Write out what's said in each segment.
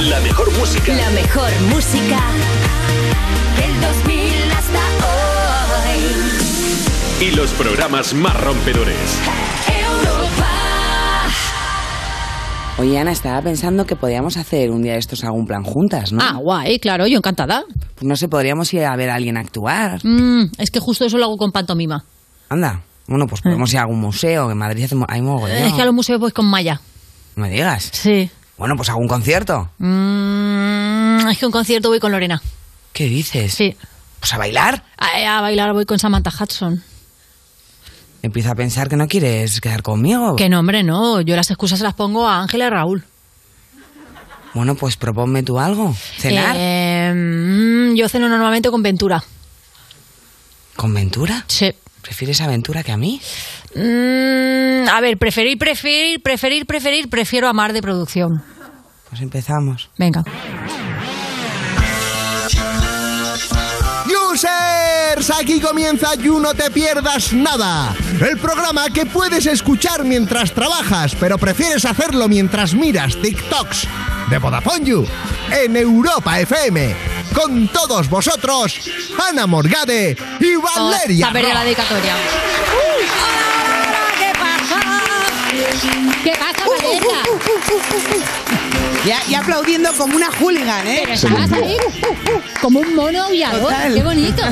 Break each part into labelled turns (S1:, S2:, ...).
S1: La mejor música.
S2: La mejor música del 2000 hasta hoy.
S1: Y los programas más rompedores.
S2: Europa.
S3: Oye, Ana, estaba pensando que podíamos hacer un día de estos algún plan juntas, ¿no?
S4: Ah, guay, claro, yo encantada.
S3: Pues no sé, podríamos ir a ver a alguien actuar.
S4: Mm, es que justo eso lo hago con pantomima.
S3: Anda. Bueno, pues podemos ir a algún museo, que en Madrid hace mo- hay mogollón.
S4: Es que a los museos voy con Maya.
S3: No me digas.
S4: Sí.
S3: Bueno, pues algún concierto.
S4: Mm, es que a un concierto voy con Lorena.
S3: ¿Qué dices?
S4: Sí.
S3: Pues a bailar.
S4: A, a bailar voy con Samantha Hudson.
S3: Empiezo a pensar que no quieres quedar conmigo.
S4: Que no, hombre, no. Yo las excusas se las pongo a Ángela y Raúl.
S3: Bueno, pues proponme tú algo. ¿Cenar?
S4: Eh, mm, yo ceno normalmente con Ventura.
S3: ¿Con Ventura?
S4: Sí.
S3: ¿Prefieres a Ventura que a mí?
S4: Mm, a ver, preferir, preferir, preferir, preferir, prefiero amar de producción.
S3: Pues empezamos.
S4: Venga.
S5: Users, aquí comienza You No Te Pierdas Nada, el programa que puedes escuchar mientras trabajas, pero prefieres hacerlo mientras miras TikToks de Vodafone You en Europa FM. Con todos vosotros, Ana Morgade y
S4: Oh,
S5: Valeria.
S4: a perder la
S5: Ross.
S4: dedicatoria. ¿Qué pasa? ¿Qué pasa,
S6: Uh,
S4: Valeria?
S6: Ya, ya aplaudiendo como una hooligan,
S4: Pero
S6: ¿eh?
S4: estabas ahí como un mono aviador.
S6: Total.
S4: Qué bonito.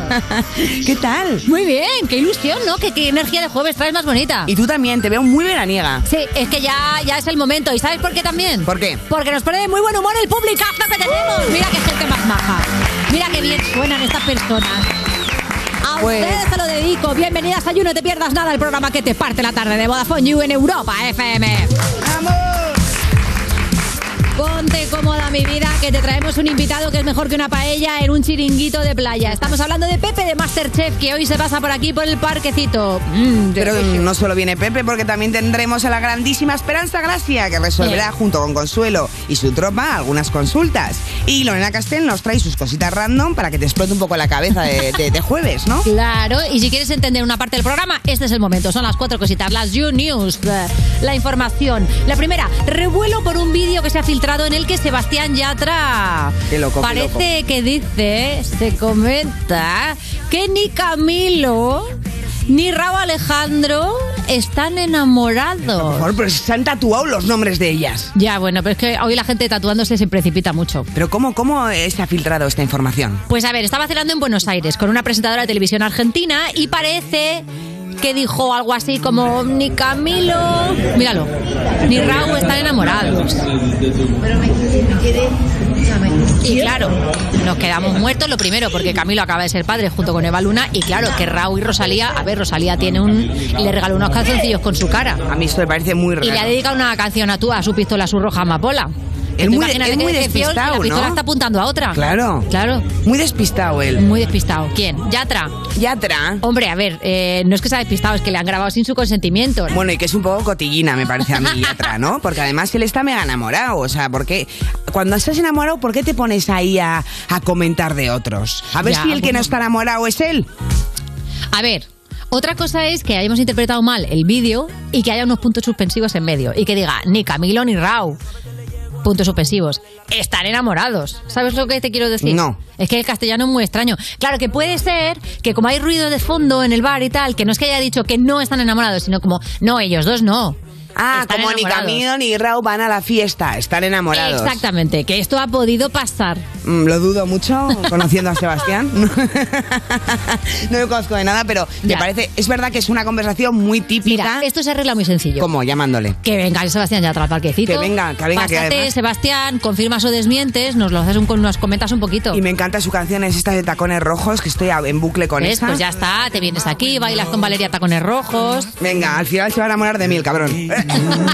S6: ¿Qué tal?
S4: Muy bien, qué ilusión, ¿no? Qué, qué energía de jueves traes más bonita.
S3: Y tú también, te veo muy veraniega.
S4: Sí, es que ya, ya es el momento. ¿Y sabes por qué también?
S3: ¿Por qué?
S4: Porque nos pone de muy buen humor el publicazo que tenemos. Mira qué gente más maja.
S7: Ah,
S4: Mira qué bien suenan estas personas. A
S3: Pues-
S4: ustedes se lo dedico. Bienvenidas a You, no te pierdas nada el programa que te parte la tarde de Vodafone You en Europa FM. Ponte cómoda, mi vida, que te traemos un invitado que es mejor que una paella en un chiringuito de playa. Estamos hablando de Pepe de Masterchef, que hoy se pasa por aquí por el parquecito. Mm,
S6: Pero no solo viene Pepe, porque también tendremos a la grandísima Esperanza Gracia, que resolverá junto con Consuelo y su tropa algunas consultas. Y Lorena Castel nos trae sus cositas random para que te explote un poco la cabeza de, de- de jueves, ¿no?
S4: Claro, y si quieres entender una parte del programa, este es el momento. Son las cuatro cositas, las You News, eh, la información. La primera, revuelo por un vídeo que se ha filtrado en el que Sebastián Yatra
S6: Qué loco, qué
S4: parece que dice, se comenta, que ni Camilo ni Raúl Alejandro están
S6: Por
S4: enamorados.
S6: favor, pero si se han tatuado los nombres de ellas.
S4: Ya, bueno, pero es que hoy la gente tatuándose se precipita mucho.
S3: Pero ¿cómo, cómo eh, se ha filtrado esta información?
S4: Pues a ver, estaba cenando en Buenos Aires con una presentadora de televisión argentina y parece que dijo algo así como ni Camilo, míralo, ni Raúl están enamorados. Y claro, nos quedamos muertos lo primero porque Camilo acaba de ser padre junto con Eva Luna y claro que Raúl y Rosalía, a ver, Rosalía tiene un le regaló unos calzoncillos con su cara
S6: A mí esto me parece muy raro.
S4: y le ha dedicado una canción a tú a su pistola, a su roja amapola.
S6: Es
S4: Tú
S6: muy-
S4: imagínate
S6: es
S4: qué
S6: muy
S4: decepción, que
S6: despistado,
S4: la pistola
S6: ¿no?
S4: está apuntando a otra.
S6: Claro.
S4: Claro.
S6: Muy despistado él.
S4: Muy despistado. ¿Quién? Yatra.
S6: Yatra.
S4: Hombre, a ver, eh, no es que sea despistado, es que le han grabado sin su consentimiento.
S6: Bueno, y que es un poco cotillina, me parece a mí, Yatra, ¿no? Porque además él está mega enamorado. O sea, ¿por qué? Cuando estás enamorado, ¿por qué te pones ahí a, a comentar de otros? A ver
S4: Ya,
S6: si el que
S4: bueno.
S6: no está enamorado es él.
S4: A ver, otra cosa es que hayamos interpretado mal el vídeo y que haya unos puntos suspensivos en medio y que diga ni Camilo ni Rau. Puntos suspensivos. Están enamorados. ¿Sabes lo que te quiero decir?
S6: No.
S4: Es que el castellano es muy extraño. Claro que puede ser que como hay ruido de fondo en el bar y tal, que no es que haya dicho que no están enamorados, sino como, no, ellos dos no.
S6: Ah,
S4: Están
S6: como
S4: enamorados.
S6: ni Camilo ni Raúl van a la fiesta, Ah, están enamorados.
S4: Exactamente, que esto ha podido pasar.
S6: Mm, Lo dudo mucho, conociendo a Sebastián. no le conozco de nada, pero me
S4: Ya.
S6: parece, es verdad que es una conversación muy típica,
S4: Mira, esto se arregla muy sencillo.
S6: como llamándole.
S4: Que venga Sebastián ya al parquecito.
S6: Que venga, que venga, que
S4: Pásate,
S6: además-
S4: Sebastián, confirmas o desmientes, nos lo haces un, nos comentas un poquito.
S6: Y me encantan sus canciones estas de tacones rojos, que estoy a- en bucle con
S4: ¿Ves?
S6: esa.
S4: Pues ya está, te vienes aquí, bailas con Valeria Tacones Rojos.
S6: Venga, al final se van a enamorar de mí, el cabrón.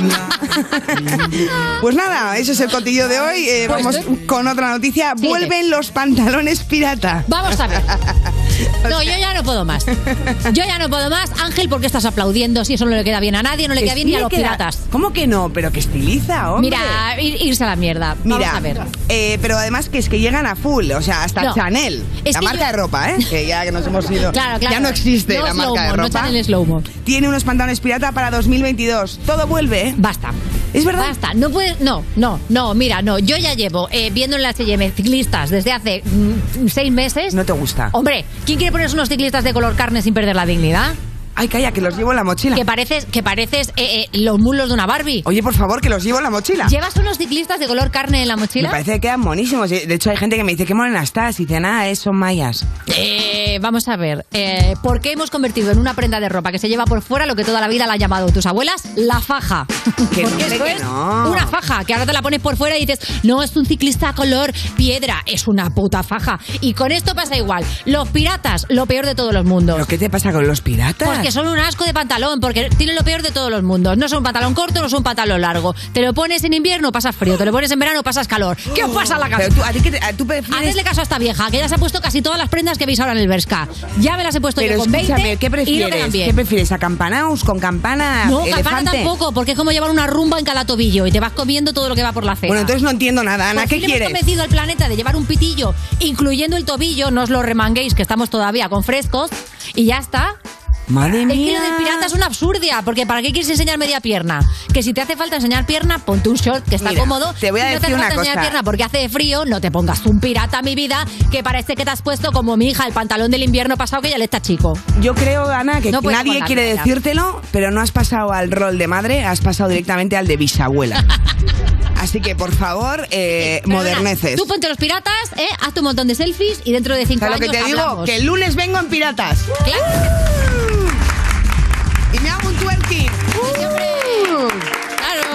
S6: pues nada, eso es el cotillo de hoy. Eh,
S4: Pues
S6: vamos
S4: tú-
S6: con otra noticia.
S4: Síguete.
S6: Vuelven los pantalones pirata.
S4: Vamos a ver. No, yo ya no puedo más. Yo ya no puedo más. Ángel, ¿por qué estás aplaudiendo? Si eso no le queda bien a nadie, no le queda bien ni a los
S6: Estile queda-
S4: piratas.
S6: ¿Cómo que no? Pero que estiliza, hombre.
S4: Mira, ir- irse a la mierda. Vamos
S6: Mira,
S4: a ver.
S6: eh, pero además que es que llegan a full, o sea, hasta
S4: No.
S6: Chanel,
S4: Es
S6: la
S4: que
S6: marca
S4: yo-
S6: de ropa, ¿eh? Que ya que nos hemos ido.
S4: Claro, claro.
S6: Ya no existe
S4: No
S6: la marca
S4: slow-mo,
S6: de
S4: no
S6: ropa.
S4: Chanel slow-mo.
S6: Tiene unos pantalones pirata para 2022. Todo vuelve. ¿eh?
S4: Basta.
S6: Es verdad.
S4: Basta, no puedes. No, no, no, mira, no. Yo ya llevo eh, viendo en la HM ciclistas desde hace mm, seis meses.
S6: No te gusta.
S4: Hombre, ¿quién quiere ponerse unos ciclistas de color carne sin perder la dignidad?
S6: Ay, calla, que los llevo en la mochila.
S4: Que pareces, que pareces eh, eh, los mulos de una Barbie.
S6: Oye, por favor, que los llevo en la mochila.
S4: ¿Llevas unos ciclistas de color carne en la
S6: Me
S4: mochila?
S6: parece que quedan monísimos. De hecho, hay gente que me dice, qué morena estás. Y dicen, ah, eh, son mayas.
S4: Eh, vamos a ver, eh, ¿por qué hemos convertido en una prenda de ropa que se lleva por fuera lo que toda la vida la han llamado tus abuelas la faja?
S6: Que
S4: Porque
S6: no,
S4: eso
S6: que
S4: es
S6: no.
S4: una faja, que ahora te la pones por fuera y dices, no, es un ciclista a color piedra, es una puta faja. Y con esto pasa igual. Los piratas, lo peor de todos los mundos.
S6: ¿Pero qué te pasa con los piratas?
S4: Pues que son un asco de pantalón, porque tienen lo peor de todos los mundos. No son un pantalón corto, no son un pantalón largo. Te lo pones en invierno, pasas frío. Te lo pones en verano, pasas calor. ¿Qué os pasa en la cabeza?
S6: Pero tú, ¿a ti qué te- a- tú prefieres-
S4: Hacedle caso a esta vieja, que ya se ha puesto casi todas las prendas que veis ahora en el Berska. Ya me las he puesto
S6: Pero
S4: yo con 20
S6: escúchame, ¿qué
S4: y no quedan
S6: prefieres?
S4: bien.
S6: ¿Qué prefieres? ¿Acampanaos con campana?
S4: no,
S6: elefante?
S4: campana tampoco, porque es como llevar una rumba en cada tobillo y te vas comiendo todo lo que va por la cena. Pues
S6: Bueno, entonces no entiendo nada, Ana.
S4: Por
S6: ¿Qué
S4: fin hemos
S6: quieres?
S4: convencido al planeta de llevar un pitillo, incluyendo el tobillo, no os lo remanguéis, que estamos todavía con frescos, y ya está.
S6: Madre
S4: Es que
S6: mía.
S4: lo del pirata es una absurdia, porque ¿para qué quieres enseñar media pierna? Que si te hace falta enseñar pierna, ponte un short que está
S6: Mira,
S4: cómodo.
S6: te voy a
S4: Si no
S6: decir
S4: hace
S6: una
S4: falta enseñar
S6: cosa.
S4: pierna porque hace frío, no te pongas un pirata, mi vida, que parece que te has puesto como mi hija el pantalón del invierno pasado que ya le está chico.
S6: Yo creo, Ana, que
S4: No puedo con
S6: nadie
S4: la
S6: quiere
S4: vida.
S6: decírtelo, pero no has pasado al rol de madre, has pasado directamente al de bisabuela. Así que, por favor, eh,
S4: Perdona,
S6: moderneces.
S4: Tú ponte los piratas, ¿eh? hazte un montón de selfies y dentro de cinco
S6: ¿Sabes
S4: años
S6: lo que te digo?
S4: hablamos.
S6: Que el lunes vengo en piratas.
S4: Claro,
S6: Y me hago un twerking.
S4: claro.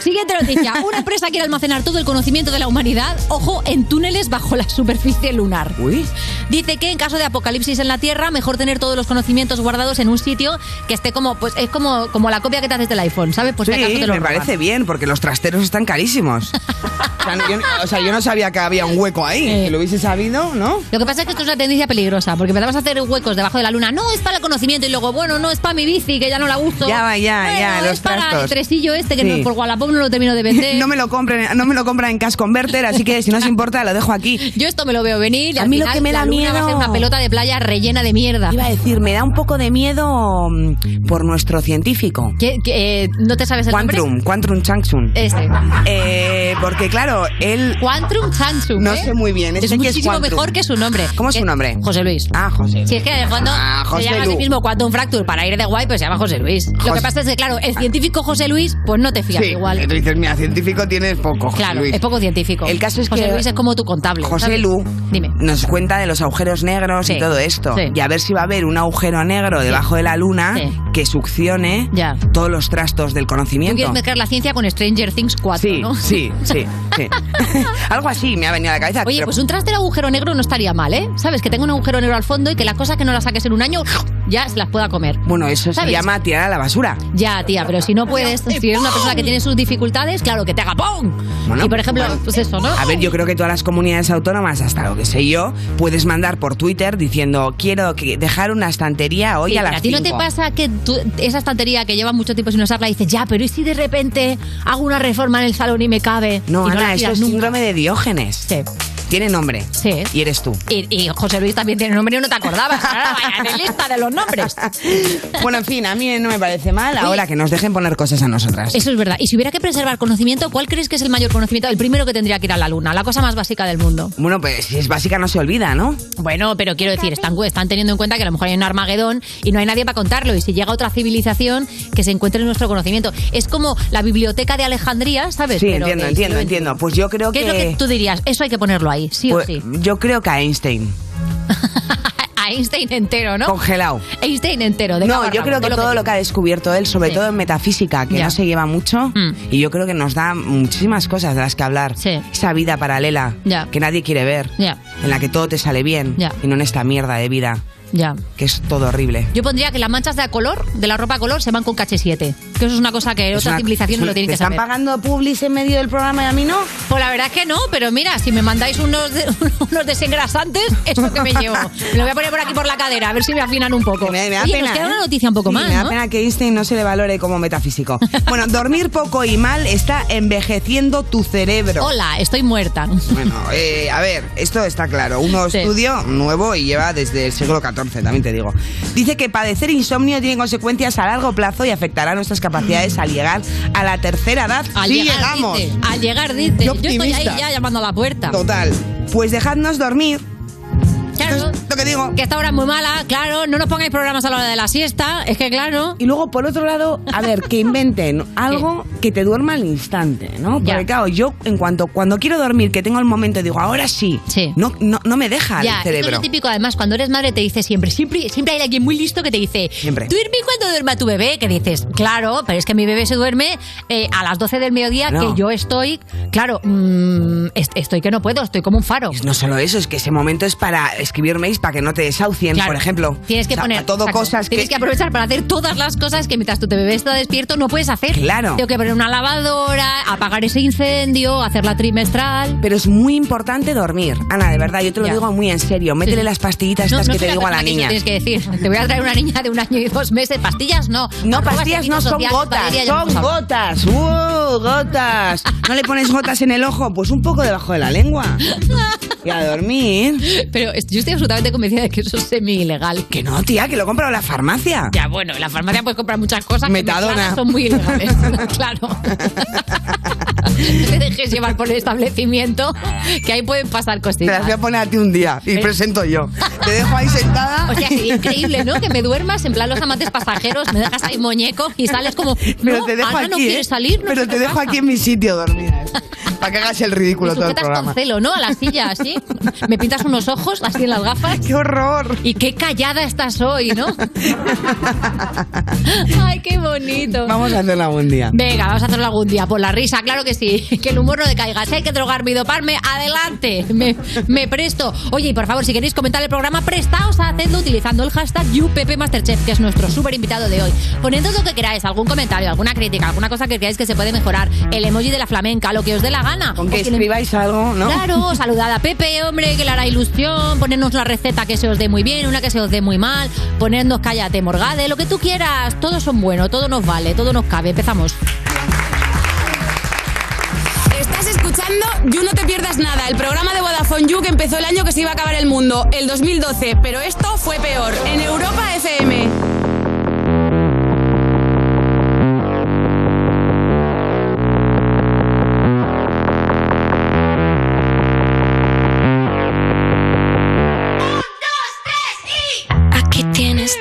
S4: Siguiente noticia. Una empresa quiere almacenar todo el conocimiento de la humanidad, ojo, en túneles bajo la superficie lunar.
S6: Uy.
S4: Dice que en caso de apocalipsis en la Tierra, mejor tener todos los conocimientos guardados en un sitio que esté como, pues es como, como la copia que te haces del iPhone, ¿sabes? Pues si acaso
S6: Sí,
S4: te lo
S6: me
S4: roban.
S6: parece bien, porque los trasteros están carísimos. O sea, yo, o sea, yo no sabía que había un hueco ahí.
S4: Eh.
S6: Si lo hubiese sabido, ¿no?
S4: Lo que pasa es que esto es una tendencia peligrosa, porque empezamos a hacer huecos debajo de la luna. No, es para el conocimiento. Y luego, bueno, no, es para mi bici, que ya no la uso.
S6: Ya, va, ya,
S4: Bueno,
S6: ya,
S4: es
S6: los
S4: para el
S6: trastos.
S4: tresillo este que
S6: Sí.
S4: no- por Wallapop no lo termino de vender.
S6: No me lo compren, no me lo compran en Cash Converter, así que si no os importa, lo dejo aquí.
S4: Yo esto me lo veo venir. y
S6: A
S4: al
S6: mí lo
S4: final
S6: que me
S4: la
S6: da
S4: luna
S6: miedo-
S4: va a ser una pelota de playa rellena de mierda.
S6: Iba a decir, me da un poco de miedo mm, por nuestro científico.
S4: ¿Qué- qué, eh, ¿No te
S8: Pues
S4: sabes el nombre?
S6: Quantrum, Quantrum Changsun.
S4: Este.
S6: Eh, porque claro, él...
S4: Quantrum Chansung.
S6: No
S4: ¿eh?
S6: sé muy bien,
S4: Es
S6: sé que es
S4: muchísimo
S6: Quantrum.
S4: mejor que su nombre.
S6: ¿Cómo es
S4: Que-
S6: su nombre?
S4: José Luis.
S6: Ah, José.
S4: Si es que de fondo
S6: Ah, José
S4: se llama a sí
S6: Lu.
S4: mismo Quantum Fracture para ir de guay, pues se llama José Luis. Lo
S6: José- Ah.
S4: que pasa es que, claro, el científico José Luis, pues no te fías
S6: Sí,
S4: igual.
S6: tú dices, mira, científico tienes poco, José
S4: Claro,
S6: Luis.
S4: es poco científico.
S6: El caso es
S4: José
S6: que-
S4: Luis es como tu contable.
S6: José
S4: ¿sabes?
S6: Lu
S4: Dime.
S6: nos cuenta de los agujeros negros
S4: Sí,
S6: y todo esto.
S4: sí.
S6: Y a ver si va a haber un agujero negro debajo de la luna
S4: sí.
S6: que succione
S4: Ya.
S6: todos los trastos del
S4: Tú quieres
S6: conocimiento.
S4: mezclar la ciencia con Stranger Things 4,
S6: Sí,
S4: ¿no?
S6: sí, sí, sí. Algo así me ha venido a la cabeza.
S4: Oye,
S6: pero-
S4: pues un traste de agujero negro no estaría mal, ¿eh? Sabes, que tenga un agujero negro al fondo y que las cosas que no las saques en un año ya se las pueda comer.
S6: Bueno, eso se
S4: ¿Sabes?
S6: llama tirar a la basura.
S4: Ya, tía, pero si no puedes, si eres una persona que tiene sus dificultades, claro, que te haga ¡pum!
S6: Bueno,
S4: y por ejemplo, pues eso, ¿no?
S6: A ver, yo creo que todas las comunidades autónomas, hasta lo que sé yo, puedes mandar por Twitter diciendo quiero que dejar una estantería hoy
S4: Sí,
S6: a
S4: pero
S6: las
S4: a ti no te
S6: cinco".
S4: pasa que tú- esa estantería que lleva mucho tiempo sin usarla dices, ya, pero ¿y si de repente hago una reforma en el salón y me cabe?
S6: No,
S4: y la
S6: Ana, esto
S4: tiras
S6: es
S4: nunca?
S6: síndrome de Diógenes.
S4: Sí.
S6: Tiene nombre.
S4: Sí.
S6: Y eres tú.
S4: Y, y José Luis también tiene nombre y no te acordabas. Ahora vaya de lista de los nombres.
S6: Bueno, en fin, a mí no me parece mal. Ahora que nos dejen poner cosas a nosotras.
S4: Eso es verdad. Y si hubiera que preservar conocimiento, ¿cuál crees que es el mayor conocimiento? El primero que tendría que ir a la luna, la cosa más básica del mundo.
S6: Bueno, pues si es básica no se olvida, ¿no?
S4: Bueno, pero quiero decir, están, están teniendo en cuenta que a lo mejor hay un Armagedón y no hay nadie para contarlo. Y si llega otra civilización, que se encuentre en nuestro conocimiento. Es como la biblioteca de Alejandría, ¿sabes?
S6: Sí,
S4: Pero
S6: entiendo,
S4: del
S6: entiendo,
S4: siglo
S6: entiendo. Pues yo creo
S4: XXI. ¿Qué es lo que tú dirías? Eso hay que ponerlo ahí, sí
S6: pues,
S4: o sí.
S6: Yo creo que a Einstein.
S4: a Einstein entero, ¿no?
S6: Congelado.
S4: Einstein entero. de
S6: No,
S4: cabo a
S6: yo
S4: rabo,
S6: creo que todo lo que ha descubierto él, sobre
S4: Sí.
S6: todo en metafísica, que
S4: Ya.
S6: no se lleva mucho,
S4: Mm.
S6: y yo creo que nos da muchísimas cosas de las que hablar.
S4: Sí.
S6: Esa vida paralela
S4: Ya.
S6: que nadie quiere ver,
S4: Ya.
S6: en la que todo te sale bien,
S4: Ya.
S6: y no en esta mierda de vida,
S4: Ya.
S6: que es todo horrible.
S4: Yo pondría que las manchas de color, de la ropa a color, se van con cache 7. Que eso es una cosa que
S6: Es
S4: otras
S6: una-
S4: civilizaciones
S6: es-
S4: lo tienen
S6: ¿te
S4: que
S6: están
S4: saber.
S6: pagando publis en medio del programa y a mí no?
S4: Pues la verdad es que no, pero mira, si me mandáis unos, de- unos desengrasantes, eso que me llevo. Me lo voy a poner por aquí por la cadera, a ver si me afinan un poco.
S6: Me, me da
S4: Oye,
S6: pena.
S4: nos queda
S6: ¿eh?
S4: una noticia un poco
S6: Sí,
S4: más,
S6: Me da
S4: ¿no?
S6: pena que Einstein no se le valore como metafísico. bueno, dormir poco y mal está envejeciendo tu cerebro.
S4: Hola, estoy muerta.
S6: Bueno, eh, a ver, esto está claro. Un nuevo
S4: Sí.
S6: estudio nuevo y lleva desde el siglo XIV. cáncer, también te digo. Dice que padecer insomnio tiene consecuencias a largo plazo y afectará nuestras capacidades al llegar a la tercera edad.
S4: Al
S6: Sí,
S4: llegar,
S6: llegamos.
S4: dice, al llegar, dice. Yo estoy ahí ya llamando a la puerta.
S6: Total. Pues dejadnos dormir.
S4: Claro,
S6: lo que digo.
S4: Que esta hora es muy mala, claro. No nos pongáis programas a la hora de la siesta. Es que, claro.
S6: Y luego, por otro lado, a ver, que inventen algo que te duerma al instante, ¿no? Porque, claro, yo, en cuanto cuando quiero dormir, que tengo el momento, digo, ahora sí. No, no, no me deja
S4: Ya,
S6: el
S4: esto es
S6: cerebro.
S4: lo típico, además, cuando eres madre te dice siempre, siempre, siempre hay alguien muy listo que te dice,
S6: Siempre.
S4: duerme cuando duerma tu bebé, que dices, claro, pero es que mi bebé se duerme eh, a las 12 del mediodía,
S6: Claro.
S4: que yo estoy, claro, mm, est- estoy que no puedo, estoy como un faro.
S6: No solo eso, es que ese momento es para escribir mails para que no te desahucien,
S4: Claro.
S6: por ejemplo.
S4: Tienes que
S6: O sea,
S4: poner.
S6: a todo
S4: exacto,
S6: cosas que.
S4: Tienes que aprovechar para hacer todas las cosas que mientras tu bebé está despierto no puedes hacer.
S6: Claro.
S4: Tengo que poner una lavadora, apagar ese incendio, hacer la trimestral.
S6: Pero es muy importante dormir. Ana, de verdad, yo te lo
S4: Ya.
S6: digo muy en serio. Métele las pastillitas
S4: No,
S6: estas
S4: no
S6: que
S4: soy
S6: te digo a la
S4: persona
S6: niña.
S4: Que se lo tienes que decir. Te voy a traer una niña de un año y dos meses. Pastillas no.
S6: No,
S4: Arroba
S6: pastillas no
S4: servicios
S6: son
S4: sociales,
S6: gotas,
S4: Valeria, ya no
S6: son
S4: hemos hablado.
S6: gotas. ¡Uh, gotas! ¿No le pones gotas en el ojo? Pues un poco debajo de la lengua. Y a dormir.
S4: Pero est- yo estoy absolutamente convencida de que eso es semi-ilegal.
S6: Que no, tía, que lo he comprado en la farmacia.
S4: Ya, bueno, en la farmacia puedes comprar muchas cosas. que
S6: Metadona.
S4: mezcladas son muy ilegales, claro. no te dejes llevar por el establecimiento, que ahí pueden pasar
S6: Te las
S4: cositas.
S6: voy a poner a ti un día y
S4: Eh.
S6: presento yo. Te dejo ahí sentada.
S4: O sea, sería increíble, ¿no? Que me duermas en plan los amantes pasajeros, me dejas ahí muñeco y sales como.
S6: Pero
S4: no,
S6: te dejo
S4: Ana
S6: aquí.
S4: no
S6: ¿eh?
S4: quieres salir, no
S6: Pero
S4: sé
S6: te
S4: qué
S6: dejo
S4: pasa.
S6: aquí en mi sitio dormida. Para que hagas el
S4: Me
S6: ridículo todo el
S4: sujetas
S6: programa.
S4: con celo, ¿no? A la silla, así. Me pintas unos ojos, así en las gafas.
S6: ¡Qué horror!
S4: Y qué callada estás hoy, ¿no? Ay, qué bonito.
S6: Vamos a hacerla un día.
S4: Venga, vamos a hacerlo algún día, por la risa, claro que sí. Que el humor no decaiga. Si hay que drogarme y doparme, adelante. Me, me presto. Oye, y por favor, si queréis comentar el programa, prestaos a hacerlo utilizando el hashtag YouPPMasterchef, que es nuestro súper invitado de hoy. Poned todo lo que queráis, algún comentario, alguna crítica, alguna cosa que creáis que se puede mejorar. El emoji de la flamenca, lo que os dé la gana.
S6: Con que
S4: Os tienen-
S6: escribáis algo, Oh, ¿no?
S4: Claro, saludad a Pepe, hombre, que le hará ilusión. Ponernos la receta que se os dé muy bien, una que se os dé muy mal. Ponernos cállate, morgade, lo que tú quieras. Todos son buenos, todo nos vale, todo nos cabe. Empezamos.
S9: Estás escuchando You No Te Pierdas Nada, el programa de Vodafone You que empezó el año que se iba a acabar el mundo, el 2012, pero esto fue peor, en Europa FM.
S7: Aquí tienes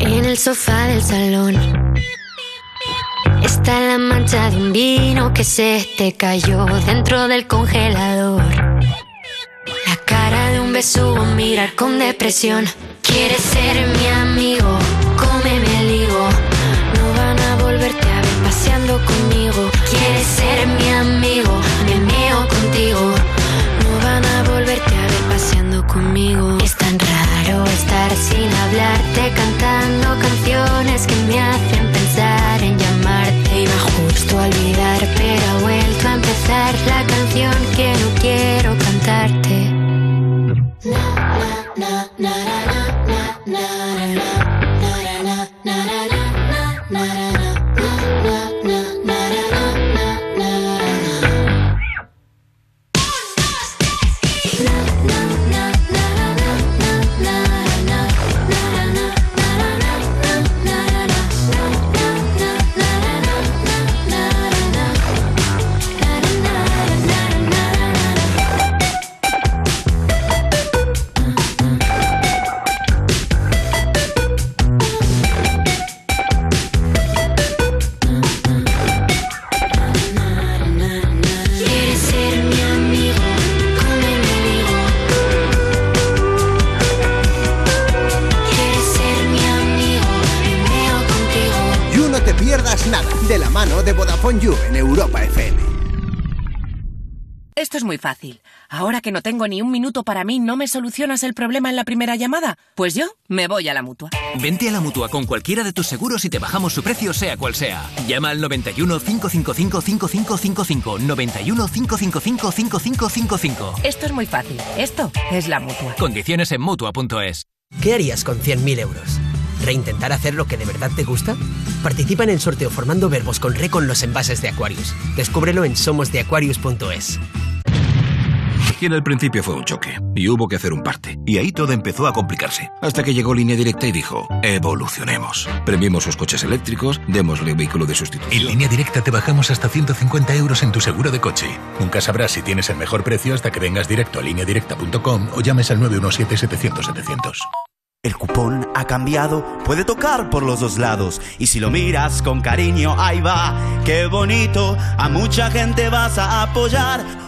S7: En el sofá del salón está la mancha de un vino que se te cayó dentro del congelador. La cara de un besugo mirar con depresión. Quieres ser mi amigo, cómeme el higo. No van a volverte a ver paseando conmigo. Quieres ser mi amigo, me meo contigo. No van a volverte a ver paseando conmigo. Es tan raro estar sin hablarte, cantando canciones que me hacen pensar en llamarte. Iba justo a olvidar, pero ha vuelto a empezar la canción que no quiero cantarte.
S5: de Vodafone You en Europa FM.
S10: Esto es muy fácil. Ahora que no tengo ni un minuto para mí, ¿no me solucionas el problema en la primera llamada? Pues yo me voy a la mutua.
S11: Vente a la mutua con cualquiera de tus seguros y te bajamos su precio, sea cual sea. Llama al 91 555 5555. 91 555 5555.
S10: Esto es muy fácil. Esto es la mutua.
S11: Condiciones en mutua.es.
S12: ¿Qué harías con 100.000 euros? ¿Reintentar hacer lo que de verdad te gusta? Participa en el sorteo formando verbos con re con los envases de Aquarius. Descúbrelo en somosdeaquarius.es.
S13: Y en el principio fue un choque, y hubo que hacer un parte. Y ahí todo empezó a complicarse. Hasta que llegó Línea Directa y dijo, evolucionemos. Premiemos sus coches eléctricos, démosle vehículo de sustitución.
S14: En línea directa te bajamos hasta 150 euros en tu seguro de coche. Nunca sabrás si tienes el mejor precio hasta que vengas directo a lineadirecta.com o llames al 917-700-700.
S2: El cupón ha cambiado, puede tocar por los dos lados. Y si lo miras con cariño, ahí va, qué bonito. A mucha gente vas a apoyar.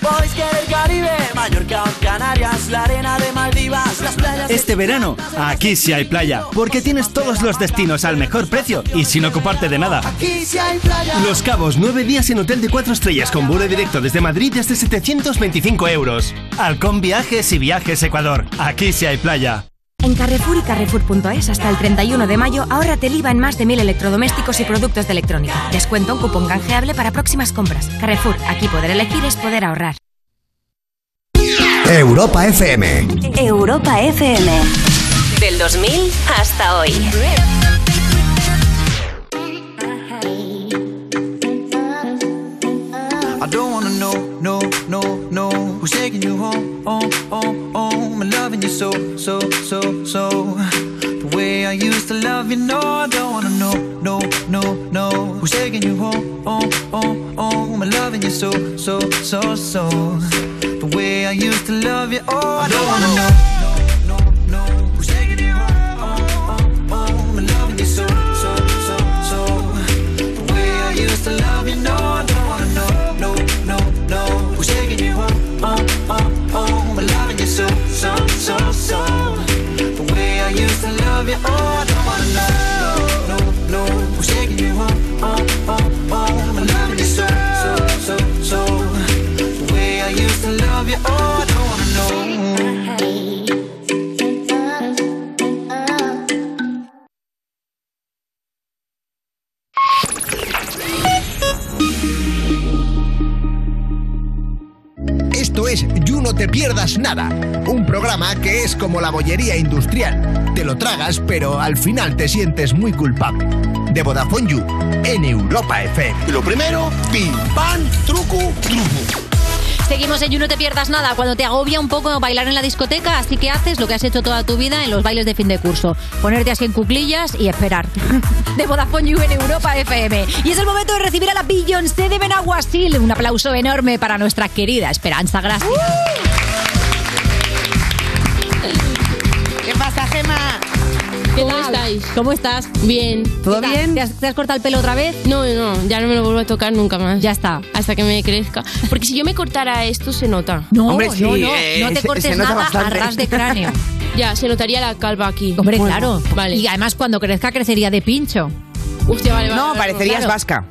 S15: Boys que del Caribe, Mallorca, Canarias, la arena de Maldivas, las playas.
S16: Este verano, aquí sí hay playa, porque tienes todos los destinos al mejor precio y sin ocuparte de nada.
S15: Aquí sí hay playa.
S16: Los Cabos, nueve días en hotel de cuatro estrellas con vuelo directo desde Madrid desde 725 euros. Halcón Viajes y Viajes Ecuador, aquí sí hay playa.
S1: En Carrefour y Carrefour.es hasta el 31 de mayo ahórrate el IVA en más de 1.000 electrodomésticos y productos de electrónica. Descuento un cupón canjeable para próximas compras. Carrefour, aquí poder elegir es poder ahorrar.
S5: Europa FM.
S17: Europa FM.
S18: Del 2000 hasta hoy.
S19: I don't wanna know, no, no, no. Who's taking you home, home, home, home? And loving you so, so, so, so. The way I used to love you, no, I don't wanna know, no, no, no. Who's taking you home, home, home, home? And loving you so, so, so, so. The way I used to love you, oh, I don't wanna know. Who's taking you home, home, home, home? And loving you so, so, so, so. The way I used to love you, no, I don't wanna know no, no, no. We're taking you home, home, home, home. We're loving you so, so, so, so. The way I used to love you, oh, I don't wanna know. No, no, no. We're taking you home, home, home, home. We're loving you so, so, so, so. The way I used to love you, oh, I don't wanna know.
S5: Esto es You No Te Pierdas Nada, un programa que es como la bollería industrial. Te lo tragas, pero al final te sientes muy culpable. De Vodafone You, en Europa FM. Lo primero, pim, pam, truco, truco.
S4: Seguimos en You No Te Pierdas Nada, cuando te agobia un poco bailar en la discoteca, así que haces lo que has hecho toda tu vida en los bailes de fin de curso, ponerte así en cuclillas y esperar. De Vodafone You en Europa FM. Y es el momento de recibir a la Beyoncé de Benaguasil. Un aplauso enorme para nuestra querida Esperanza Gracia.
S8: ¿Qué pasa, Gema?
S4: ¿Qué tal? ¿Cómo estás?
S8: Bien.
S4: ¿Todo bien? ¿Te has, te has cortado el pelo otra vez?
S8: No, no, ya no me lo vuelvo a tocar nunca más.
S4: Ya está.
S8: Hasta que me crezca. Porque si yo me cortara esto, se nota.
S4: No,
S8: Hombre,
S4: no,
S8: sí,
S4: no,
S8: eh,
S4: no te
S8: se-
S4: cortes
S8: se nota
S4: nada
S8: bastante.
S4: a ras de cráneo.
S8: Ya, se notaría la calva aquí.
S4: Hombre,
S8: Bueno,
S4: claro.
S8: Vale.
S4: Y además cuando crezca, crecería de pincho.
S8: Hostia, vale, vale,
S6: No,
S8: vale,
S6: parecerías
S8: claro.
S6: vasca.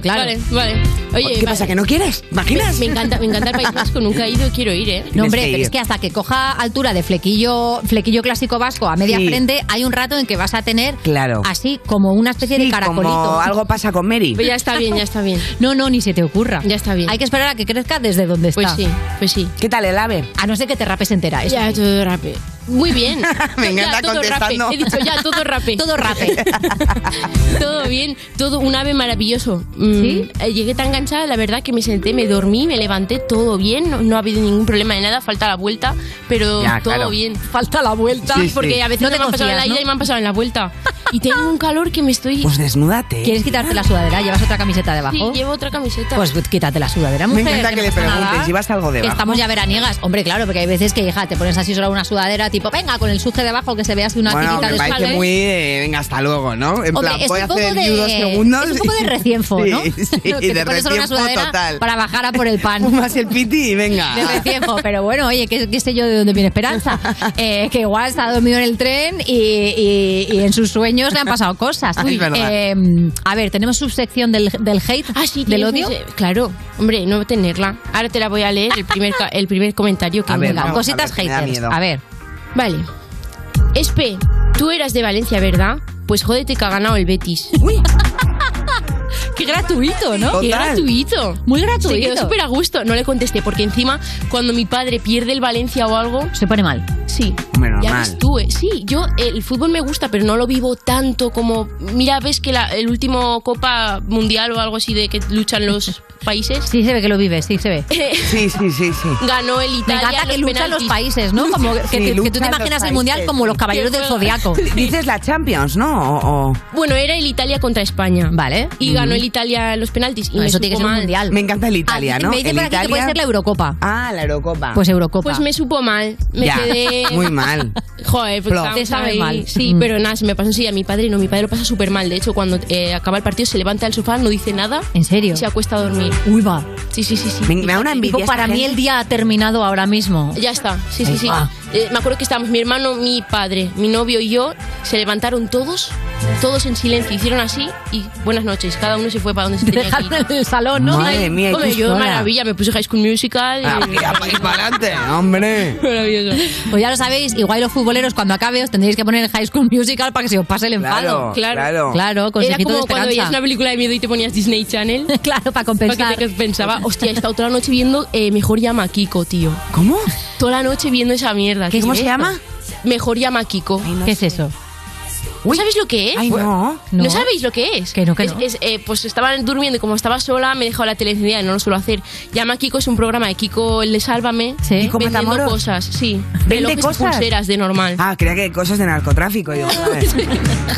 S8: Vale,
S4: claro.
S8: Vale, vale. Oye,
S6: ¿Qué pasa, que no quieres? ¿Imaginas?
S8: Me, me encanta, me encanta el País Vasco, nunca he ido y quiero ir, ¿eh?
S4: No,
S6: Tienes que
S4: hombre, pero
S6: ir.
S4: es que hasta que coja altura de flequillo, flequillo clásico vasco a media
S6: Sí.
S4: frente, hay un rato en que vas a tener
S6: Claro.
S4: así como una especie de
S6: Sí,
S4: caracolito.
S6: Como algo pasa con Mary.
S8: Pues ya está bien, ya está bien.
S4: No, no, ni se te ocurra.
S8: Ya está bien.
S4: Hay que esperar a que crezca desde donde está.
S8: Pues sí, pues sí.
S6: ¿Qué tal el ave?
S4: A no ser que te rapes entera. es-
S8: Ya, todo rape. Muy bien.
S6: Me
S8: Ya,
S6: encanta
S8: todo
S6: contestando.
S8: Rape. He dicho ya, todo rape.
S4: Todo rape.
S8: todo bien, todo un ave maravilloso. Mm,
S4: ¿Sí?
S8: eh, Llegué tan cansada, la verdad, que me senté, me dormí, me levanté, todo bien. No, no ha habido ningún problema de nada, falta la vuelta, pero
S6: Ya,
S8: todo
S6: claro.
S8: bien.
S4: Falta la vuelta.
S6: Sí, sí.
S8: Porque a veces
S4: No
S8: no
S4: te
S8: me han pasado en la
S4: confías,
S8: ida
S4: ¿no?
S8: y me han pasado en la vuelta. Y tengo un calor que me estoy...
S6: Pues desnúdate.
S4: ¿Quieres quitarte la sudadera? ¿Llevas otra camiseta debajo?
S8: Sí, llevo otra camiseta.
S4: Pues quítate la sudadera,
S6: Me
S4: mujer.
S6: encanta que le
S4: pasa nada.
S6: preguntes, ¿llevas algo
S4: Que
S6: debajo?
S4: Estamos ya veraniegas. Hombre, claro, porque hay veces que, hija, te pones así solo una sudadera, tipo, venga, con el suje debajo, que se vea así una
S6: bueno,
S4: tirita
S6: me
S4: de
S6: parece
S4: sale.
S6: muy de, venga, hasta luego, ¿no? En
S4: Hombre,
S6: plan,
S4: es
S6: voy a
S4: un poco
S6: hacer
S4: de-
S6: you dos segundos.
S4: es un poco de recienfo,
S6: Sí,
S4: ¿no?
S6: Sí,
S4: Que te
S6: de
S4: pones solo una
S6: recienfo
S4: sudadera
S6: total.
S4: para bajar a por el pan.
S6: Fumas el piti y venga.
S4: De recienfo, pero bueno, oye, ¿qué, qué sé yo de dónde viene Esperanza. Eh, que igual se ha dormido en el tren y, y- y en sus sueños le han pasado cosas.
S8: Es verdad.
S4: eh, a ver, tenemos subsección del, del hate,
S8: Ah,
S4: del
S8: tienes
S4: odio.
S8: ese- Claro, hombre, no tenerla. Ahora te la voy a leer el primer, ca- el primer comentario que
S4: A
S8: me
S4: ver,
S8: han dado.
S4: vamos a Cositas ver, me da haters. miedo. A ver.
S8: Vale. Espe, tú eras de Valencia, ¿verdad? Pues jódete que ha ganado el Betis. Qué gratuito,
S4: ¿no?
S8: Qué
S4: Total.
S8: gratuito.
S4: Muy
S8: Se
S4: gratuito.
S8: quedó súper a gusto. No le contesté, porque encima, cuando mi padre pierde el Valencia o algo.
S4: Se pone mal.
S8: Sí.
S6: Hombre,
S8: Ya
S6: normal.
S8: ves tú, eh. sí, yo el fútbol me gusta, pero no lo vivo tanto como. Mira, ves que la, el último Copa Mundial o algo así de que luchan los países.
S4: Sí, se ve que lo vive, sí, se ve.
S6: Sí, sí, sí, sí.
S8: Ganó el
S4: Me
S8: Italia.
S4: encanta que luchan los países, ¿no? Como que,
S6: Sí,
S4: que- que tú
S6: luchan
S4: te imaginas
S6: los
S4: el mundial
S6: países.
S4: como los caballeros del zodiaco.
S6: Dices la Champions, ¿no? O- o-
S8: Bueno, era el Italia contra España.
S4: Vale.
S8: Y
S6: Mm.
S8: ganó el Italia los penaltis. Y
S4: No,
S8: me
S4: eso tiene
S8: supo
S4: que ser un
S8: mal.
S4: mundial. Ah,
S6: Me encanta el Italia, ¿no?
S4: Me dice
S6: El
S4: por aquí que puede
S6: Italia-
S4: ser la Eurocopa.
S6: Ah, la Eurocopa.
S4: Pues Eurocopa.
S8: Pues me supo mal. Me
S6: Ya,
S8: quedé.
S6: muy mal.
S8: Joder,
S6: Flop.
S8: pues
S6: Te sabe mal.
S8: Sí,
S6: Mm.
S8: pero nada, se me pasó enseguida. Mi padre no, mi padre lo pasa súper mal. De hecho, cuando eh, acaba el partido se levanta del sofá, no dice nada.
S4: ¿En serio?
S8: y se acuesta a dormir.
S4: Uy, va.
S8: Sí, sí, sí. sí.
S6: Me, me da una
S4: Tipo,
S6: envidia.
S4: para mí el día ha terminado ahora mismo.
S8: Ya está, sí,
S4: Ahí
S8: sí, sí.
S4: va.
S8: Eh, me acuerdo que estábamos mi hermano, mi padre, mi novio y yo. Se levantaron todos, todos en silencio. Hicieron así y buenas noches. Cada uno se fue para donde se tenía que ir.
S4: Dejaron el
S8: Oh,
S4: salón, ¿no?
S6: Madre
S4: Ay,
S6: mía,
S4: hombre,
S6: qué
S4: yo
S6: historia.
S4: maravilla.
S8: Maravilla, me puse High School Musical.
S6: Ah,
S8: eh,
S6: mira, para ir para adelante, hombre.
S8: Maravilloso.
S4: Pues ya lo sabéis, igual los futboleros cuando acabe os tendréis que poner el High School Musical para que se os pase el enfado.
S6: Claro, claro.
S4: Claro,
S6: Ah,
S8: Era
S4: consejito
S8: como
S4: de
S8: cuando veías una
S4: esperanza.
S8: película de miedo y te ponías Disney Channel.
S4: Claro, para
S8: Para
S4: compensar.
S8: que te- que pensaba, hostia, he estado toda la noche viendo eh, Mejor llama a Kiko, tío.
S6: ¿Cómo?
S8: Toda la noche viendo esa mierda.
S6: ¿Qué-
S8: tío.
S6: cómo se llama?
S8: Mejor llama a Kiko.
S4: ¿Qué es eso?
S8: ¿No sabéis lo que es?
S6: Ay, no.
S8: ¿No,
S4: no.
S8: sabéis lo que es?
S4: Que no, que
S8: Es-
S4: no.
S8: es, eh, pues estaban durmiendo y como estaba sola me he dejado la tele encendida y no lo suelo hacer. Llama a Kiko es un programa de Kiko el de Sálvame.
S4: Sí. ¿Kiko
S8: vendiendo
S6: Matamoros?
S8: cosas, sí.
S6: ¿Vende
S8: Relojes y
S6: cosas?
S8: pulseras de normal.
S6: Ah, creía que cosas de narcotráfico. Digo, joder.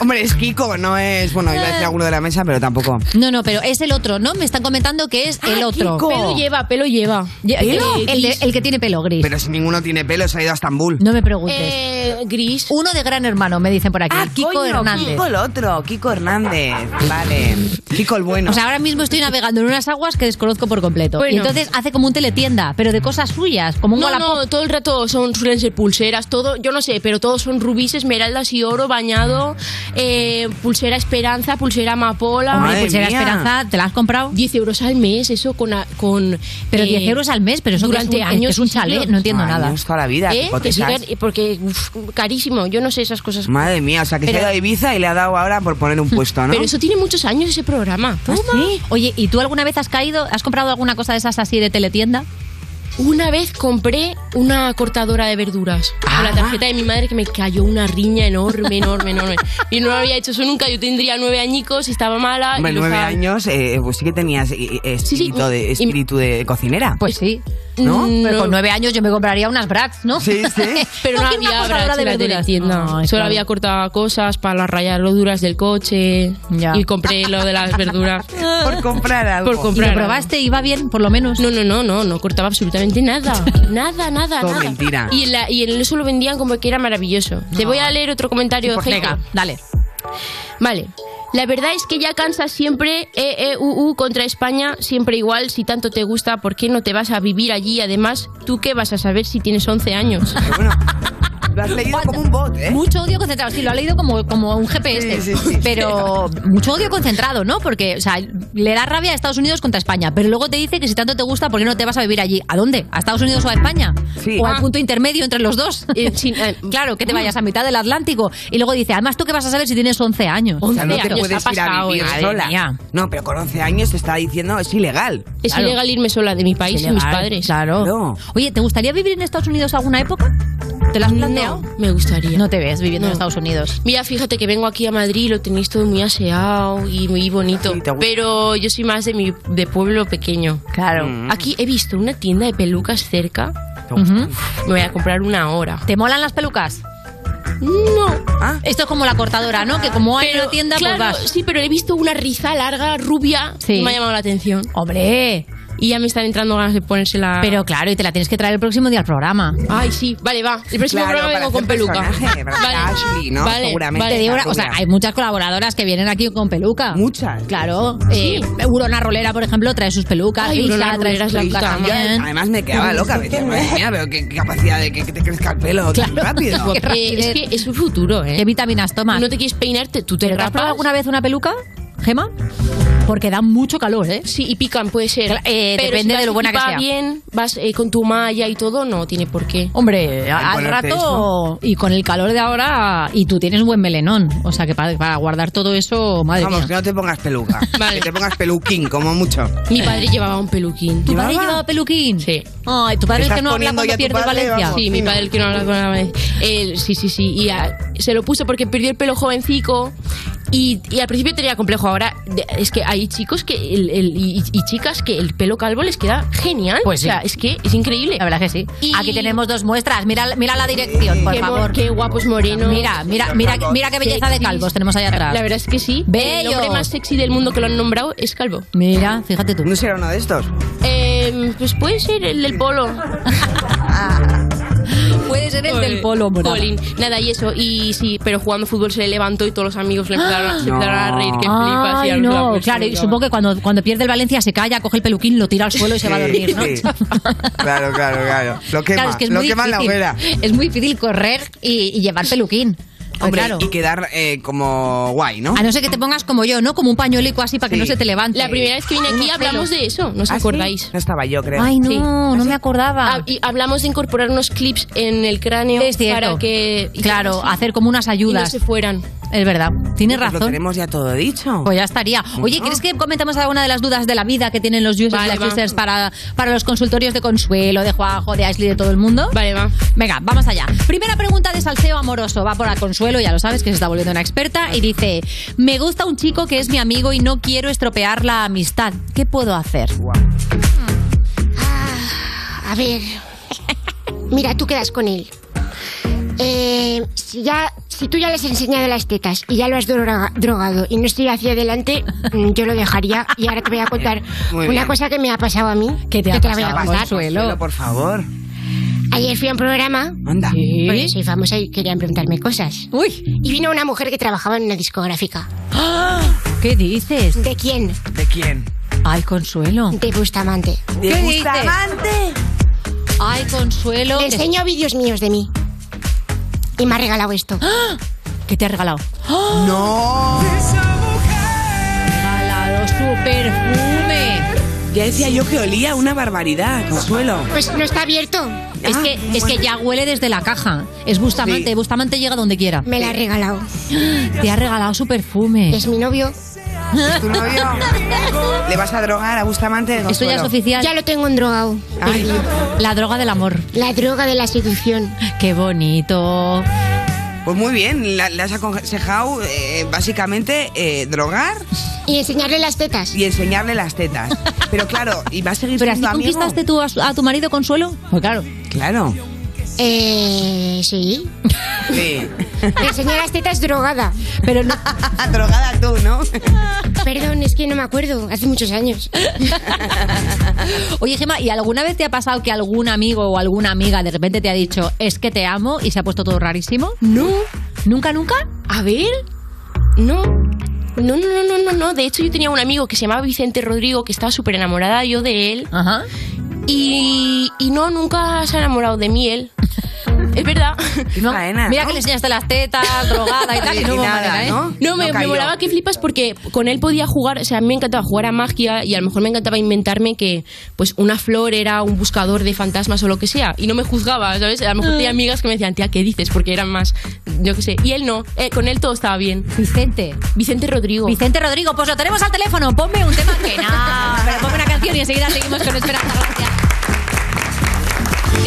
S6: Hombre, es Kiko, no es. Bueno, iba a decir alguno de la mesa, pero tampoco.
S4: No, no, pero es el otro, ¿no? Me están comentando que es el
S8: Ah,
S4: otro.
S6: Kiko.
S8: Pelo lleva, pelo lleva.
S4: Ye-
S6: ¿Pelo?
S8: eh,
S4: El, de- el que tiene pelo gris.
S6: Pero si ninguno tiene pelo, se ha ido a Estambul.
S4: No me preguntes.
S8: Eh, gris.
S4: Uno de gran hermano, me dicen por aquí.
S6: Ah,
S4: Kiko
S6: coño,
S4: Hernández.
S6: Kiko el otro, Kiko Hernández. Vale. Kiko el bueno.
S4: O sea, ahora mismo estoy navegando en unas aguas que desconozco por completo.
S8: Bueno.
S4: Y entonces hace como un teletienda, pero de cosas suyas, como un
S8: No,
S4: Wallapop.
S8: no, todo el rato son suelen ser pulseras, todo, yo no sé, pero todos son rubíes, esmeraldas y oro bañado, eh, pulsera esperanza, pulsera amapola.
S4: Hombre,
S6: Madre
S4: pulsera
S6: mía.
S4: Esperanza, ¿te la has comprado?
S8: 10 euros al mes, eso con... a- con
S4: Pero
S8: eh,
S4: 10 euros al mes, pero eso que
S8: durante
S4: es un,
S8: años
S4: es un
S8: y
S4: chalet,
S8: siglos.
S4: no entiendo nada.
S6: Años, toda la vida,
S8: ¿Eh?
S6: te
S8: Que
S6: hipotecas.
S8: sigan- porque uf, carísimo, yo no sé esas cosas.
S6: Madre mía, o sea, que se
S8: Pero-
S6: ha ido a Ibiza y le ha dado ahora por poner un puesto, ¿no?
S8: Pero eso tiene muchos años ese programa.
S4: ¿Ah, Oye, ¿y tú alguna vez has caído, has comprado alguna cosa de esas así de teletienda?
S8: Una vez compré una cortadora de verduras con
S6: Ah.
S8: la tarjeta de mi madre que me cayó una riña enorme, enorme, enorme. Y no lo había hecho eso nunca. Yo tendría nueve añicos y estaba mala.
S6: Hombre,
S8: y lo
S6: nueve
S8: estaba-
S6: años, eh, pues sí que tenías eh, eh,
S8: Sí, sí,
S6: espíritu, de,
S8: y- Mm,
S6: espíritu de cocinera.
S4: Pues sí.
S6: Mm, ¿No?
S4: Pero
S8: No.
S4: con nueve años yo me compraría unas brats, ¿no?
S6: Sí, sí.
S8: Pero no,
S4: quiero una
S8: había
S4: cosa ahora
S8: brats
S4: de
S8: en la
S4: verduras.
S8: teletienda.
S4: Ay,
S8: Solo
S4: claro.
S8: había cortado cosas para las rayas duras del coche.
S4: Ya.
S8: Y compré lo de las verduras.
S6: por comprar algo.
S8: Por
S4: ¿Y lo
S8: comprar.
S4: probaste? ¿Iba bien, por lo menos?
S8: No, no, no, no, no cortaba absolutamente nada. Nada, nada,
S6: Todo
S8: nada.
S6: mentira.
S8: Y en, la, y en eso lo vendían como que era maravilloso. Te voy a leer otro comentario de gente.
S4: Venga, dale.
S8: Vale. La verdad es que ya cansa siempre eh, EEUU contra España, siempre igual. Si tanto te gusta, ¿por qué no te vas a vivir allí? Además, ¿tú qué vas a saber si tienes 11 años?
S6: Pero bueno, lo has leído como un bot, ¿eh?
S4: Mucho odio concentrado, sí, lo ha leído como, como un GPS.
S6: Sí, sí, sí.
S4: Pero mucho odio concentrado, ¿no? Porque, o sea, le da rabia a Estados Unidos contra España, pero luego te dice que si tanto te gusta, ¿por qué no te vas a vivir allí? ¿A dónde? ¿A Estados Unidos o a España?
S6: Sí.
S4: ¿O al
S6: Ah.
S4: punto intermedio entre los dos?
S8: Eh, sí, eh,
S4: claro, que te vayas a mitad del Atlántico. Y luego dice, además, ¿tú qué vas a saber si tienes 11 años?
S6: O sea, no te
S8: años,
S6: puedes
S8: ha
S6: ir a
S8: pasado,
S6: vivir
S8: madre
S6: sola.
S4: mía.
S6: No, pero con 11 años te está diciendo es ilegal.
S8: Es
S4: Claro.
S8: ilegal irme sola de mi país y mis
S4: Ilegal,
S8: padres.
S4: Claro.
S6: Claro.
S4: Oye, ¿te gustaría vivir en Estados Unidos alguna época? ¿Te lo has planteado?
S8: No, me gustaría.
S4: No te ves viviendo en
S8: No.
S4: Estados Unidos.
S8: Mira, fíjate que vengo aquí a Madrid y lo tenéis todo muy aseado y muy bonito.
S6: Sí, te gusta.
S8: Pero yo soy más de mi de pueblo pequeño.
S4: Claro.
S8: Aquí he visto una tienda de pelucas cerca.
S6: Te gusta.
S8: Me voy a comprar una hora.
S4: ¿Te molan las pelucas? Ah.
S8: No.
S4: Esto es como la cortadora, ¿no? Que como hay una tienda, pues
S8: claro,
S4: vas.
S8: Sí, pero he visto una riza larga, rubia,
S4: Sí.
S8: y me ha llamado la atención.
S4: ¡Hombre!
S8: Y ya me están entrando ganas de ponérsela.
S4: Pero claro, y te la tienes que traer el próximo día al programa.
S8: Ay, sí, vale, va. El próximo
S6: Claro,
S8: programa
S6: para
S8: vengo con
S6: hacer
S8: peluca.
S6: personaje, ¿verdad? Ashley, ¿no? Seguramente
S4: Te digo una- o
S6: la
S4: sea,
S6: rubia.
S4: hay muchas colaboradoras que vienen aquí con peluca. Muchas. Claro. Eh, Urona Rolera, por ejemplo, trae sus pelucas.
S6: Ay,
S4: Risa
S6: Urona
S4: trae
S6: Rolera
S4: sus
S6: es la
S4: pelucas
S6: puta madre.
S4: también.
S6: Además me quedaba loca, me decía, madre mía, pero qué, qué capacidad de que, que te crezca el pelo tan rápido.
S4: Qué rapidez.
S8: Eh, es que es un futuro, ¿eh?
S4: ¿Qué vitaminas tomas?
S8: No te quieres peinarte, tú te
S4: ¿Pero te has
S8: rapas.
S4: probado alguna vez una peluca, Gema? Porque da mucho calor, ¿eh?
S8: Sí, y pican, puede ser.
S4: Eh,
S8: Pero
S4: depende
S8: si vas
S4: de lo buena que
S8: equipada
S4: sea.
S8: bien, vas eh, con tu malla y todo, no tiene por qué.
S4: Hombre, a- al
S8: ponerte
S4: rato
S8: esto.
S4: y con el calor de ahora y tú tienes buen melenón, o sea que para, para guardar todo eso, madre
S6: Vamos, que
S4: mía.
S6: no te pongas peluca. Que te pongas peluquín, como mucho.
S8: Mi padre llevaba un peluquín.
S4: ¿Tu padre llevaba peluquín? Sí. Ay, tu
S6: ¿Te
S4: padre es
S6: estás
S4: que no habla
S6: poniendo
S4: cuando
S6: ya tu
S4: pierde
S6: padre?
S4: Valencia.
S6: Vamos,
S8: Sí, mi padre el que no habla con la madre. Él, sí, sí, sí. Y ah, se lo puso porque perdió el pelo jovencico. Y, y al principio tenía complejo. Ahora de- es que hay chicos que el, el- y, y chicas que el pelo calvo les queda genial.
S4: Pues sí.
S8: O sea, es que es increíble.
S4: La verdad que sí. Aquí tenemos dos muestras. Mira, mira la dirección, por
S8: qué, mo-
S4: favor.
S8: Qué guapos morenos.
S4: Mira, mira, mira, mira qué belleza de calvos tenemos ahí atrás.
S8: La verdad es que sí. El
S4: Bello.
S8: hombre más sexy del mundo que lo han nombrado es calvo.
S4: Mira, fíjate tú.
S6: ¿No será uno de estos?
S8: Eh, pues puede ser el del polo.
S4: Puede ser el del polo, morado.
S8: Colin. Nada, y eso. Y sí, pero jugando fútbol se le levantó y todos los amigos le empezaron, se empezaron a reír. Que flipas. y
S4: Ah. Ay,
S8: eran en plan,
S4: no,
S8: pues,
S4: claro, y
S8: venga,
S4: supongo que cuando, cuando pierde el Valencia se calla, coge el peluquín, lo tira al suelo y se va a dormir, ¿no?
S6: Sí. Claro, claro, claro. Lo quema,
S4: Claro, es que es
S6: lo
S4: muy
S6: quema en la
S4: difícil.
S6: hoguera.
S4: Es muy difícil correr y, y llevar peluquín. Pues
S6: Hombre,
S4: claro.
S6: y quedar eh, como guay, ¿no?
S4: A no ser que te pongas como yo, ¿no? Como un pañuelico así para que
S6: Sí.
S4: no se te levante.
S8: La primera vez que vine aquí hablamos de eso, ¿no os
S6: ¿Ah, sí?
S8: acordáis?
S6: No estaba yo, creo.
S4: Ay, no,
S8: Sí.
S4: no me acordaba.
S8: Ah, y hablamos de incorporar unos clips en el cráneo
S4: Es cierto.
S8: para que y
S4: Claro,
S8: así,
S4: hacer como
S8: y
S4: unas
S8: no
S4: ayudas.
S8: se fueran.
S4: Es verdad, tienes
S6: Pues Lo
S4: razón.
S6: tenemos ya todo dicho.
S4: Pues ya estaría. Oye, ¿crees que comentamos alguna de las dudas de la vida que tienen los users,
S8: Vale,
S4: las
S8: va.
S4: users para, para los consultorios de Consuelo, de Juanjo, de Ashley, de todo el mundo?
S8: Vale, va.
S4: Venga, vamos allá. Primera pregunta de salseo amoroso. Va por la Consuelo, ya lo sabes, que se está volviendo una experta. Y dice, me gusta un chico que es mi amigo y no quiero estropear la amistad. ¿Qué puedo hacer?
S1: A ver. Mira, tú quedas con él. Eh, si, ya, si tú ya le has enseñado las tetas y ya lo has droga- drogado y no estoy hacia adelante, mm, yo lo dejaría. Y ahora te voy a contar
S6: Muy
S1: una
S6: bien.
S1: cosa que me ha pasado a mí.
S4: ¿Qué te ha
S1: que la voy a
S4: pasado,
S1: contar.
S6: Consuelo, por favor.
S1: Ayer fui a un programa.
S6: Anda.
S1: porque soy famosa y querían preguntarme cosas.
S4: Uy,
S1: Y vino una mujer que trabajaba en una discográfica.
S4: ¡Ah! ¿qué dices?
S1: ¿De quién?
S6: ¿De quién?
S4: Ay, Consuelo.
S1: De Bustamante.
S4: ¿Qué
S6: ¿De
S4: dices?
S6: Bustamante?
S4: Ay, Consuelo.
S1: Le enseño vídeos míos de mí. Y me ha regalado esto.
S4: ¡Ah! ¿Qué te ha regalado? ¡Oh!
S6: No.
S4: Regalado su perfume.
S6: Ya decía yo que olía una barbaridad, Consuelo.
S1: Pues no está abierto.
S4: Es que, es que ya huele desde la caja. Es Bustamante.
S6: Sí.
S4: Bustamante llega donde quiera.
S1: Me la ha regalado.
S4: Te ha regalado su perfume.
S1: Es mi novio.
S6: ¿Es tu novio? ¿Le vas a drogar a Bustamante?
S4: Esto ya es
S6: Consuelo?
S4: oficial.
S1: Ya lo tengo endrogado.
S6: Ay.
S4: La droga del amor.
S1: La droga de la seducción.
S4: Qué bonito.
S6: Pues muy bien, la- le has aconsejado eh, básicamente eh, drogar
S1: Y enseñarle las tetas.
S6: y enseñarle las tetas. Pero claro, ¿y va a seguir
S4: ¿Pero así
S6: siendo amigo?
S4: conquistaste tú a, su- a tu marido Consuelo? Pues claro.
S6: Claro.
S1: Eh. Sí.
S6: Sí.
S1: Le enseñé las tetas drogada.
S4: Pero no,
S6: Drogada tú, ¿no?
S1: Perdón, es que no me acuerdo. Hace muchos años.
S4: Oye, Gemma, ¿y alguna vez te ha pasado que algún amigo o alguna amiga de repente te ha dicho es que te amo y se ha puesto todo rarísimo?
S8: No,
S4: ¿Nunca, nunca?
S8: a ver, no. No, no, no, no, no, no. De hecho, yo tenía un amigo que se llamaba Vicente Rodrigo que estaba súper enamorada yo de él.
S4: Ajá.
S8: Y, y no, nunca se ha enamorado de mí él. Es verdad.
S4: No,
S6: Faena,
S4: mira
S6: ¿no?
S4: que le enseñaste las tetas, drogada y tal, y,
S6: Y
S4: no hubo
S6: nada,
S4: manera, ¿eh?
S6: ¿no?
S8: No, me, me
S6: cayó.
S8: molaba que flipas porque con él podía jugar, o sea, a mí me encantaba jugar a magia y a lo mejor me encantaba inventarme que pues una flor era un buscador de fantasmas o lo que sea y no me juzgaba, ¿sabes? A lo mejor
S4: Mm.
S8: tenía amigas que me decían, tía, ¿qué dices? Porque eran más, yo qué sé, y él no, eh, con él todo estaba bien.
S4: Vicente.
S8: Vicente Rodrigo.
S4: Vicente Rodrigo, pues lo tenemos al teléfono. Ponme un tema que no. Ah, Pero ponme una canción y enseguida seguimos con Esperanza Gracias.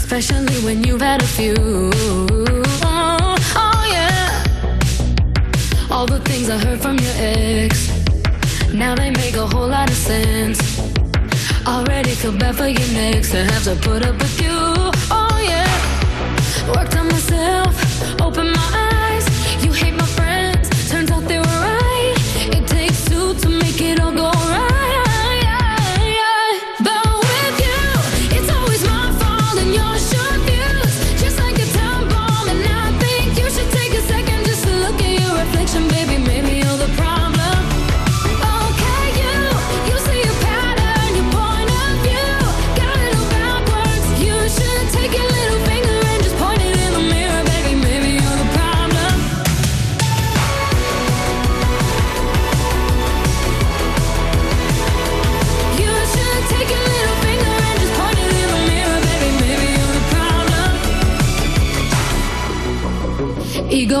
S3: especially when you've had a few. Oh, oh yeah. All the things I heard from your ex, now they make a whole lot of sense. Already feel bad for your next to have to put up with you. Oh yeah. Worked on myself, opened my eyes. You hate my friends, turns out they were right. It takes two to make it all go right. But with you, it's always my fault and yours should fuse. Just like a time bomb, and I think you should take a second just to look at your reflection, baby. Maybe you're the problem. Okay, you, you see your pattern, your point of view. Got it all backwards. You should take your little finger and just point it in the mirror, baby. Maybe you're the problem. You should take your little finger and just point it in the mirror, baby. Maybe you're the problem. Ego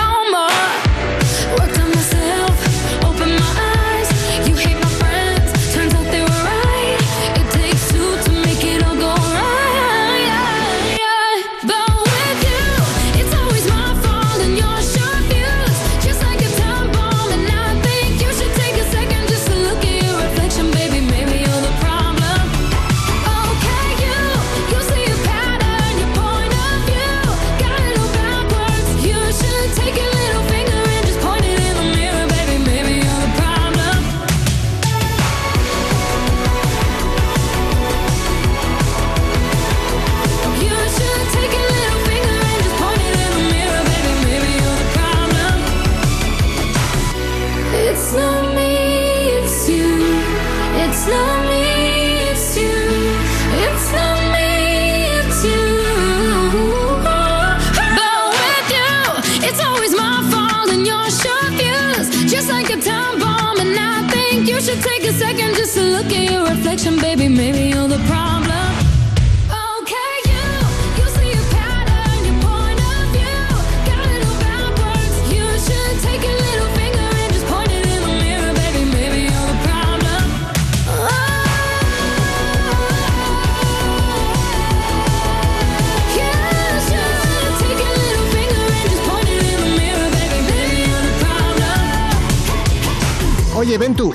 S3: no more. Worked on myself, opened my eyes. You hate my friends, turns out they were right. It takes two to make it all go right. But with you, it's always my fault and yours sure views. Just like a time bomb, and I think you should take a second just to look at your reflection, baby. Maybe you're the problem. Okay, you, you see your pattern, your point of view. Got it all backwards. You should take your little finger and just point it in the mirror, baby. Maybe you're the problem. You should take your little finger and just point it in the mirror, baby. Maybe you're the problem. It's not me, it's you. It's not me, it's you. It's not me, it's you. But with you, it's always my fault and your short fuse. Just like a time bomb, and I think you should take a second just to look at your reflection, baby. Maybe you're the problem. Okay, you, you see your pattern, your point of view. Got it all backwards. You should take your little finger and just point it in the mirror, baby. Maybe you're the problem.
S5: Oye, Ventu,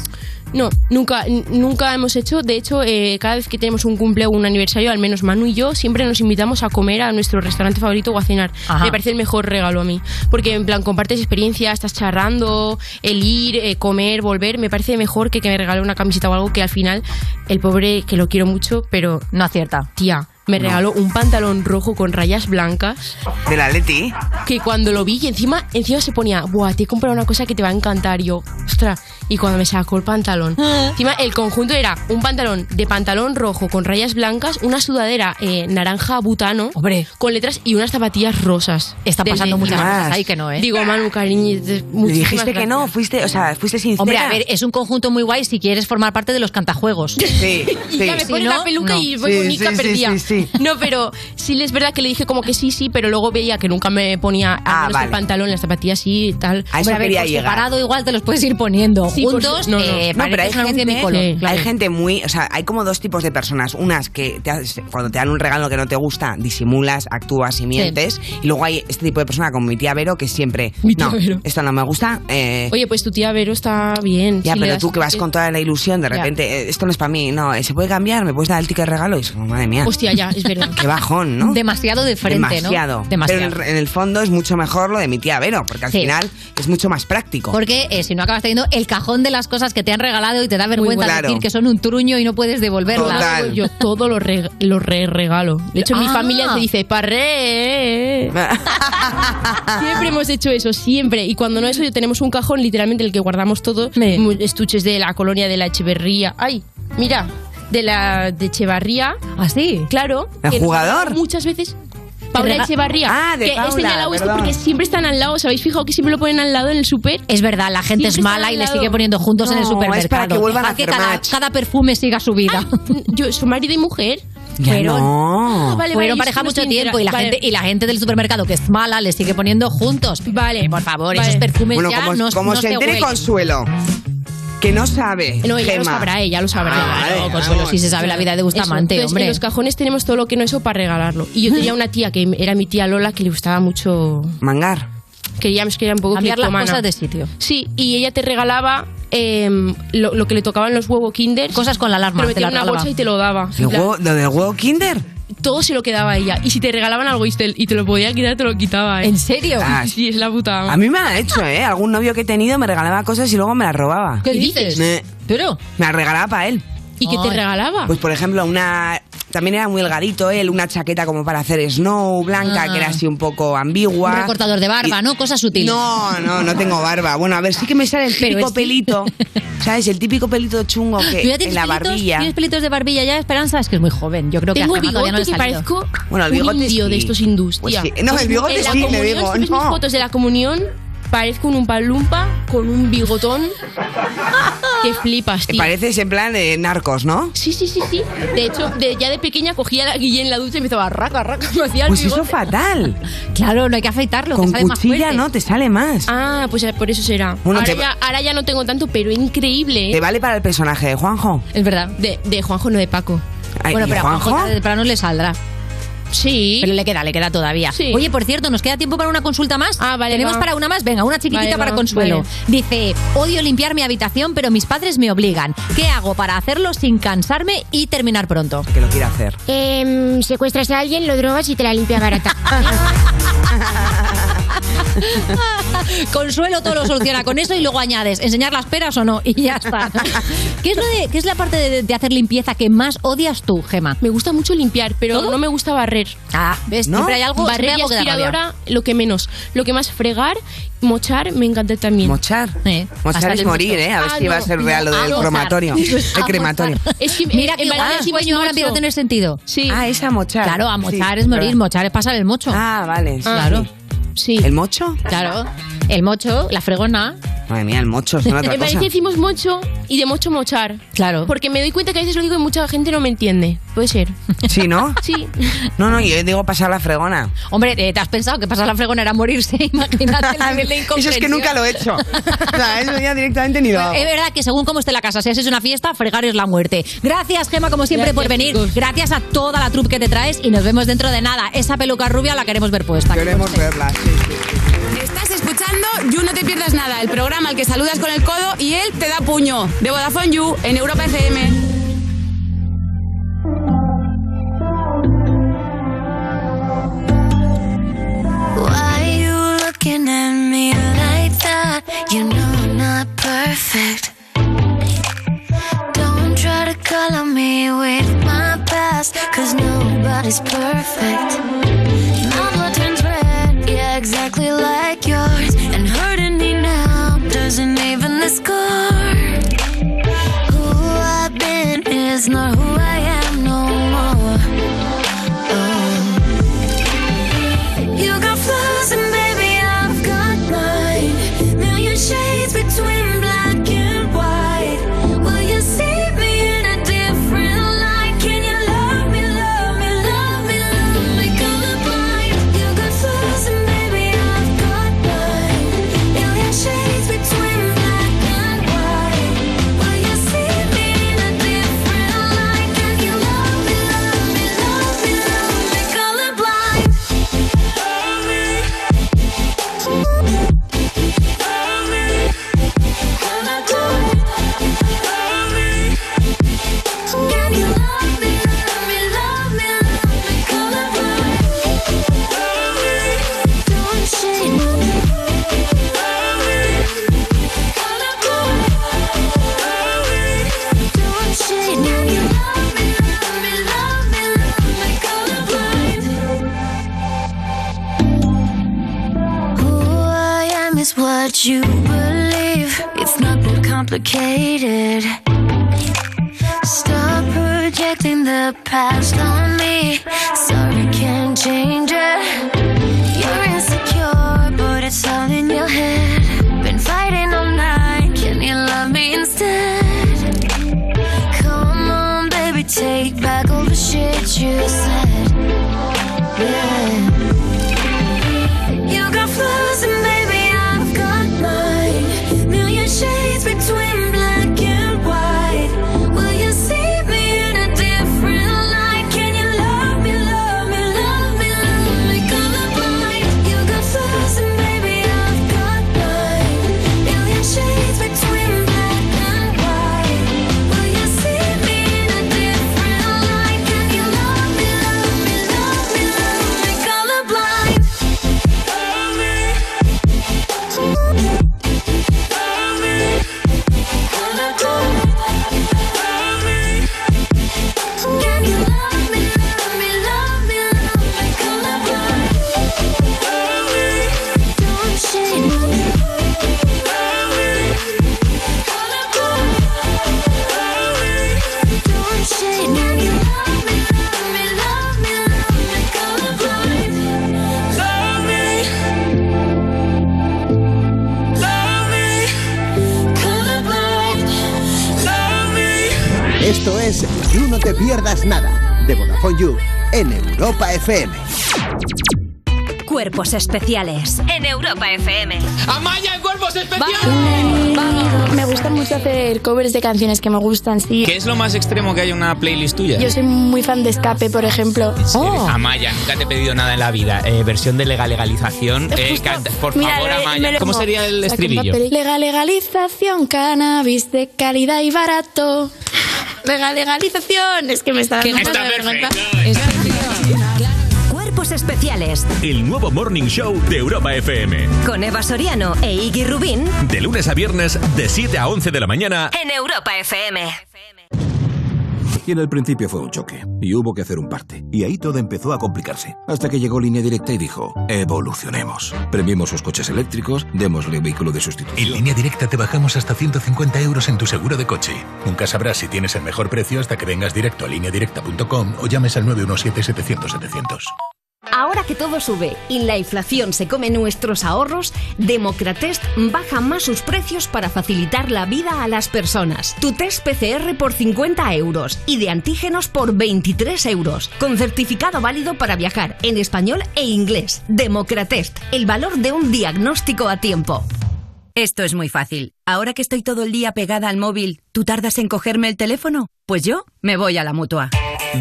S8: No, nunca, n- nunca hemos hecho. De hecho, eh, cada vez que tenemos un cumple o un aniversario, al menos Manu y yo, siempre nos invitamos a comer a nuestro restaurante favorito o a cenar.
S4: Ajá.
S8: Me parece el mejor regalo a mí. Porque, en plan, compartes experiencia, estás charrando, el ir, eh, comer, volver. Me parece mejor que que me regale una camiseta o algo que al final, el pobre, que lo quiero mucho, pero
S4: No acierta.
S8: tía, me regaló un pantalón rojo con rayas blancas.
S6: ¿De la Leti?
S8: Que cuando lo vi, y encima, encima se ponía, buah, te he comprado una cosa que te va a encantar. Y yo, ostras. Y cuando me sacó el pantalón, encima el conjunto era un pantalón de pantalón rojo con rayas blancas, una sudadera eh, naranja butano, con letras y unas zapatillas rosas.
S4: Está pasando muchas cosas ahí que no, ¿eh?
S8: Digo, Manu, cariño, te- muchísimas
S4: dijiste que no,
S8: gracias.
S6: Fuiste, o sea, fuiste sincera.
S4: Hombre, a ver, es un conjunto muy guay si quieres formar parte de los cantajuegos.
S6: Sí,
S8: Y ya me pone la peluca y voy con Ica perdida. No, pero sí es verdad que le dije como que sí, sí, pero luego veía que nunca me ponía al menos el pantalón, las zapatillas sí y tal.
S6: A eso
S8: Hombre, ver,
S6: quería
S8: por
S6: llegar.
S8: separado
S4: igual te los puedes ir poniendo
S8: Sí, por
S4: juntos.
S8: su- no, no.
S4: eh,
S8: No, pero
S4: pareces una luz de mi color.
S6: Sí, hay gente muy, o sea, hay como dos tipos de personas. Unas que te haces- cuando te dan un regalo que no te gusta, disimulas, actúas y mientes. Y luego hay este tipo de persona como mi tía Vero que siempre, no, esto no me gusta. eh,
S8: Oye, pues tu tía Vero está bien.
S6: ya,
S8: si le
S6: pero
S8: das-
S6: tú que vas con toda la ilusión, de
S8: Ya.
S6: repente, eh, esto no es para mí, no, eh, se puede cambiar, me puedes dar el ticket de regalo y es como, madre mía.
S8: Hostia, ya, es verdad.
S6: Qué bajón, ¿no?
S4: Demasiado de frente,
S6: Demasiado.
S4: ¿no? Demasiado.
S6: Pero en el- en el fondo es mucho mejor lo de mi tía Vero, porque al
S4: Sí.
S6: final es mucho más práctico.
S4: Porque eh, si no acabas teniendo el cajón de las cosas que te han regalado y te da vergüenza
S6: bueno. Claro.
S4: decir que son un truño y no puedes devolverlas.
S6: Total.
S8: pues Yo todo lo, re- lo re- regalo. De hecho, mi
S4: Ah.
S8: familia se dice, parre. siempre hemos hecho eso, siempre. Y cuando no eso, yo tenemos un cajón literalmente en el que guardamos todo. mu- Estuches de la colonia de la Echeverría. Ay, mira, de la de Echevarría.
S4: ¿Ah, sí?
S8: Claro.
S6: ¿El
S8: que nos
S6: jugador?
S8: ha dado Muchas veces.
S6: Te
S8: Paula
S6: rega-
S8: Echevarría.
S6: Ah, de
S8: que este
S6: Paula,
S8: he señalado esto
S6: perdón.
S8: porque siempre están al lado. ¿Os habéis fijado que siempre lo ponen al lado en el súper?
S4: Es verdad, la gente es mala y le sigue poniendo juntos en el supermercado. Dejar que cada, cada perfume siga su vida.
S8: yo soy marido y mujer.
S4: Ya
S8: Fueron-
S4: no.
S8: Ah, vale, vale,
S4: Fueron pareja
S8: yo no
S4: mucho
S8: estoy
S4: tiempo y la,
S8: entera. Vale.
S4: gente, y la gente del supermercado que es mala le sigue poniendo juntos. Vale. Por favor, esos perfumes
S6: bueno,
S4: ya
S6: como,
S4: no,
S6: como
S4: no
S6: se entere
S4: huelen.
S6: Consuelo, que no sabe.
S8: No, ella lo
S6: Gema.
S8: sabrá, ella lo sabrá.
S6: Ah, vale,
S4: Claro, Consuelo,
S6: vamos.
S4: sí se sabe la vida de Bustamante,
S8: Eso, entonces,
S4: hombre.
S8: En los cajones tenemos todo lo que no eso para regalarlo. Y yo tenía una tía que era mi tía Lola que le gustaba mucho.
S6: Mangar.
S8: Que ella me quería un poco
S4: Cambiar las
S8: cleptómana.
S4: cosas de sitio.
S8: Sí, y ella te regalaba eh, lo, lo que le tocaban los huevos Kinder.
S4: Cosas con la alarma,
S8: Lo
S4: te
S8: metía
S4: la
S8: en una
S4: regalaba.
S8: bolsa y te lo daba.
S6: ¿El
S8: En plan,
S6: huevo, ¿Lo del huevo Kinder?
S8: Todo se lo quedaba a ella. Y si te regalaban algo y te, y te lo podía quitar, te lo quitaba. ¿En
S4: serio?
S6: Ah,
S8: sí, es la puta.
S6: A mí me ha hecho, ¿eh? Algún novio que he tenido me regalaba cosas y luego me las robaba.
S8: ¿Qué dices?
S6: Me,
S4: ¿Pero?
S6: Me las regalaba para él.
S8: ¿Y qué te regalaba?
S6: Pues, por ejemplo, una... También era muy elgarito él, una chaqueta como para hacer snow, blanca,
S4: Ah.
S6: que era así un poco ambigua.
S4: Un recortador de barba, ¿no? Cosas sutiles.
S6: No, no, no tengo barba. Bueno, a ver, sí que me sale el
S4: Pero
S6: típico
S4: es-
S6: pelito. ¿Sabes? El típico pelito chungo que
S4: ¿Tú ya
S6: en
S4: tienes
S6: la
S4: pelitos?
S6: barbilla.
S4: ¿Tienes pelitos de barbilla ya, Esperanza? Es que es muy joven. Yo creo que
S8: Tengo
S4: a Gemma todavía no le
S8: bigote que
S4: ha salido.
S8: parezco
S6: Bueno, el
S8: un
S6: bigote
S8: indio
S6: sí.
S8: de estos hindús,
S6: Pues
S8: tía.
S6: sí. No, el bigote
S8: en la
S6: sí, le
S8: comunión,
S6: digo,
S8: si ves mis
S6: no.
S8: fotos de la comunión, parezco un umpalumpa con un bigotón que flipas,
S6: Eh,
S8: tío.
S6: Pareces en plan de narcos, ¿no?
S8: Sí, sí, sí, sí. De hecho, de- ya de pequeña cogía la guille en la ducha y empezaba raca, raca, me hacía el
S6: Pues
S8: bigote.
S6: eso fatal.
S4: Claro, no hay que afeitarlo,
S6: Con
S8: sale más
S6: cuchilla
S8: fuerte.
S6: no te sale más.
S8: Ah, pues por eso será.
S6: Bueno,
S8: ahora,
S6: te-
S8: ya, ahora ya no tengo tanto, pero increíble. ¿eh?
S6: ¿Te vale para el personaje de Juanjo?
S8: Es verdad. De, de Juanjo, no de Paco.
S6: Ay,
S4: Bueno,
S6: ¿y
S4: pero a
S6: Juanjo?
S4: Juanjo de plano le saldrá.
S8: Sí.
S4: Pero le queda, le queda todavía. Oye, por cierto, nos queda tiempo para una consulta más. Ah, vale. Tenemos
S8: va.
S4: para una más. Venga, una chiquitita
S8: Vale,
S4: para
S8: va,
S4: consuelo.
S8: vale.
S4: Dice, odio limpiar mi habitación, pero mis padres me obligan. ¿Qué hago para hacerlo sin cansarme y terminar pronto?
S6: Que lo quiere hacer.
S1: Em, secuestras a alguien, lo drogas y te la limpia barata.
S4: Consuelo todo lo soluciona con eso y luego añades, enseñar las peras o no, y ya está. ¿Qué es, lo de, qué es la parte de, de hacer limpieza que más odias tú, Gema?
S8: Me gusta mucho limpiar, pero no me gusta barrer.
S4: Ah, ¿ves? Siempre hay algo, siempre
S8: Barrer
S4: hay
S8: y
S4: algo que da rabia.
S8: aspiradora, lo que menos. Lo que más fregar, mochar, me encanta también.
S6: Mochar.
S8: Hasta
S6: Mochar es
S8: del
S6: morir,
S8: gusto.
S6: ¿eh? A ver
S8: Ah,
S6: si va a
S8: no,
S6: ser
S8: no,
S6: real lo
S8: a
S6: del
S8: mochar.
S6: crematorio.
S8: Eso es
S6: El
S8: a
S6: crematorio.
S8: mochar. Es que
S4: Mira
S8: en
S4: que
S8: Valencia
S4: ah,
S8: sí
S4: sueño
S8: es
S4: ahora
S8: mocho.
S4: empieza a tener sentido.
S8: Sí.
S6: Ah, es a mochar.
S4: Claro, a mochar
S6: Sí,
S4: es morir,
S6: verdad.
S4: mochar es pasar el mocho.
S6: Ah, vale. sí,
S4: Claro.
S6: sí.
S8: Sí.
S6: ¿El mocho?
S4: Claro. El mocho, la fregona.
S6: Madre mía, el mocho es una otra
S8: En
S6: cosa.
S8: Valencia decimos mocho y de mocho mochar.
S4: Claro.
S8: Porque me doy cuenta que a veces lo digo y mucha gente no me entiende. Puede ser.
S6: Sí, ¿no?
S8: Sí.
S6: No, no, yo digo pasar la fregona.
S4: Hombre, eh, ¿te has pensado que pasar la fregona era morirse? Imagínate el nivel de
S6: Eso es que
S4: incomprensión.
S6: nunca lo he hecho. O sea, eso ya directamente ni lo hago.
S4: Es verdad que según cómo esté la casa, si haces una fiesta, fregar es la muerte. Gracias, Gema, como siempre, por venir. Gracias a toda la troupe que te traes y nos vemos dentro de nada. Esa peluca rubia la queremos ver puesta. que
S6: Queremos
S4: conste.
S6: verla, sí, sí.
S9: Estás escuchando You No Te Pierdas Nada, el programa al que saludas con el codo y él te da puño. De Vodafone You en Europa FM.
S20: Why you looking at me like that? You know I'm not perfect. Don't try to color me with my past, cause nobody's
S15: the score. Who I've been is not who I am no more. Oh. You got flaws and baby I've got mine. Million shades between black and white. Will you see me in a different light? Can you love me, love me, love me, love me colorblind? You got flaws and baby I've got mine. Million shades between black and white. Will you see me in a different light? Can you love me, love me, love me, love me colorblind? Love me. Who I am is what you believe. It's not that complicated. Stop projecting the past on me. Sorry, can't change it. You're insecure, but it's all in your head. Been fighting all night. Can you love me instead? Come on, baby, take back all the shit you said. Yeah. You got flaws and baby I've got mine. Million shades between black and white. Will you see me in a different light? Can you love me, love me, love me, love me colorblind? You got flaws and baby I've got mine. Million shades between black and white. Will you see me in a different light? Can you love me, love me, love me, love me colorblind?
S5: Esto es You No Te Pierdas Nada de Vodafone You en Europa FM.
S1: Cuerpos especiales en Europa FM.
S21: ¡Amaya en cuerpos especiales!
S8: Me gusta mucho hacer covers de canciones que me gustan, sí.
S21: ¿Qué es lo más extremo que hay en una playlist tuya?
S8: Yo soy muy fan de Escape, por ejemplo. Oh.
S21: Amaya, nunca te he pedido nada en la vida. Eh, versión de legal legalización. Eh, canta- por
S8: Mira,
S21: favor,
S8: eh, me
S21: Amaya.
S8: lo-
S21: ¿Cómo sería el
S8: Saqué un
S21: estribillo?
S8: papel. Legal, legalización, cannabis de calidad y barato. Legal, legalización. Es que me está dando una vergüenza.
S1: Cuerpos especiales
S22: El nuevo Morning Show de Europa FM.
S1: con Eva Soriano e Iggy Rubín
S22: De lunes a viernes, de 7 a 11 de la mañana.
S1: en Europa FM.
S13: Y en el principio fue un choque, y hubo que hacer un parte. Y ahí todo empezó a complicarse, hasta que llegó Línea Directa y dijo, evolucionemos. Premiemos sus coches eléctricos, démosle vehículo de sustitución.
S23: En línea directa te bajamos hasta 150 euros en tu seguro de coche. Nunca sabrás si tienes el mejor precio hasta que vengas directo a lineadirecta.com o llames al 917-700-700.
S10: Ahora que todo sube y la inflación se come nuestros ahorros, Democratest baja más sus precios para facilitar la vida a las personas. Tu test PCR por 50 euros y de antígenos por 23 euros, con certificado válido para viajar en español e inglés. Democratest, el valor de un diagnóstico a tiempo.
S4: Esto es muy fácil. Ahora que estoy todo el día pegada al móvil, ¿tú tardas en cogerme el teléfono? Pues yo me voy a la mutua.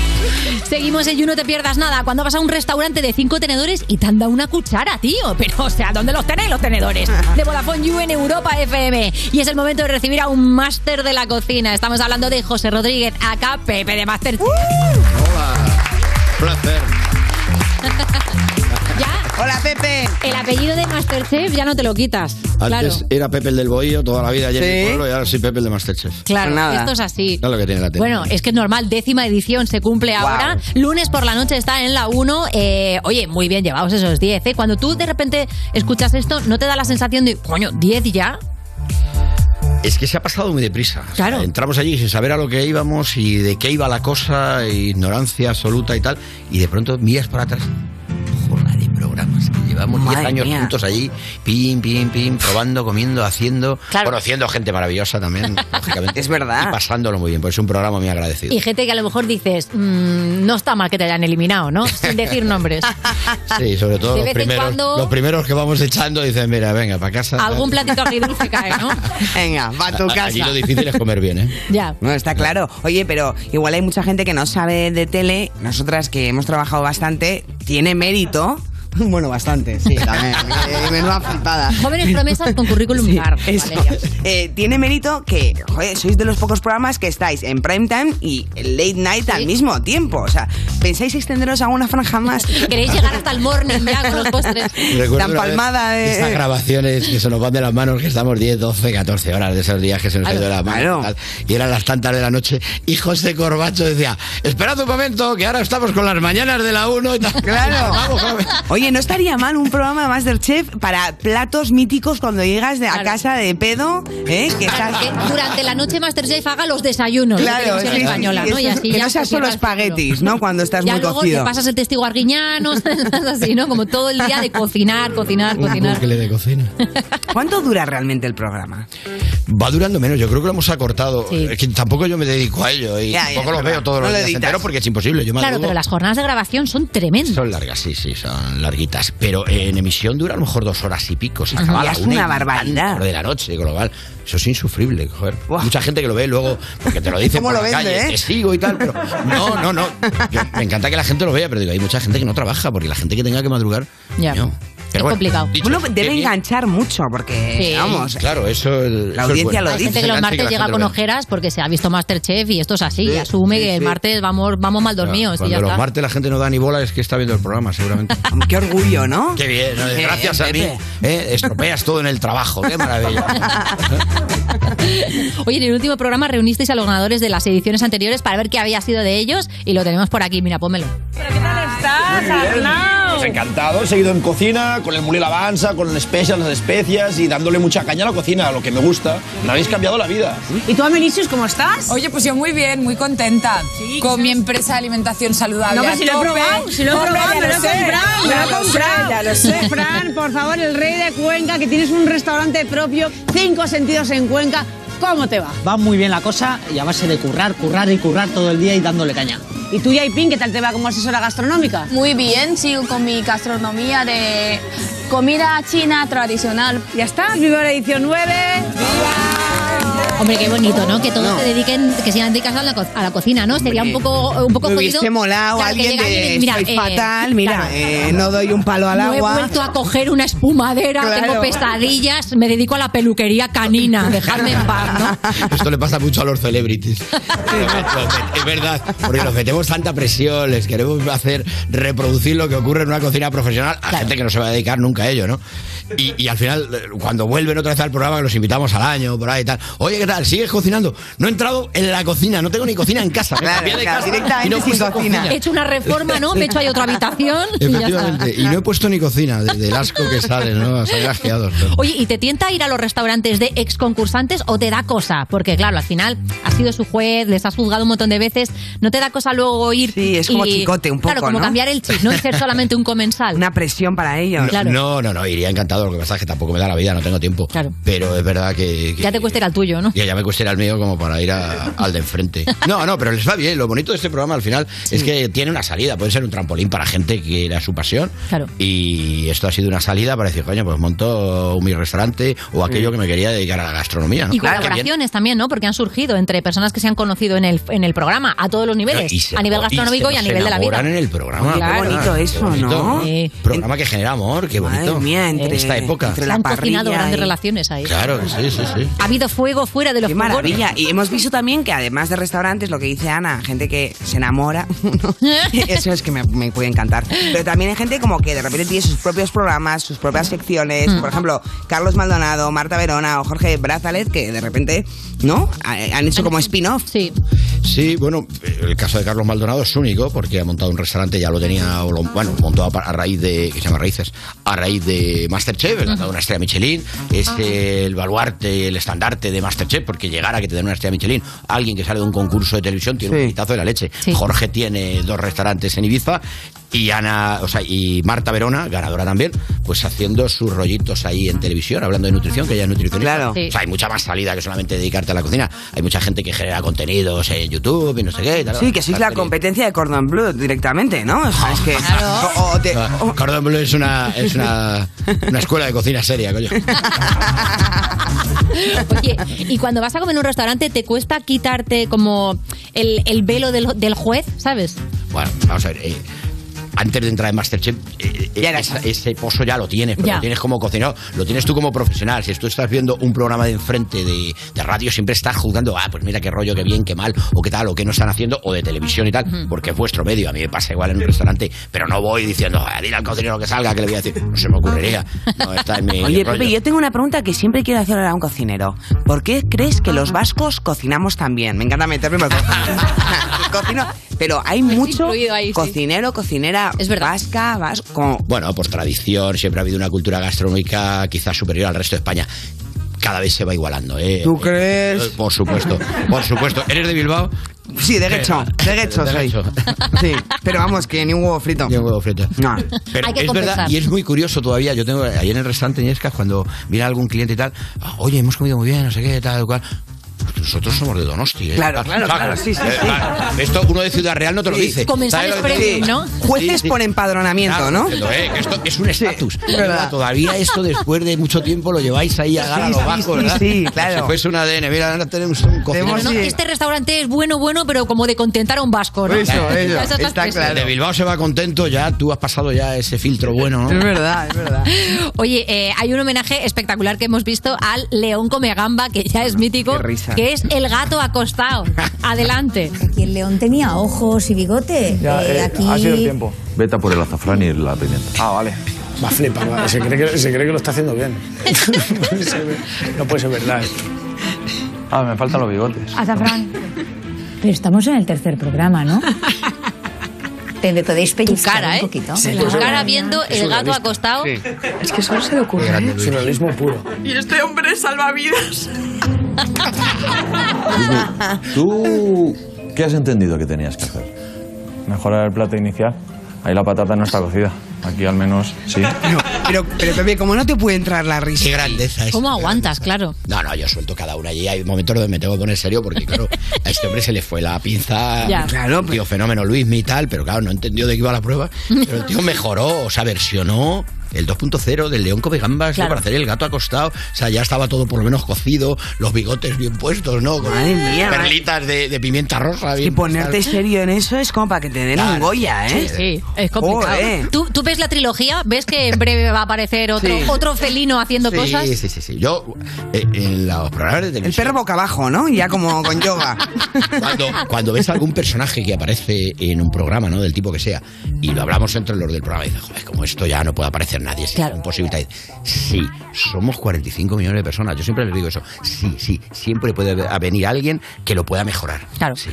S4: Seguimos en You No Te Pierdas Nada. Cuando vas a un restaurante de cinco tenedores y te han dado una cuchara, tío. Pero, o sea, ¿dónde los tenéis los tenedores? De Vodafone You en Europa FM. Y es el momento de recibir a un máster de la cocina. Estamos hablando de José Rodríguez, acá Pepe de Master.
S24: Hola, placer.
S4: Hola, Pepe. El apellido de Masterchef ya no te lo quitas.
S24: Antes
S4: Claro.
S24: era Pepe el del Bohío toda la vida ayer en
S4: Sí.
S24: mi pueblo y ahora soy Pepe el de Masterchef.
S4: Claro, esto es así.
S24: No es lo que tiene la tele.
S4: Bueno, es que es normal, décima edición se cumple ahora. Lunes por la noche está en la 1. Eh, oye, muy bien llevados esos 10. ¿eh? Cuando tú de repente escuchas esto, ¿no te da la sensación de, coño, 10 ya?
S24: Es que se ha pasado muy deprisa. Claro. entramos allí sin saber a lo que íbamos y de qué iba la cosa, e ignorancia absoluta y tal. Y de pronto miras para atrás. Joder, de programas que llevamos 10
S13: Madre
S24: años
S13: mía.
S24: juntos allí, pim, pim, pim, probando, comiendo, haciendo, conociendo gente maravillosa también, lógicamente. Es verdad. Y pasándolo muy bien, pues es un programa muy agradecido.
S4: Y gente que a lo mejor dices, "Mm, no está mal que te hayan eliminado, ¿no? Sin decir nombres.
S24: Sí, sobre todo
S4: De
S24: los
S4: vez en
S24: primeros,
S4: cuando-
S24: los primeros que vamos echando dicen, mira, venga, para casa.
S4: Algún platito agridulce cae, ¿no?
S6: Venga, va a tu casa.
S24: Aquí lo difícil es comer bien, ¿eh?
S4: Ya.
S6: No, está claro. Oye, pero igual hay mucha gente que no sabe de tele. Nosotras que hemos trabajado bastante, tiene mérito. Bueno, bastante, sí, también. Eh, Menuda flipada.
S4: Jóvenes promesas con currículum largo, Valeria.
S6: Eh, tiene mérito que joder, sois de los pocos programas que estáis en prime time y en late night al mismo tiempo. O sea, ¿pensáis extenderos a una franja más?
S4: ¿Queréis llegar hasta el morning ya con los postres?
S24: Recuerdo
S6: Tan
S24: una vez
S6: palmada eh. de...
S24: Estas grabaciones que se nos van de las manos, que estamos 10, 12, 14 horas de esos días que se nos han ido de las manos. y tal, Y eran las tantas de la noche. Y José Corbacho decía: Esperad un momento, que ahora estamos con las mañanas de la 1 y tal.
S6: Claro.
S24: Vamos, vamos.
S6: Oye, no estaría mal un programa de Masterchef para platos míticos cuando llegas de, a casa de pedo, ¿eh? Que
S4: Claro,
S6: estás-
S4: que durante la noche Masterchef haga los desayunos de
S6: Claro,
S4: televisión
S6: sí, sí,
S4: española,
S6: sí,
S4: ¿no? Y
S6: eso-
S4: así
S6: que
S4: ya
S6: no seas
S4: pues
S6: solo
S4: llevas tranquilo.
S6: espaguetis, ¿no? Cuando estás
S4: ya
S6: muy
S4: luego
S6: cocido.
S4: te pasas el testigo arguiñano, estás así, ¿no? Como todo el día de cocinar, cocinar, cocinar.
S24: le de cocina.
S6: ¿Cuánto dura realmente el programa?
S24: Va durando menos, yo creo que lo hemos acortado. Es que tampoco yo me dedico a ello y
S4: Ya, ya,
S24: tampoco
S4: es
S24: lo
S4: verdad.
S24: veo todos
S4: No
S24: los
S4: lo
S24: días
S4: editas.
S24: enteros porque es imposible. Yo
S4: Claro,
S24: madrugo.
S4: pero las jornadas de grabación son tremendas.
S24: Son largas, sí, sí, son larguitas. Pero eh, en emisión dura a lo mejor dos horas y pico. Se
S6: Ajá.
S24: acaba a
S6: Ya
S24: la
S6: es
S24: una
S6: una
S24: y
S6: barbaridad.
S24: tanto de la noche, con lo cual, eso es insufrible. joder. Mucha gente que lo ve luego, porque te lo dice
S6: ¿Cómo
S24: por
S6: lo
S24: la
S6: vende,
S24: calle,
S6: eh?
S24: te sigo y tal. Pero no, no, no. Yo- me encanta que la gente lo vea, pero digo, hay mucha gente que no trabaja, porque la gente que tenga que madrugar.
S4: Ya.
S24: coño, que
S4: es complicado.
S6: Bueno, debe enganchar mucho porque,
S4: Sí.
S6: vamos,
S24: Claro, eso. el-
S6: La
S24: eso es
S6: audiencia
S24: bueno.
S6: lo
S4: Hay gente que los martes llega con ojeras porque se ha visto Masterchef y esto es así. y asume que el martes vamos, vamos mal dormidos y
S24: Cuando
S4: ya
S24: los
S4: está.
S24: martes la gente no da ni bola es que está viendo el programa, seguramente.
S6: Qué orgullo, ¿no?
S24: Qué bien, ¿no? gracias a mí. eh, estropeas todo en el trabajo, qué maravilla.
S4: Oye, en el último programa reunisteis a los ganadores de las ediciones anteriores para ver qué había sido de ellos y lo tenemos por aquí. Mira, pónmelo.
S1: Pues encantado, he seguido en cocina, con el mulé alabanza, con el special, las especias y dándole mucha caña a la cocina, a lo que me gusta. Me habéis cambiado la vida.
S3: ¿Y tú, Amelicius, cómo estás? Oye, pues yo muy bien, muy contenta. con mi empresa de alimentación saludable.
S9: No, pero
S3: a
S9: si lo he
S3: tope.
S9: probado, si lo he
S3: Hombre,
S9: probado,
S3: ya
S9: me lo he
S3: sé,
S9: comprado, me
S3: ya
S9: lo he comprado.
S3: sé, ya lo sé.
S9: Fran, por favor, el rey de Cuenca, que tienes un restaurante propio, cinco sentidos en Cuenca, ¿cómo te va?
S7: Va muy bien la cosa y a base de currar, currar y currar todo el día y dándole caña.
S9: ¿Y tú, Yaipin, qué tal te va como asesora gastronómica?
S25: Muy bien, sigo con mi gastronomía de comida china tradicional.
S9: Ya está, viva la edición 9.
S4: Hombre, qué bonito, ¿no? Que todos se dediquen, que sigan dedicados a la, co- a la cocina, ¿no? Sería un poco, un poco
S6: Me
S4: jodido.
S6: hubiese molado
S4: Claro, que
S6: alguien
S4: llega
S6: de
S4: y dice,
S6: "Soy
S4: eh,
S6: fatal, mira,
S4: claro,
S6: eh, no doy un palo al
S4: no he
S6: agua.
S4: vuelto a coger una espumadera,
S6: Claro.
S4: tengo pesadillas, me dedico a la peluquería canina, dejadme en paz, ¿no?
S24: Esto le pasa mucho a los celebrities. es verdad, porque nos metemos tanta presión, les queremos hacer reproducir lo que ocurre en una cocina profesional a gente que no se va a dedicar nunca a ello, ¿no? Y, y al final, eh, cuando vuelven otra vez al programa, que los invitamos al año, por ahí y tal, oye, ¿qué tal? ¿Sigues cocinando? No he entrado en la cocina, no tengo ni cocina en casa. me
S6: Claro,
S24: cambié de
S6: claro,
S24: casa
S6: directamente
S24: y no he
S6: sin
S24: puesto
S6: cocina.
S4: He hecho una reforma, ¿no? Me he hecho ahí otra habitación y ya está.
S24: Efectivamente, y no he puesto ni cocina, desde el asco que sale, ¿no? Salen asqueados. ¿no?
S4: Oye, ¿y te tienta ir a los restaurantes de ex concursantes o te da cosa? Porque claro, al final has sido su juez, les has juzgado un montón de veces, ¿no te da cosa luego ir? Sí,
S6: es como chicote un poco,
S4: Claro, como
S6: ¿no?
S4: cambiar el chip, no Y ser solamente un comensal. Una
S6: presión para ellos.
S24: No, no, no, no, iría encantado. Lo que pasa es que tampoco me da la vida, no tengo tiempo. Pero es verdad que. que-
S4: Ya te cuesta ir al tuyo, ¿no?
S24: y ya me cuesta ir al mío como para ir a- al de enfrente. No, no, pero les va bien. Lo bonito de este programa al final es que tiene una salida. Puede ser un trampolín para gente que era su pasión.
S4: Claro.
S24: Y esto ha sido una salida para decir, coño, pues monto mi restaurante o aquello que me quería dedicar a la gastronomía. ¿no?
S4: Mm. Y
S24: Claro, qué bien.
S4: colaboraciones también, ¿no? Porque han surgido entre personas que se han conocido en el, en el programa a todos los niveles,
S24: Y se-
S4: a nivel
S24: y se-
S4: gastronómico y, a
S24: se
S4: nivel de la vida.
S24: enamoran en el programa.
S4: Claro. Qué bonito
S24: Qué
S4: eso,
S24: bonito,
S4: ¿no? Sí.
S24: Programa que genera amor, qué bonito.
S4: Madre mía, entre-
S24: Esta época.
S4: Se han cocinado grandes relaciones ahí.
S24: Claro, que sí, sí, sí.
S4: Ha habido fuego fuera de los
S6: Qué
S4: fogones.
S6: maravilla. Y hemos visto también que además de restaurantes, lo que dice Ana, gente que se enamora, ¿no? eso es que me, me puede encantar. Pero también hay gente como que de repente tiene sus propios programas, sus propias secciones.
S9: Mm.
S6: Por ejemplo, Carlos Maldonado, Marta Verona o Jorge Brazalet, que de repente, ¿no? Ha- Han hecho como spin-off.
S4: Sí.
S24: Sí, bueno, eh, el caso de Carlos Maldonado es único porque ha montado un restaurante, ya lo tenía, o lo- bueno, montado a pa- a raíz de, que se llama Raíces, a raíz de Masterchef, le han dado una estrella Michelin, es el baluarte, el estandarte de Masterchef, porque llegar a que te den una estrella Michelin, alguien que sale de un concurso de televisión tiene un pitazo de la leche. Jorge tiene dos restaurantes en Ibiza y Ana, o sea, y Marta Verona, ganadora también, pues haciendo sus rollitos ahí en televisión, hablando de nutrición, que ella es nutricionista.
S6: Claro.
S24: O sea, hay mucha más salida que solamente dedicarte a la cocina. Hay mucha gente que genera contenidos en YouTube y no sé qué. y tal.
S6: Sí, que sois la competencia de Cordon Bleu directamente, ¿no? O sea, es que... o- o te-
S24: Ah, Cordon Bleu es una, es una, una escuela de cocina seria, coño.
S4: Oye, y cuando vas a comer en un restaurante, ¿te cuesta quitarte como el, el velo del, del juez, sabes?
S24: Bueno, vamos a ver. eh, antes de entrar en Masterchef, eh, eh, esa- ese pozo ya lo tienes, pero
S4: Ya.
S24: lo tienes como cocinero, lo tienes tú como profesional. Si tú estás viendo un programa de enfrente de, de radio, siempre estás juzgando, ah, pues mira qué rollo, qué bien, qué mal, o qué tal, o qué no están haciendo, o de televisión y tal, porque es vuestro medio. A mí me pasa igual en un restaurante, pero no voy diciendo, ah, dile al cocinero que salga, que le voy a decir, no se me ocurriría. No, está en mi
S6: Ah, Oye,
S24: Eh, rollo.
S6: Pepe, yo tengo una pregunta que siempre quiero hacer a un cocinero. ¿Por qué crees que los vascos cocinamos tan bien? Me encanta meterme porque cocino, pero hay
S4: Pues
S6: mucho cocinero, cocinera vasca, vas- como-
S24: Bueno, por tradición, siempre ha habido una cultura gastronómica quizás superior al resto de España. Cada vez se va igualando, ¿eh?
S6: ¿Tú
S24: Eh,
S6: crees?
S24: eh, Por supuesto, por supuesto. ¿Eres de Bilbao? Eh,
S6: Sí, de Guecho, de Guecho soy. Sí, pero vamos, que ni un huevo frito. Ni
S24: un huevo frito.
S6: No.
S24: Pero es verdad, y es muy curioso todavía. Yo tengo ahí en el restaurante Niescas, cuando viene algún cliente y tal, "Ah, oye, hemos comido muy bien, no sé qué, tal, cual. nosotros somos de Donosti, ¿eh?
S6: Claro, claro,
S24: Saca.
S6: claro, sí, sí,
S24: Eh,
S6: sí.
S24: vale. Esto uno de Ciudad Real no te lo
S6: Sí.
S24: dice.
S6: Comensales
S24: ¿Sabes lo que te
S6: premium,
S24: digo?
S6: ¿no? Jueces por empadronamiento,
S24: Claro,
S6: ¿no?
S24: diciendo, eh, que esto es un estatus. Y
S6: verdad.
S24: ahora Todavía esto después de mucho tiempo lo lleváis ahí a,
S6: Sí,
S24: a lo
S6: sí,
S24: bajo,
S6: sí,
S24: ¿verdad?
S6: sí, claro.
S24: Si fuese un ADN, mira, ahora tenemos un cocinero.
S4: Claro, ¿no? Este restaurante es bueno, bueno, pero como de contentar a un vasco, ¿no? Esa es la expresión.
S24: El de Bilbao se va contento, ya tú has pasado ya ese filtro bueno, ¿no?
S6: Es verdad, es verdad.
S4: Oye, eh, hay un homenaje espectacular que hemos visto al león come gamba, que ya es mítico,
S24: qué risa.
S4: que es el gato acostado. Adelante.
S26: Aquí el león tenía ojos y bigote.
S27: Ya,
S26: Eh,
S27: eh,
S26: aquí
S27: ha sido el tiempo. Vete a por el azafrán y la pimienta. Ah, vale.
S13: Va a flipar, va. Se, cree que, se cree que lo está haciendo bien. No puede ser, no puede ser verdad.
S27: Ah, me faltan los bigotes.
S26: Azafrán. Pero estamos en el tercer programa, ¿no? Te me podéis pellizcar
S4: cara,
S26: un
S4: ¿eh?
S26: poquito.
S4: Sí, Tu pues, cara viendo es el gato surrealista. acostado. Sí.
S26: Es que solo se le ocurre. ¿eh?
S13: Surrealismo puro.
S28: Y este hombre salva vidas.
S27: ¿Tú qué has entendido que tenías que hacer? Mejorar el plato inicial. Ahí la patata no está cocida. Aquí al menos sí.
S6: Pero, pero Pepe, como no te puede entrar la risa.
S24: Qué grandeza es.
S4: ¿Cómo aguantas, claro?
S24: No, no, yo suelto cada una allí. Hay momentos donde me tengo que poner serio porque, claro, a este hombre se le fue la pinza.
S4: Ya.
S24: Claro,
S6: pues.
S24: un tío, fenómeno Luis y tal, pero claro, no entendió de qué iba la prueba. Pero el tío mejoró, o sea, versionó el 2.0 del León Come Gambas ¿no?
S4: Claro.
S24: para hacer el gato acostado. O sea, ya estaba todo por lo menos cocido, los bigotes bien puestos, ¿no? Con
S6: Madre mía, madre.
S24: perlitas de, de pimienta rosa.
S6: Y
S24: bien
S6: ponerte
S24: puestas.
S6: serio en eso es como para que te den un
S24: Claro.
S6: Goya, ¿eh?
S24: Sí,
S4: Sí, es complicado.
S6: Joder.
S4: ¿Tú, tú ves la trilogía, ves que en breve va a aparecer otro,
S6: Sí.
S4: otro felino haciendo
S24: Sí,
S4: cosas.
S24: sí, sí, sí. Yo, eh, en los programas de
S6: El
S24: televisión,
S6: perro boca abajo, ¿no? Ya como con yoga.
S24: cuando, cuando ves algún personaje que aparece en un programa, ¿no? Del tipo que sea, y lo hablamos entre los del programa, y dices, joder, como esto ya no puede aparecer nadie, es imposible. Sí, somos 45 millones de personas, yo siempre les digo eso. Sí, sí, siempre puede haber- venir alguien que lo pueda mejorar.
S4: Claro.
S24: Sí.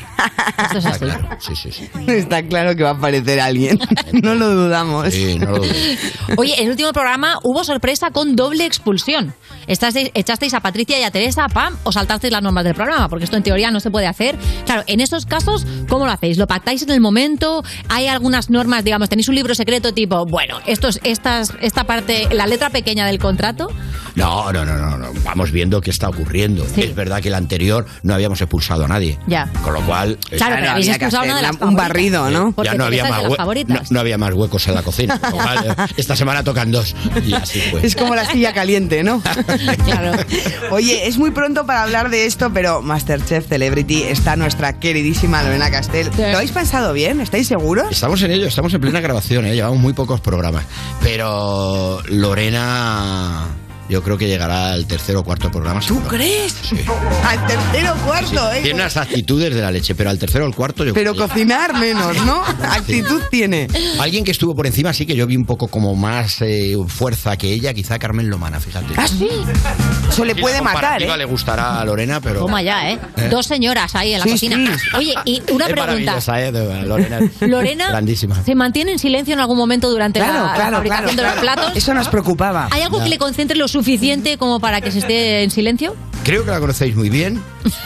S4: Esto es
S24: Está
S4: así.
S24: claro, sí, sí, sí.
S6: Está claro que va a aparecer alguien. No lo dudamos.
S24: Sí, no lo dudo.
S4: Oye, en el último programa hubo sorpresa con doble expulsión. Estasteis- echasteis a Patricia y a Teresa, pam, o saltasteis las normas del programa, porque esto en teoría no se puede hacer. Claro, en esos casos, ¿cómo lo hacéis? ¿Lo pactáis en el momento? ¿Hay algunas normas, digamos, tenéis un libro secreto tipo, bueno, esto es- estas, esta parte, la letra pequeña del contrato?
S24: No, no, no, no, no. Vamos viendo qué está ocurriendo. Es verdad que el anterior no habíamos expulsado a nadie.
S4: Ya.
S24: Con lo cual.
S4: Claro, pero habéis
S24: había que
S4: expulsado
S24: hacer
S4: una de las
S24: la-
S4: favoritas.
S24: Eh,
S4: Porque
S24: Ya no había,
S4: Teresa es
S24: más
S4: de las
S24: hue- no,
S4: favoritas.
S24: no había más huecos en la cocina. Con lo cual, eh, esta semana tocan dos. Y así fue.
S6: Es como la silla caliente, ¿no?
S4: Claro.
S6: Oye, es muy pronto para hablar de esto, pero Masterchef Celebrity está nuestra queridísima Lorena Castel. ¿Lo habéis pensado bien? ¿Estáis seguros?
S24: Estamos en ello, estamos en plena grabación, ¿eh? llevamos muy pocos programas. Pero Lorena, yo creo que llegará al tercer o cuarto programa.
S6: ¿Tú
S24: seguro.
S6: crees? Al tercero cuarto, ¿eh?
S24: Tiene unas actitudes de la leche, pero al tercero o al cuarto yo
S6: Pero
S24: creo que-
S6: cocinar menos, ¿no? Actitud tiene.
S24: Alguien que estuvo por encima, sí que yo vi un poco como más eh, fuerza que ella, quizá Carmen Lomana, fíjate.
S6: ¿Ah, sí? Eso le
S24: Sí,
S6: puede
S24: la
S6: matar,
S24: comparativa
S6: ¿eh?
S24: le gustará a Lorena, pero...
S4: Toma ya, ¿eh?
S24: ¿Eh?
S4: Dos señoras ahí en la
S24: Sí,
S4: cocina.
S24: sí.
S4: Oye, y una
S24: es
S4: pregunta.
S24: maravillosa, ¿eh? De- Lorena. es
S4: Lorena-
S24: Grandísima.
S4: ¿Se mantiene en silencio en algún momento durante la- la, fabricación de los platos?
S6: Eso nos preocupaba.
S4: ¿Hay algo que le concentre lo suficiente como para que se esté en silencio?
S24: Creo que la conocéis muy bien.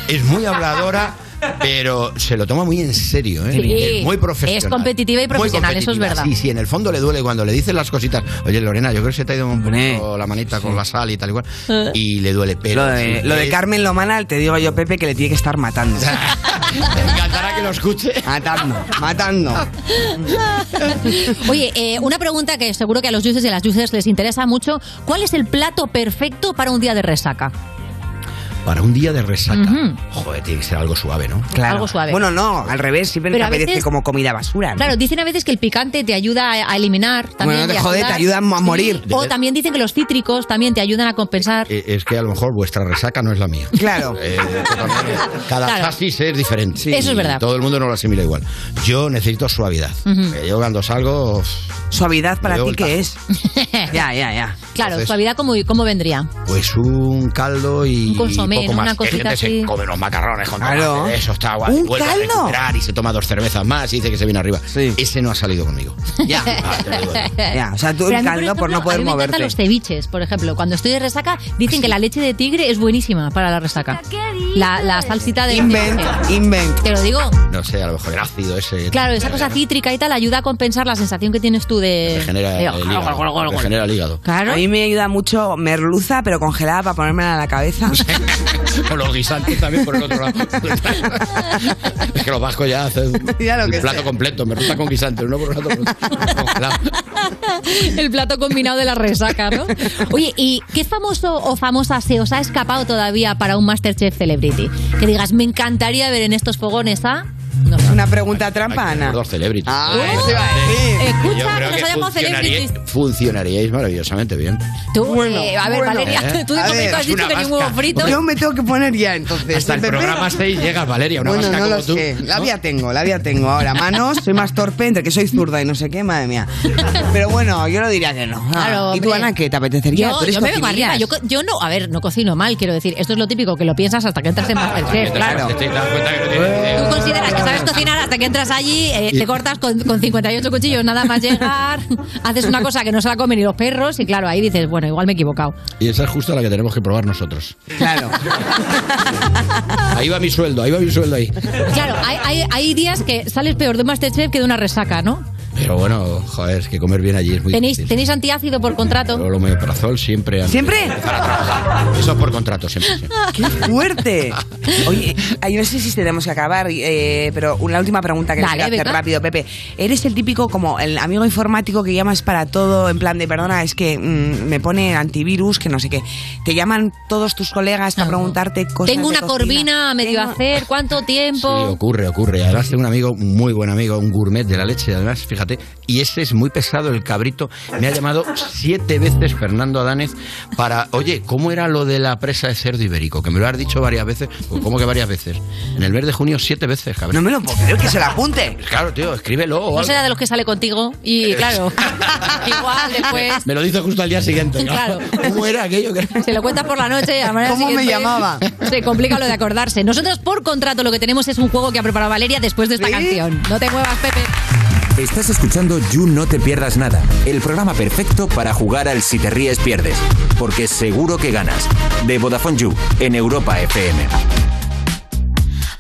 S24: Es muy habladora, pero se lo toma muy en serio, ¿eh?
S4: Sí.
S24: Es muy profesional.
S4: Es competitiva y
S24: Muy
S4: profesional, eso es
S24: competitiva.
S4: verdad.
S24: Sí, sí, en el fondo le duele cuando le dicen las cositas. Oye, Lorena, yo creo que se te ha ido un poco la manita con la sal y tal igual.
S4: Ah.
S24: Y le duele, pero.
S6: Lo de, lo de
S24: es-
S6: Carmen Lomana, te digo yo, Pepe, que le tiene que estar matando.
S24: Me encantará que lo escuche.
S6: Matando, matando.
S4: Oye, eh, una pregunta que seguro que a los jueces y a las jueces les interesa mucho. ¿Cuál es el plato perfecto para un día de resaca?
S24: Para un día de resaca. Joder, tiene que ser algo suave, ¿no?
S6: Claro.
S4: Algo suave.
S6: Bueno, no, al revés, siempre
S4: Pero
S6: te
S4: a
S6: apetece
S4: veces-
S6: como comida basura. ¿no?
S4: Claro, dicen a veces que el picante te ayuda a- a eliminar. También,
S6: Bueno, no te
S4: y
S6: jode,
S4: ayudar.
S6: te ayuda a morir.
S4: O también dicen que los cítricos también te ayudan a compensar.
S24: Eh, Es que a lo mejor vuestra resaca no es la mía.
S6: Claro.
S24: Eh, eso también es- cada
S4: Claro.
S24: chasis es diferente.
S4: Sí. Eso es
S24: Y
S4: verdad.
S24: Todo el mundo no lo asimila igual. Yo necesito suavidad.
S4: Ujú.
S24: Eh, Yo cuando salgo.
S6: Suavidad
S4: para ti, ¿qué
S6: es? ya, ya, ya.
S4: Claro,
S24: Entonces-
S4: suavidad, ¿cómo, cómo vendría?
S24: Pues un caldo y
S4: Un consomé,
S24: poco
S4: ¿no?
S24: más.
S4: Una
S24: Hay gente
S4: cosita
S24: que
S4: así.
S24: se come los macarrones con tomate,
S6: Claro.
S24: eso está guay.
S6: ¿Un
S24: Vuelve a
S6: caldo?
S24: recuperar y se toma dos cervezas más y dice que se viene arriba. Ese no ha salido conmigo. Ya.
S6: Ah, Ya, o sea, tú
S4: Pero a
S6: el
S4: mí, por
S6: caldo por no
S4: ejemplo, a
S6: poder
S4: mí me
S6: moverte. Pues
S4: encantan los ceviches, por ejemplo. Cuando estoy de resaca, dicen que la leche de tigre es buenísima para la resaca. La, la salsita de
S6: Invent,
S4: tigre.
S6: invent.
S4: Te lo digo.
S24: No sé, a lo mejor el ácido ese.
S4: Claro, esa cosa cítrica y tal ayuda a compensar la sensación que tienes tú de...
S24: Te genera
S4: de-
S24: el hígado. Te genera el hígado.
S6: A mí me ayuda mucho merluza, pero congelada para ponérmela a la cabeza.
S24: con los guisantes también por el otro lado. es que los vascos ya hacen
S6: lo
S24: el
S6: que
S24: plato
S6: sea.
S24: completo, me gusta con guisantes, uno por un pues, plato congelado.
S4: El plato combinado de la resaca, ¿no? Oye, ¿y qué famoso o famosa se os ha escapado todavía para un Masterchef Celebrity? Que digas, me encantaría ver en estos fogones a...
S6: Una pregunta trampa, Ana.
S24: Dos celebrities.
S6: Ah, pues, eso
S4: iba
S6: a decir.
S4: Eh,
S24: Yo
S4: Escucha,
S24: creo
S4: que nos
S24: que
S4: ha llamado
S24: funcionaríais-
S4: Celebrities.
S24: Funcionaríais maravillosamente bien.
S4: Tú, eh, a ver,
S6: bueno.
S4: Valeria,
S6: ¿Eh?
S4: tú de
S6: A
S4: momento
S6: ver,
S4: has dicho
S24: una
S4: que ni un huevo
S24: vasca.
S4: frito.
S6: Yo me tengo que poner ya entonces.
S24: Hasta el
S6: Pepe.
S24: programa 6 llegas, Valeria, una
S6: bueno,
S24: vasca
S6: no
S24: como
S6: lo
S24: tú,
S6: sé. La
S24: ¿no?
S6: vía tengo, la vía tengo ahora. Manos, soy más torpe entre que soy zurda y no sé qué, madre mía. Pero bueno, yo no diría que no. Ah,
S4: Claro,
S6: ¿Y tú,
S4: hombre.
S6: Ana, qué te apetecería?
S4: Yo,
S6: Tú eres
S4: yo me vengo
S6: cocinilla.
S4: arriba. Yo, co- yo no, a ver, no cocino mal, quiero decir. Esto es lo típico, que lo piensas hasta que entras en Masterchef, claro.
S24: Te das cuenta que no eh, tienes ni idea.
S4: Tú consideras que sabes cocinar hasta que entras allí, eh,
S24: Y-
S4: te cortas con, con 58 cuchillos, nada más llegar, haces una cosa que no se la comen ni los perros y claro, ahí dices, bueno, igual me he equivocado.
S24: Y esa es justo la que tenemos que probar nosotros.
S6: Claro.
S24: Ahí va mi sueldo, ahí va mi sueldo ahí.
S4: Claro, hay, hay- hay días que sales peor de un Masterchef que de una resaca, ¿no?
S24: Pero bueno, joder, es que comer bien allí es muy
S4: ¿Tenéis,
S24: difícil.
S4: tenéis antiácido por contrato?
S24: Pero el homeoprazol siempre... antes de
S4: ¿Siempre?
S24: empezar a trabajar. Eso es por contrato siempre. siempre.
S6: ¡Qué fuerte! Oye, ay, no sé si tenemos que acabar, eh, pero una última pregunta que te
S4: Dale,
S6: quiero hacer
S4: venga.
S6: rápido, Pepe. ¿Eres el típico como el amigo informático que llamas para todo, en plan de, perdona, es que mm, me pone antivirus, que no sé qué? ¿Te llaman todos tus colegas para preguntarte cosas
S4: Tengo
S6: de
S4: una
S6: cocina?
S4: corvina a medio hacer, ¿cuánto
S24: Sí,
S4: tiempo?
S24: ocurre, ocurre. Además tengo un amigo, un muy buen amigo, un gourmet de la leche, además, fíjate, y ese es muy pesado, el cabrito. Me ha llamado siete veces Fernando Adánez para, oye, ¿cómo era lo de la presa de cerdo ibérico? Que me lo has dicho varias veces. Pues, ¿Cómo que varias veces? En el mes de junio, siete veces, cabrón.
S6: No me lo puedo creer, que se la apunte.
S24: Claro, tío, escríbelo. o
S4: No
S24: algo. Eh.
S4: será de los que sale contigo y claro, igual después...
S24: Me lo dice justo al día siguiente. ¿no?
S4: Claro.
S24: ¿Cómo era aquello? que-
S4: Se lo cuentas por la noche y a la mañana
S6: ¿Cómo me
S4: siguiente
S6: llamaba?
S4: Se complica lo de acordarse. Nosotros por contrato lo que tenemos es un juego que ha preparado Valeria después de esta canción. No te muevas, Pepe.
S29: Estás escuchando You No Te Pierdas Nada, el programa perfecto para jugar al Si Te Ríes Pierdes, porque seguro que ganas. De Vodafone You, en Europa FM.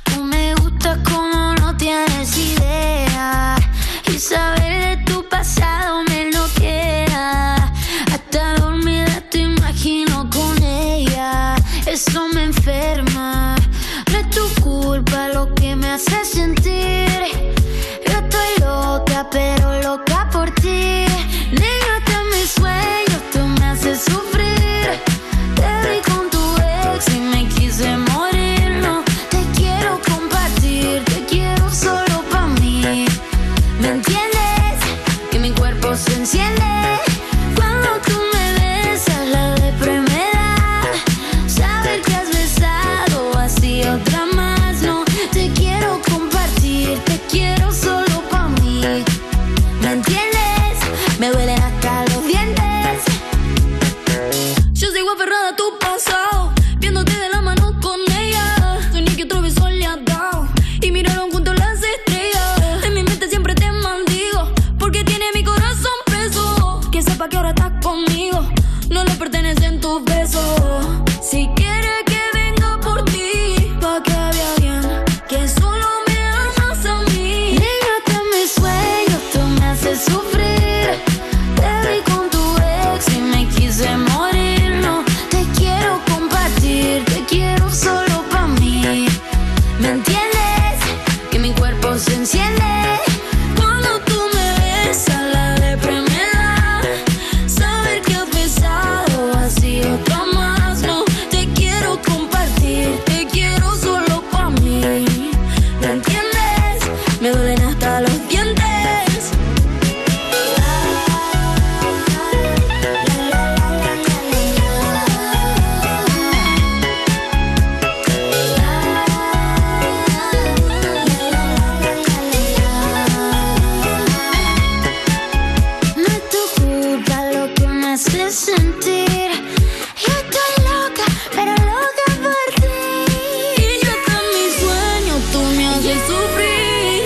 S20: Tú me gustas como no tienes idea. Y saber de tu pasado me queda Hasta dormida te imagino con ella. Eso me enferma. No es tu culpa lo que me hace sentir. Yo estoy loca, pero loca por ti. este Negate a mis sueños, tú me haces sufrir. Te vi con tu ex y me quise morir. No te quiero compartir, te quiero solo para mí. ¿Me entiendes? Que mi cuerpo se enciende. Cuando tú me besas, la depre me da. Saber que has besado así otra más. No te quiero compartir, te quiero solo para mí. ¿Me entiendes? Me duelen hasta los dientes. Yo sigo aferrada a tu pasado, viéndote de la mano con ella. Soñé que otro beso le has dado y miraron juntos las estrellas. En mi mente siempre te mandigo, porque tiene mi corazón preso. Que sepa que ahora estás conmigo, no le pertenecen tus besos. Si quieres que venga por ti, pa' que vea bien, que solo me amas a mí. Negate mis sueños, tú me haces sufrir. Te vi con tu ex y me quise morir. No te quiero compartir, te quiero solo para mí. ¿Me entiendes? Que mi cuerpo se enciende. Cuando tú me besas, la depre me da. Saber que has besado así otra más. No te quiero compartir, te quiero solo para mí. ¿Me entiendes? Me duelen hasta los dientes. No es tu culpa lo que me hace sentir. Yo estoy loca, pero loca por ti. Y yo con mis sueños tú me haces sufrir.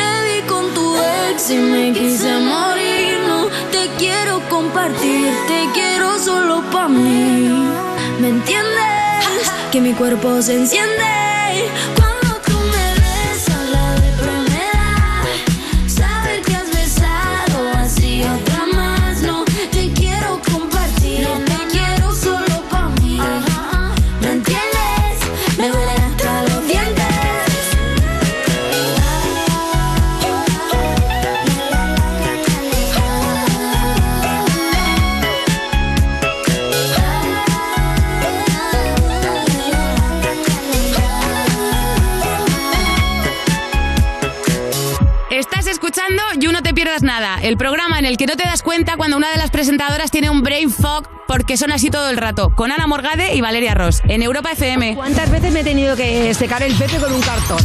S20: Te vi con tu ex y me quise morir. No te quiero compartir, te quiero solo para mí. ¿Me entiendes? Que mi cuerpo se enciende. Cuando tú me besas, la depre me da. Saber que has besado así otra más No te quiero compartir No te quiero solo para mí ¿Me entiendes?
S30: escuchando You No Te Pierdas Nada, el programa en el que no te das cuenta cuando una de las presentadoras tiene un brain fog porque son así todo el rato, con Ana Morgade y Valeria Ross, en Europa FM.
S19: ¿Cuántas veces me he tenido que secar el pepe con un cartón?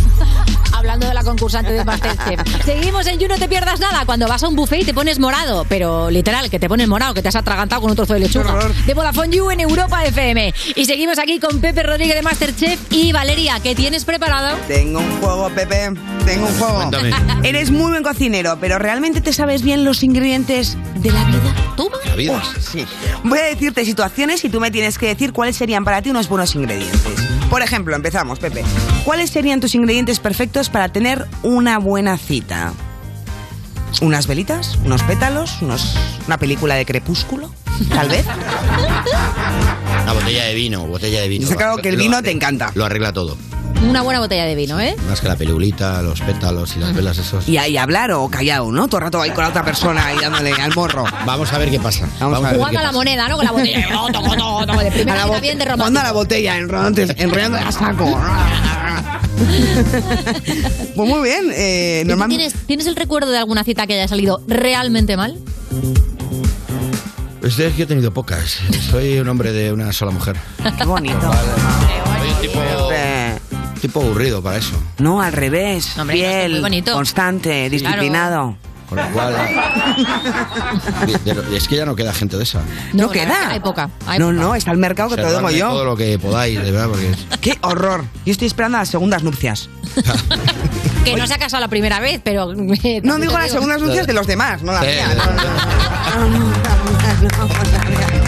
S4: Hablando de la concursante de Masterchef. Seguimos en You, no te pierdas nada. Cuando vas a un buffet y te pones morado, pero literal, que te pones morado, que te has atragantado con un trozo de lechuga. De Vodafone You en Europa FM. Y seguimos aquí con Pepe Rodríguez de Masterchef y Valeria, ¿qué tienes preparado?
S6: Tengo un juego, Pepe. Tengo un juego.
S4: Cuéntame.
S6: Eres muy buen cocinero, pero ¿realmente te sabes bien los ingredientes de la vida?
S4: ¿Toma?
S6: ¿La vida? sí. Voy a decirte situaciones y tú me tienes que decir cuáles serían para ti unos buenos ingredientes. Por ejemplo, empezamos, Pepe. ¿Cuáles serían tus ingredientes perfectos para tener una buena cita? ¿Unas velitas? ¿Unos pétalos? Unos, ¿Una película de crepúsculo? Tal vez.
S24: Una botella de vino, botella de vino.
S6: Está claro que el
S24: Lo
S6: vino
S24: arregla-
S6: te encanta.
S24: Lo arregla todo.
S4: Una buena botella de vino, ¿eh?
S24: Más que la pelulita, los pétalos y las velas esos.
S6: Y ahí hablar o callado, ¿no? Todo el rato ahí con la otra persona y dándole al morro.
S24: Vamos a ver qué pasa. Vamos, a ver qué
S4: Jugando a la moneda, ¿no? Con la botella. Toco, toco, toco, de primera
S6: A la
S4: cita
S6: bo-
S4: bien de
S6: Manda la botella, enrollando, enrollando a saco. pues muy bien. Eh,
S4: ¿Y tú
S6: normalmente...
S4: ¿Tienes, ¿Tienes el recuerdo de alguna cita que haya salido realmente mal?
S24: Pues es que he tenido pocas. Soy un hombre de una sola mujer.
S6: Qué bonito.
S24: tipo, tipo aburrido para eso.
S6: No, al revés. Fiel, constante, disciplinado.
S24: Con lo cual. de- de- es que ya no queda gente de esa.
S6: No,
S4: la verdad
S6: queda.
S4: que Hay poca. hay
S6: No,
S4: poca.
S6: no, está el mercado que te lo digo
S24: Observadme
S6: yo.
S24: Todo lo que podáis, de verdad, porque.
S6: ¡Qué horror! Yo estoy esperando a las segundas nupcias.
S4: Que no se ha casado la primera vez, pero. eh,
S6: No digo las segundas nupcias de los demás, no la
S4: Sí,
S6: mía.
S4: sí,
S6: no, no, no, no, no,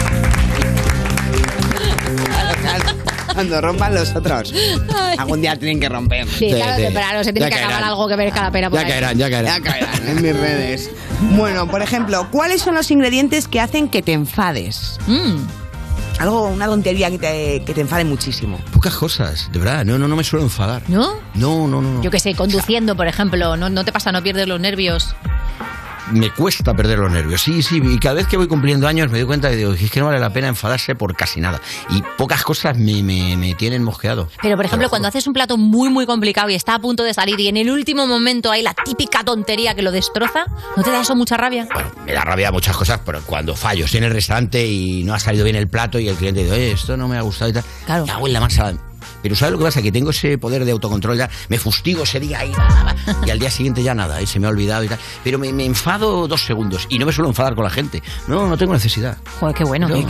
S6: no, no. Cuando rompan los otros.
S4: Ay.
S6: Algún día tienen que romper.
S4: Sí, claro, que claro, se tiene que acabar algo que ver cada pera por ahí.
S6: Ya caerán en mis redes. Bueno, por ejemplo, ¿cuáles son los ingredientes que hacen que te enfades?
S4: Mm.
S6: Algo, una tontería que te, que te enfade muchísimo.
S24: Pocas cosas, de verdad. No, no, no me suelo enfadar.
S4: ¿No?
S24: No, no, no. no.
S4: Yo qué sé, conduciendo, por ejemplo, ¿no, no te pasa, no pierdes los nervios.
S24: Me cuesta perder los nervios. Sí, sí. Y cada vez que voy cumpliendo años me doy cuenta que digo, es que no vale la pena enfadarse por casi nada. Y pocas cosas me, me, me tienen mosqueado.
S4: Pero, por ejemplo, cuando haces un plato muy, muy complicado y está a punto de salir y en el último momento hay la típica tontería que lo destroza, ¿no te da eso mucha rabia?
S24: Me da rabia muchas cosas, pero cuando fallo, estoy en el restaurante y no ha salido bien el plato y el cliente dice, oye, esto no me ha gustado y tal. Claro. Me hago en la masa. Pero ¿sabes lo que pasa? Que tengo ese poder de autocontrol ya, me fustigo ese día ahí, va, va, va, y al día siguiente ya nada, y se me ha olvidado y tal. Pero me, me enfado dos segundos y no me suelo enfadar con la gente. No, no tengo necesidad.
S4: Joder, qué bueno.
S24: No. No,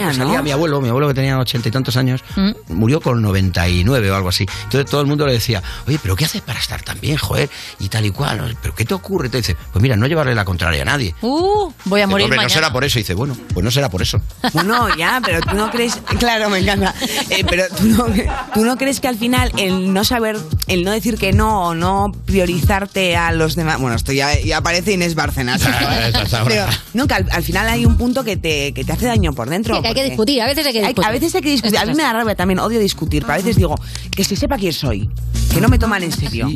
S24: pues salía Mi abuelo, mi abuelo que tenía ochenta y tantos años,
S4: Mm.
S24: murió con 99 o algo así. Entonces todo el mundo le decía, oye, pero ¿qué haces para estar tan bien, joder? Y tal y cual. ¿Pero qué te ocurre? Te dice, pues mira, no llevarle la contraria a nadie.
S4: Uh, voy a
S24: Dice,
S4: morir
S24: hombre, no
S4: mañana.
S24: será por eso. Y dice, bueno, pues no será por eso.
S6: Bueno, ya, pero tú no crees. Claro, me encanta. Eh, pero tú no, tú no crees que al final el no saber, el no decir que no o no priorizarte a los demás. Bueno, esto ya, ya parece Inés Barcenas.
S24: Ah, esa es ahora.
S6: Pero, no, que al, al final hay un punto que te, que te hace daño por dentro.
S4: Sí, que hay que
S6: porque
S4: discutir, a veces hay que discutir.
S6: A veces hay que discutir. A mí me da rabia también, odio discutir, pero a veces digo que se sepa quién soy, que no me toman en serio.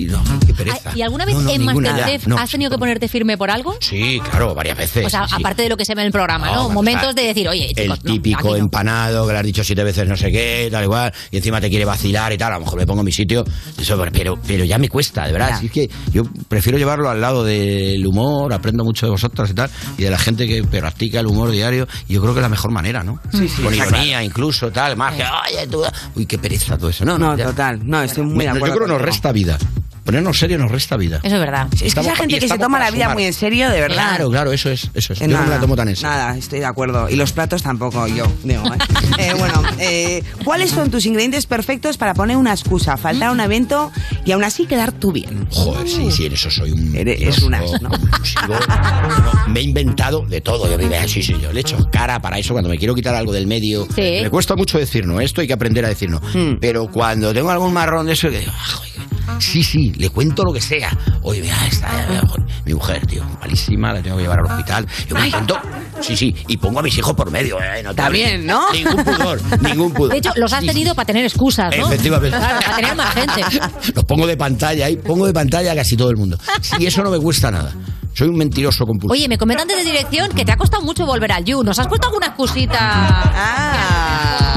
S24: qué pereza.
S4: ¿Y alguna vez
S24: No, no,
S4: en
S24: ninguna,
S4: Masterchef
S24: ya, no.
S4: has tenido que ponerte firme por algo?
S24: Sí, claro, varias veces.
S4: o sea,
S24: sí, sí.
S4: Pues aparte de lo que se ve en el programa,
S24: No,
S4: ¿no?
S24: vamos,
S4: Momentos
S24: o sea,
S4: de decir, oye, chicos,
S24: el típico empanado que le has dicho siete veces no sé qué, tal igual, y encima te quiere vacilar y tal, a lo mejor me pongo en mi sitio, eso, pero- pero, pero ya me cuesta, de verdad.
S6: Ya.
S24: Si es que yo prefiero llevarlo al lado del humor, aprendo mucho de vosotras y tal, y de la gente que practica el humor diario, y yo creo que es la mejor manera, ¿no?
S6: Sí, sí,
S24: Con
S6: está
S24: ironía incluso, tal, más que, oye, tú, uy, qué pereza todo eso, ¿no? No,
S6: total, no, estoy muy de
S24: Yo
S6: acuerdo
S24: creo que nos
S6: contigo.
S24: resta vida. Ponernos serio nos resta vida.
S4: Eso es verdad.
S6: Es que
S24: Estamos
S6: esa
S24: pa- y
S6: gente que se
S24: estamos
S6: toma
S24: para
S6: la vida
S24: sumar.
S6: muy en serio, de verdad.
S24: Claro, claro, eso es, eso es.
S6: Eh,
S24: Yo no me
S6: nada,
S24: la tomo tan en serio.
S6: Nada, estoy de acuerdo. Y los platos tampoco, yo. digo, ¿eh? Eh, bueno, eh, ¿cuáles son tus ingredientes perfectos para poner una excusa, faltar a un evento y aún así quedar tú bien?
S24: Joder, sí, sí, en eso soy un.
S6: Eres es un
S24: Oh.
S6: as, ¿no?
S24: compulsivo. No, me he inventado de todo. Yo me- sí, sí, yo le echo cara para eso cuando me quiero quitar algo del medio.
S6: Sí. Hmm.
S24: Me cuesta mucho decir no. Esto hay que aprender a decir no. Pero cuando tengo algún marrón de eso, que digo, "Ah, joder, sí, sí, le cuento lo que sea. Oye, mira, esta, mira, joder, mi mujer, tío, malísima, la tengo que llevar al hospital. Yo me invento. Sí, sí, y pongo a mis hijos por medio. Eh, no te
S6: También,
S24: hables.
S6: ¿no?
S24: Ningún pudor, ningún pudor.
S4: De hecho, los has tenido para tener excusas, ¿no?
S24: Efectivamente. Pues
S4: Claro, para tener más gente.
S24: Los pongo de pantalla ahí, pongo de pantalla a casi todo el mundo. Y eso no me cuesta nada. Soy un mentiroso compulsivo.
S4: Oye, me comentan desde dirección que te ha costado mucho volver al You. ¿Nos has puesto alguna excusita?
S24: No,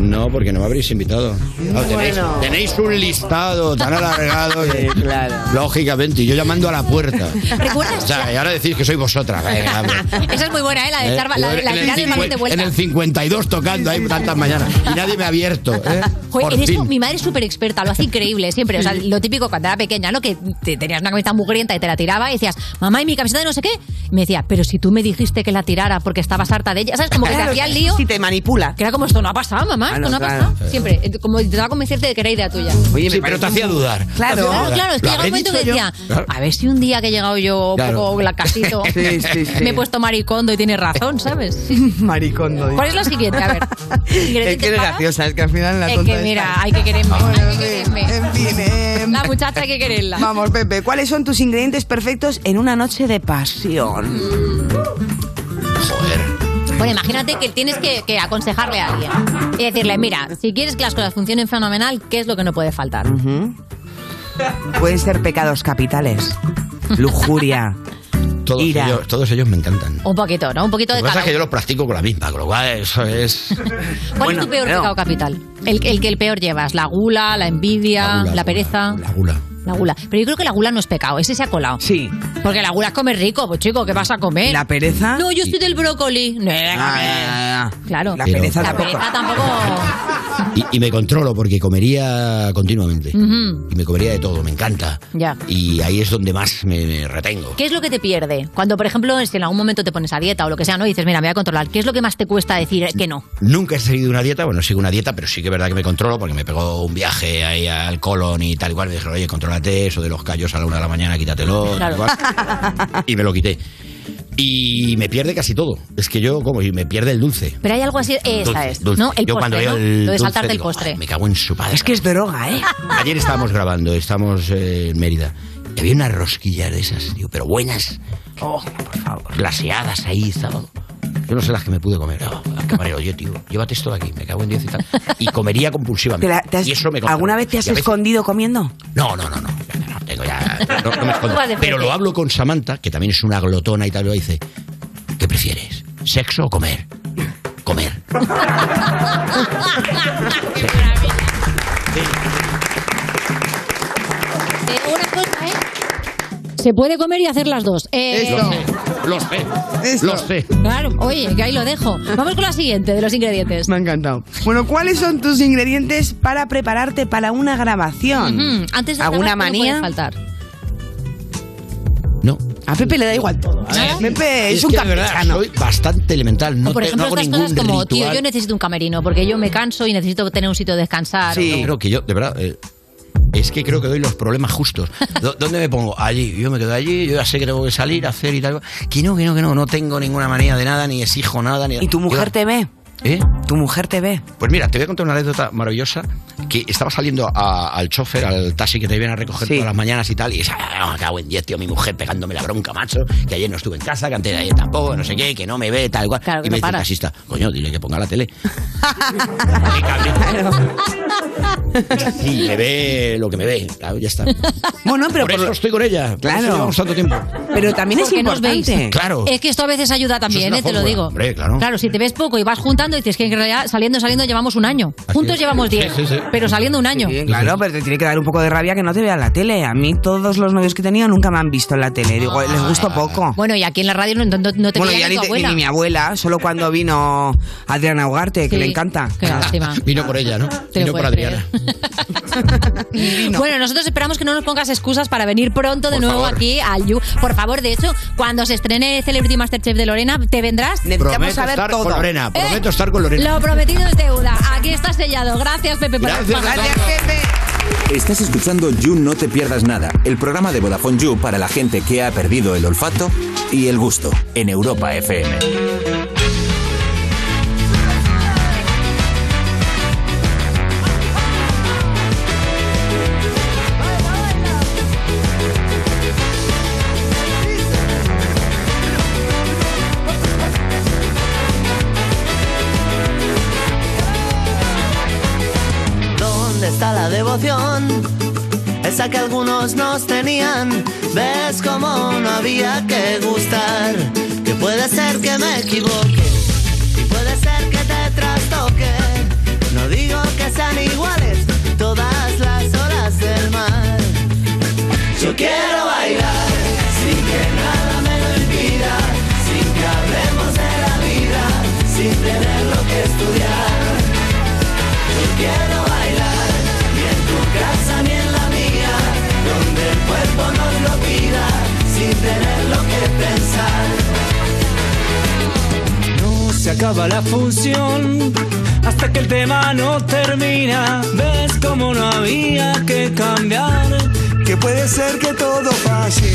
S24: No, porque no me habréis invitado. Claro, tenéis,
S31: Bueno.
S24: tenéis un listado tan alargado. que-
S31: claro.
S24: Lógicamente, y yo llamando a la puerta.
S4: ¿Recuerdas?
S24: O sea, y ahora decís que soy vosotras. Venga, hombre.
S4: Esa es muy buena, ¿eh? La de
S24: ¿Eh?
S4: Carva- la,
S24: Yo
S4: la, final
S24: en, el
S4: del balón de
S24: cincu-
S4: vuelta.
S24: en el 52 tocando ahí tantas mañanas. Y nadie me ha abierto. ¿eh?
S4: Joder,
S24: Por
S4: en esto
S24: fin.
S4: mi madre es súper experta, lo hace increíble siempre. O sea, lo típico cuando era pequeña, ¿no? Que te tenías una camiseta mugrienta y te la tiraba y decías, mamá, y mi camiseta de no sé qué. Y me decía, pero si tú me dijiste que la tirara porque estabas harta de ella, ¿sabes? Como que
S16: Claro,
S4: te hacía el lío.
S16: Si te manipula.
S4: Que era como esto no ha pasado, mamá,
S16: Ah,
S4: esto
S16: no,
S4: no ha
S16: claro.
S4: pasado. Siempre, eh, como intentaba convencerte de que era idea tuya.
S24: Sí, pero te hacía dudar.
S4: Claro,
S24: Te
S4: claro,
S24: hacía dudar.
S4: claro, es que
S24: ¿Lo
S4: llega un
S24: habré
S4: momento que
S24: dicho yo?
S4: decía,
S24: Claro.
S4: a ver si un día que he llegado yo un
S24: Claro.
S4: poco lacasito,
S16: Sí, sí, sí.
S4: me he puesto maricondo y tiene razón, ¿sabes?
S16: Maricondo. dice.
S4: ¿Cuál es la siguiente? A ver.
S16: Es que es graciosa, es que al final la
S4: Es
S16: tonta
S4: que
S16: esta-
S4: mira, hay que quererme. hay que quererme.
S16: La
S4: muchacha hay que quererla.
S16: Vamos, Pepe, ¿cuáles son tus ingredientes perfectos en una noche de pasión?
S4: Bueno, imagínate que tienes que, que aconsejarle a alguien y decirle, mira, si quieres que las cosas funcionen fenomenal, ¿qué es lo que no puede faltar?
S6: ¿Mm?
S16: Ujú. Pueden ser pecados capitales. Lujuria.
S24: Todos ellos, todos ellos me encantan.
S4: Un poquito, ¿no? Un poquito
S24: Lo
S4: de
S24: que pasa es
S4: calor.
S24: que yo los practico con la misma, con lo cual eso es.
S4: ¿Cuál es tu peor pecado capital? El, el que el peor llevas, la gula, la envidia, la, pereza. La
S24: gula.
S4: La gula. Pero yo creo que la gula no es pecado, ese se ha colado.
S16: Sí.
S4: Porque la gula es comer rico, pues chico, ¿qué vas a comer? ¿La
S16: pereza? Ah,
S4: No, yo soy del brócoli. No, Claro.
S16: La pereza
S4: La
S16: tampoco.
S4: pereza tampoco.
S24: Y, y me controlo porque comería continuamente.
S4: Ujú,
S24: Y me comería de todo, me encanta.
S4: Ya.
S24: Y ahí es donde más me, me retengo.
S4: ¿Qué es lo que te pierde? Cuando, por ejemplo, si en algún momento te pones a dieta o lo que sea, ¿no? Y dices, mira, me voy a controlar. ¿Qué es lo que más te cuesta decir que no?
S24: Nunca he seguido una dieta, bueno, sigo una dieta, pero sí que es verdad que me controlo porque me pegó un viaje ahí al colon y tal y cual. Me dijeron, oye, contrólate, eso de los callos a la una de la mañana, quítatelo. tal y cual. Y me lo quité. Y me pierde casi todo. Es que yo, como, y me pierde el dulce.
S4: Pero hay algo así, eh, esa
S24: Dulce,
S4: es,
S24: dulce.
S4: ¿no? El
S24: yo
S4: postre,
S24: cuando veo
S4: ¿no?
S24: el
S4: Lo de
S24: dulce
S4: saltarte el
S24: digo,
S4: postre.
S24: "Ay, me cago en su padre.
S16: Es que es droga, ¿eh?
S24: Ayer estábamos grabando, estamos eh, en Mérida. Y había unas rosquillas de esas, digo, pero buenas. Oh, por favor. Glaseadas ahí, sábado. Yo no sé las que me pude comer. Oh, al camarero, oye, tío, llévate esto de aquí, me cago en diez y tal. Y comería compulsivamente.
S16: ¿Te la- te has-
S24: y eso me controla.
S16: ¿Alguna vez te has
S24: Y a veces-
S16: escondido comiendo?
S24: No, no, no, no. no, no, tengo ya. No, no me escondo.
S16: Tú vas de frente.
S24: Pero lo hablo con Samantha, que también es una glotona y tal, y dice: ¿Qué prefieres? ¿Sexo o comer? Comer.
S4: Eh, una cosa, ¿eh? Se puede comer y hacer las dos. Eh,
S24: Lo sé. Lo sé.
S4: Claro, oye, que ahí lo dejo. Vamos con la siguiente de los ingredientes.
S16: Me ha encantado. Bueno, ¿cuáles son tus ingredientes para prepararte para una grabación?
S4: Ujú, Antes de
S16: ¿Alguna
S4: grabar, ¿qué no puede
S16: manía?
S4: faltar?
S24: No.
S16: A Pepe le da igual todo. ¿eh? Pepe es, un
S24: que de verdad,
S16: campechano.
S24: Soy bastante elemental. No,
S4: o por
S24: te-
S4: ejemplo,
S24: no hago
S4: estas
S24: ningún
S4: cosas como, tío,
S24: ritual.
S4: yo necesito un camerino porque yo me canso y necesito tener un sitio de descansar.
S24: No, Pero que yo, de verdad. eh, es que creo que doy los problemas justos. Do- ¿Dónde me pongo? Allí. Yo me quedo allí. Yo ya sé que tengo que salir, hacer y tal. Que no, que no, que no. No tengo ninguna manía de nada, ni exijo nada. Ni
S16: ¿Y tu mujer
S24: Yo-
S16: te ve?
S24: ¿Eh?
S16: ¿Tu mujer te ve?
S24: Pues mira, te voy a contar una anécdota maravillosa que estaba saliendo a- al chofer, al taxi que te viene a recoger todas las mañanas y tal, y es, ah, me cago en 10, tío, mi mujer pegándome la bronca, macho, que ayer no estuve en casa, que antes de ayer tampoco, no sé qué, que no me ve, tal cual. y
S4: que
S24: me
S4: no
S24: dice el
S4: paras.
S24: taxista, coño, dile que ponga la tele. Y me ve lo que me ve, claro, ya está.
S16: Bueno, pero
S24: por, eso estoy con ella. Claro.
S16: Claro.
S24: llevamos tanto tiempo.
S16: Pero también es
S4: Porque nos veis.
S16: importante.
S24: Claro.
S4: Es que esto a veces ayuda también,
S24: una
S4: eh, te lo
S24: fórmula,
S4: digo.
S24: hombre, claro.
S4: si te ves poco y vas juntando, dices que en realidad saliendo, saliendo llevamos un año. Juntos llevamos
S16: Sí,
S4: 10,
S16: sí, sí.
S4: pero saliendo un año.
S16: Sí, claro, pero te tiene que dar un poco de rabia que no te vean la tele. A mí todos los novios que he tenido nunca me han visto en la tele. Digo, les gusto poco.
S4: Ah. Bueno, y aquí en la radio no, no- no te
S16: Bueno,
S4: veía
S16: ya
S4: ni
S16: ni,
S4: tu
S16: te- ni-
S4: abuela.
S16: ni mi abuela, solo cuando vino Adriana Ugarte, que le encanta.
S4: qué lástima.
S24: Vino por ella, ¿no?
S4: Te lo
S16: vino por
S4: puedes
S16: Adriana.
S4: Bueno, nosotros esperamos que no nos pongas excusas para venir pronto de nuevo aquí al You. Por favor, de hecho, cuando se estrene Celebrity Masterchef de Lorena, ¿te vendrás? Eh,
S24: Prometo estar con Lorena. Prometo estar con Lorena.
S4: Lo prometido es deuda. Aquí está sellado. Gracias, Pepe. por
S24: Gracias,
S4: participar.
S29: Estás escuchando You No Te Pierdas Nada, el programa de Vodafone You para la gente que ha perdido el olfato y el gusto en Europa FM.
S32: ¿Dónde está la devoción? Esa que algunos nos tenían. ¿Ves cómo no había que gustar? Que puede ser que me equivoque. Y puede ser que te trastoque. No digo
S15: serán iguales todas las olas del mar. Yo quiero bailar sin que nada me lo impida, sin que hablemos de la vida, sin tener lo que estudiar. Yo quiero bailar ni en tu casa ni en la mía, donde el cuerpo nos lo pida, sin tener lo que pensar.
S2: No se acaba la función hasta que el tema no termina. Ves como no había que cambiar.
S15: Que puede ser que todo falle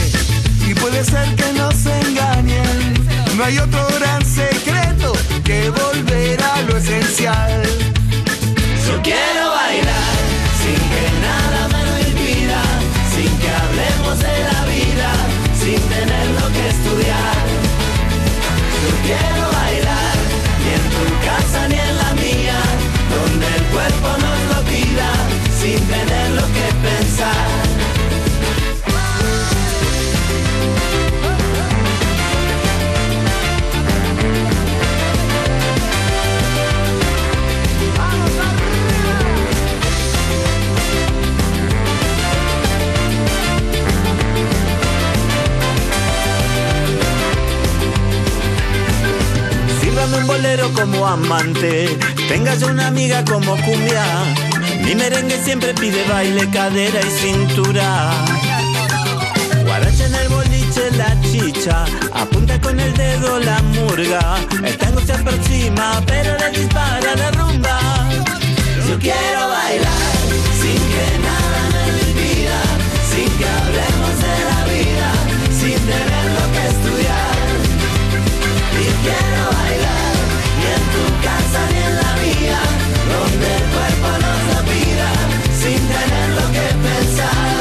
S15: y puede ser que nos engañen. No hay otro gran secreto que volver a lo esencial. Yo quiero bailar sin que nada me lo impida, sin que hablemos de la vida, sin tener lo que estudiar. Yo quiero bailar ni en tu casa ni en la mía, donde el cuerpo nos lo pida, sin tener lo que pensar.
S2: Sírvame un bolero como amante, tengas una amiga como cumbia. Mi merengue siempre pide baile, cadera y cintura. Guaracha en el boliche la chicha, apunta con el dedo la murga. El tango se aproxima, pero le dispara la rumba.
S15: Yo quiero bailar sin que nada me lo impida, sin que hablemos de la vida, sin tener lo que estudiar. Y quiero bailar ni en tu casa ni en la mía, donde el cuerpo nos lo pida, sin tener lo que pensar.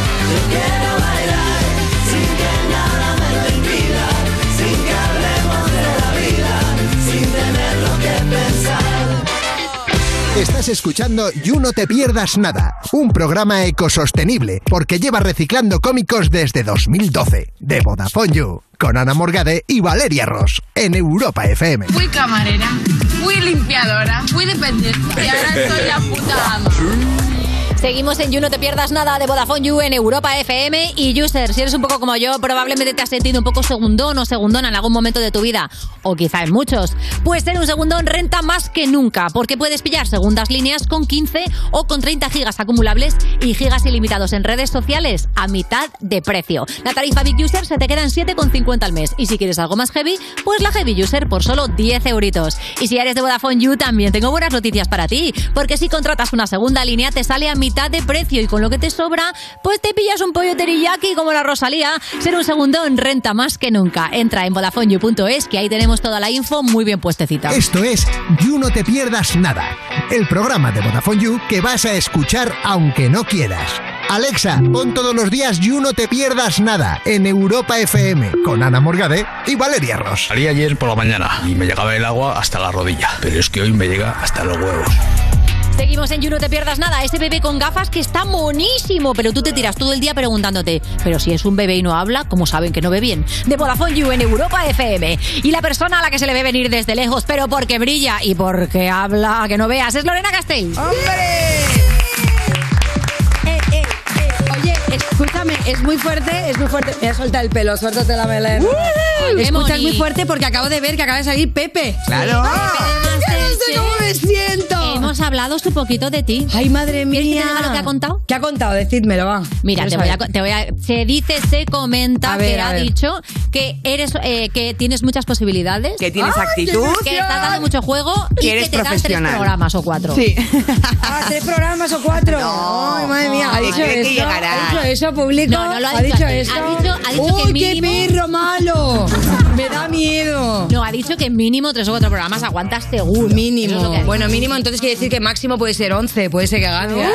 S15: Yo quiero bailar sin que nada me lo impida, sin que hablemos de la vida, sin tener lo que pensar.
S5: Estás escuchando You No Te Pierdas Nada, un programa ecosostenible porque lleva reciclando cómicos desde 2012. De Vodafone You, con Ana Morgade y Valeria Ross, en Europa FM.
S8: Fui camarera, fui limpiadora, fui dependiente y ahora soy la puta ama.
S4: Seguimos en You, no te pierdas nada de Vodafone You en Europa FM y User, si eres un poco como yo, probablemente te has sentido un poco segundón o segundona en algún momento de tu vida, o quizá en muchos. Pues ser un segundón renta más que nunca, porque puedes pillar segundas líneas con 15 o con 30 gigas acumulables y gigas ilimitados en redes sociales a mitad de precio. La tarifa Big User se te queda en 7,50 al mes y si quieres algo más heavy, pues la Heavy User por solo 10 euritos. Y si eres de Vodafone You también tengo buenas noticias para ti, porque si contratas una segunda línea te sale a mitad mitad de precio y con lo que te sobra, pues te pillas un pollo teriyaki como la Rosalía. Ser un segundón renta más que nunca. Entra en VodafoneYou.es que ahí tenemos toda la info muy bien puestecita.
S5: Esto es You No Te Pierdas Nada, el programa de Vodafone You que vas a escuchar aunque no quieras. Alexa, pon todos los días You No Te Pierdas Nada en Europa FM con Ana Morgade y Valeria Ross.
S13: Salí ayer por la mañana y me llegaba el agua hasta la rodilla, pero es que hoy me llega hasta los huevos.
S4: Seguimos en You, no te pierdas nada. Ese bebé con gafas que está monísimo, pero tú te tiras todo el día preguntándote, pero si es un bebé y no habla, ¿cómo saben que no ve bien? De Vodafone You en Europa FM. Y la persona a la que se le ve venir desde lejos, pero porque brilla y porque habla, que no veas, es Lorena Castell.
S10: Eh, Oye, escúchame, es muy fuerte, es muy fuerte. Me ha soltado el pelo, suéltate la melena. Escucha, es muy fuerte porque acabo de ver que acaba de salir Pepe.
S4: Claro.
S10: Yo ¡Ah! no sé cómo me siento.
S4: Hemos hablado un poquito de ti.
S10: Ay, madre mía.
S4: ¿Quieres que te diga lo que ha contado?
S10: ¿Qué ha contado? Decídmelo, va.
S4: Mira,
S10: Quiero
S4: te voy, a,
S10: saber.
S4: te voy a- Se dice, se comenta
S10: A ver,
S4: que
S10: a
S4: ha
S10: ver.
S4: dicho que eres, eh, que tienes muchas posibilidades, que
S10: tienes ¡Ay, qué actitud.
S4: que estás dando mucho juego y
S10: Que
S4: que
S10: eres
S4: te dan tres
S10: profesional.
S4: programas o cuatro.
S10: Sí. Ah, tres programas o cuatro. Ay, madre mía, ha dicho
S4: cree que
S10: eso. Ha
S4: llegará.
S10: dicho eso, público.
S4: No, no lo ha
S10: ha
S4: dicho
S10: dicho
S4: así.
S10: esto.
S4: Ha dicho- ha dicho
S10: Uy,
S4: que
S10: qué
S4: mínimo-
S10: perro malo. Me da miedo.
S4: No, ha dicho que mínimo tres o cuatro programas aguantas seguro. Mínimo.
S10: Bueno, mínimo, entonces quiere decir que máximo puede ser 11, puede ser que haga. Bueno,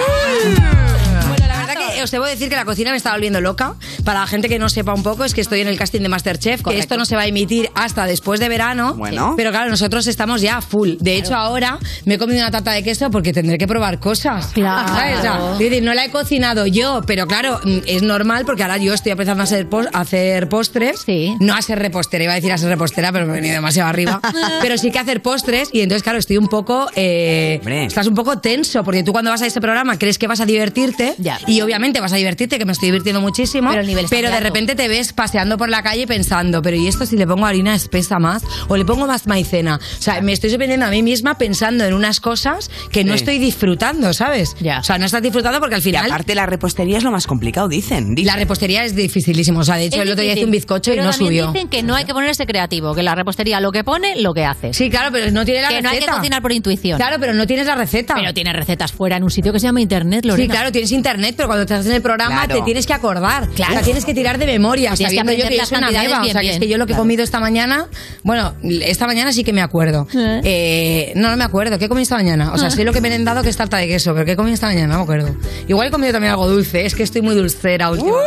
S10: la verdad que os debo decir que la cocina me está volviendo loca, para la gente que no sepa un poco, es que estoy en el casting de Masterchef, que esto no se va a emitir hasta después de verano.
S6: Bueno.
S10: Pero claro, nosotros estamos ya full. De hecho, ahora me he comido una tarta de queso porque tendré que probar cosas.
S4: Claro.
S10: ¿Sabes? O sea, es decir, no la he cocinado yo, pero claro, mm, es normal porque ahora yo estoy empezando a hacer, pos- a hacer postres. No a ser repostera, iba a decir a ser repostera, pero me he venido demasiado arriba. pero sí que hacer postres y entonces, claro, estoy un poco. eh, estás un poco tenso porque tú cuando vas a este programa crees que vas a divertirte y obviamente vas a divertirte, que me estoy divirtiendo muchísimo.
S4: Pero el nivel está
S10: pero de
S4: alto.
S10: repente te ves paseando por la calle pensando, pero ¿y esto si le pongo harina espesa más? ¿O le pongo más maicena? O sea, me estoy sorprendiendo a mí misma pensando en unas cosas que no
S6: Sí.
S10: estoy disfrutando, ¿sabes? O sea, no estás disfrutando porque al final...
S6: Aparte, la repostería es lo más complicado, dicen.
S10: La repostería es dificilísimo. O sea, de hecho,
S4: Es
S10: el otro día
S4: difícil,
S10: hice un bizcocho y
S4: pero
S10: no
S4: también
S10: subió.
S4: dicen que no hay que ponerse creativo, que la repostería lo que pone, lo que hace.
S10: Sí, claro, pero no tiene la
S4: Que no hay que
S10: receta.
S4: cocinar por intuición.
S10: Claro, pero no tienes la receta.
S4: Pero tienes recetas fuera en un sitio que se llama internet, Lorena.
S10: Sí, claro, tienes internet, pero cuando estás en el programa
S4: Claro.
S10: te tienes que acordar.
S4: Claro.
S10: O sea, tienes que tirar de memoria.
S4: Tienes que
S10: sabiendo yo
S4: aprender
S10: que yo
S4: las
S10: soy una
S4: cantidades
S10: diva,
S4: bien,
S10: o sea, que es que
S4: bien.
S10: yo lo que he
S4: Claro.
S10: comido esta mañana, bueno, esta mañana sí que me acuerdo. Eh, no, no me acuerdo. ¿Qué he comido esta mañana? O sea,
S4: Ah.
S10: sé lo que me he merendado que es tarta de queso, pero ¿qué he comido esta mañana? No me acuerdo. Igual he comido también algo dulce. Es que estoy muy dulcera últimamente.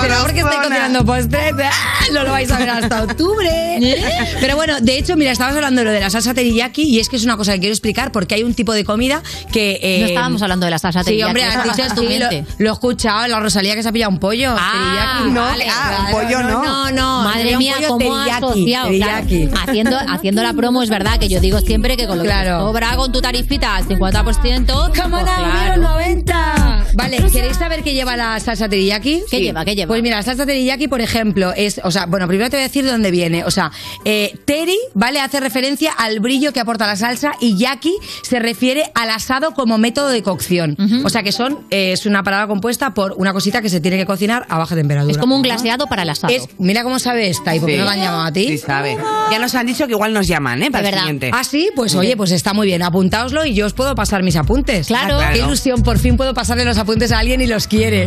S10: pero ahora que estoy cocinando postres, ¡ah! no lo vais a ver hasta octubre.
S4: ¿Eh?
S10: Pero bueno, de hecho, mira, estabas hablando de lo de la salsa teriyaki y es que es una cosa que quiero explicar porque hay un tipo de comida que... eh,
S4: No estábamos hablando de la salsa
S10: Sí,
S4: teriyaki,
S10: hombre,
S4: eso
S10: has dicho
S4: pasa en tu
S10: sí, lo-
S4: mente.
S10: Lo, he escuchado, la Rosalía que se ha pillado un pollo.
S4: Ah,
S10: teriyaki.
S4: vale,
S10: claro,
S4: claro,
S10: No, no. se
S4: Madre
S10: pilló
S4: mía,
S10: un pollo
S4: cómo ha
S10: teriyaki,
S4: asociado. claro.
S10: teriyaki.
S4: haciendo, haciendo la promo es verdad que yo digo siempre que con lo
S10: Claro.
S4: que cobra con tu tarifita al 50%.
S10: Como
S4: pues,
S10: la
S4: claro.
S10: 90. Vale, ¿queréis saber qué lleva la salsa teriyaki?
S4: ¿Qué lleva,
S10: ¿Qué lleva? Pues mira, la salsa teriyaki, por ejemplo, es, o sea, bueno, primero te voy a decir de dónde viene. O sea, eh, teri, ¿vale? Hace referencia al brillo que aporta la salsa y yaki se refiere al asado como método de cocción. O sea, que son, eh, es una palabra compuesta por una cosita que se tiene que cocinar a baja temperatura.
S4: Es como un glaseado para el asado.
S10: Es- mira cómo sabe esta y por qué
S6: Sí.
S10: no la han llamado a ti.
S6: Sí, sabe. Ya nos han dicho que igual nos llaman, ¿eh? Para el siguiente.
S10: Ah, sí, pues oye, pues está muy bien. Apuntaoslo y yo os puedo pasar mis apuntes.
S6: Claro. Ah, claro.
S10: Qué ilusión, por fin puedo pasarle los apuntes a alguien y los quiere.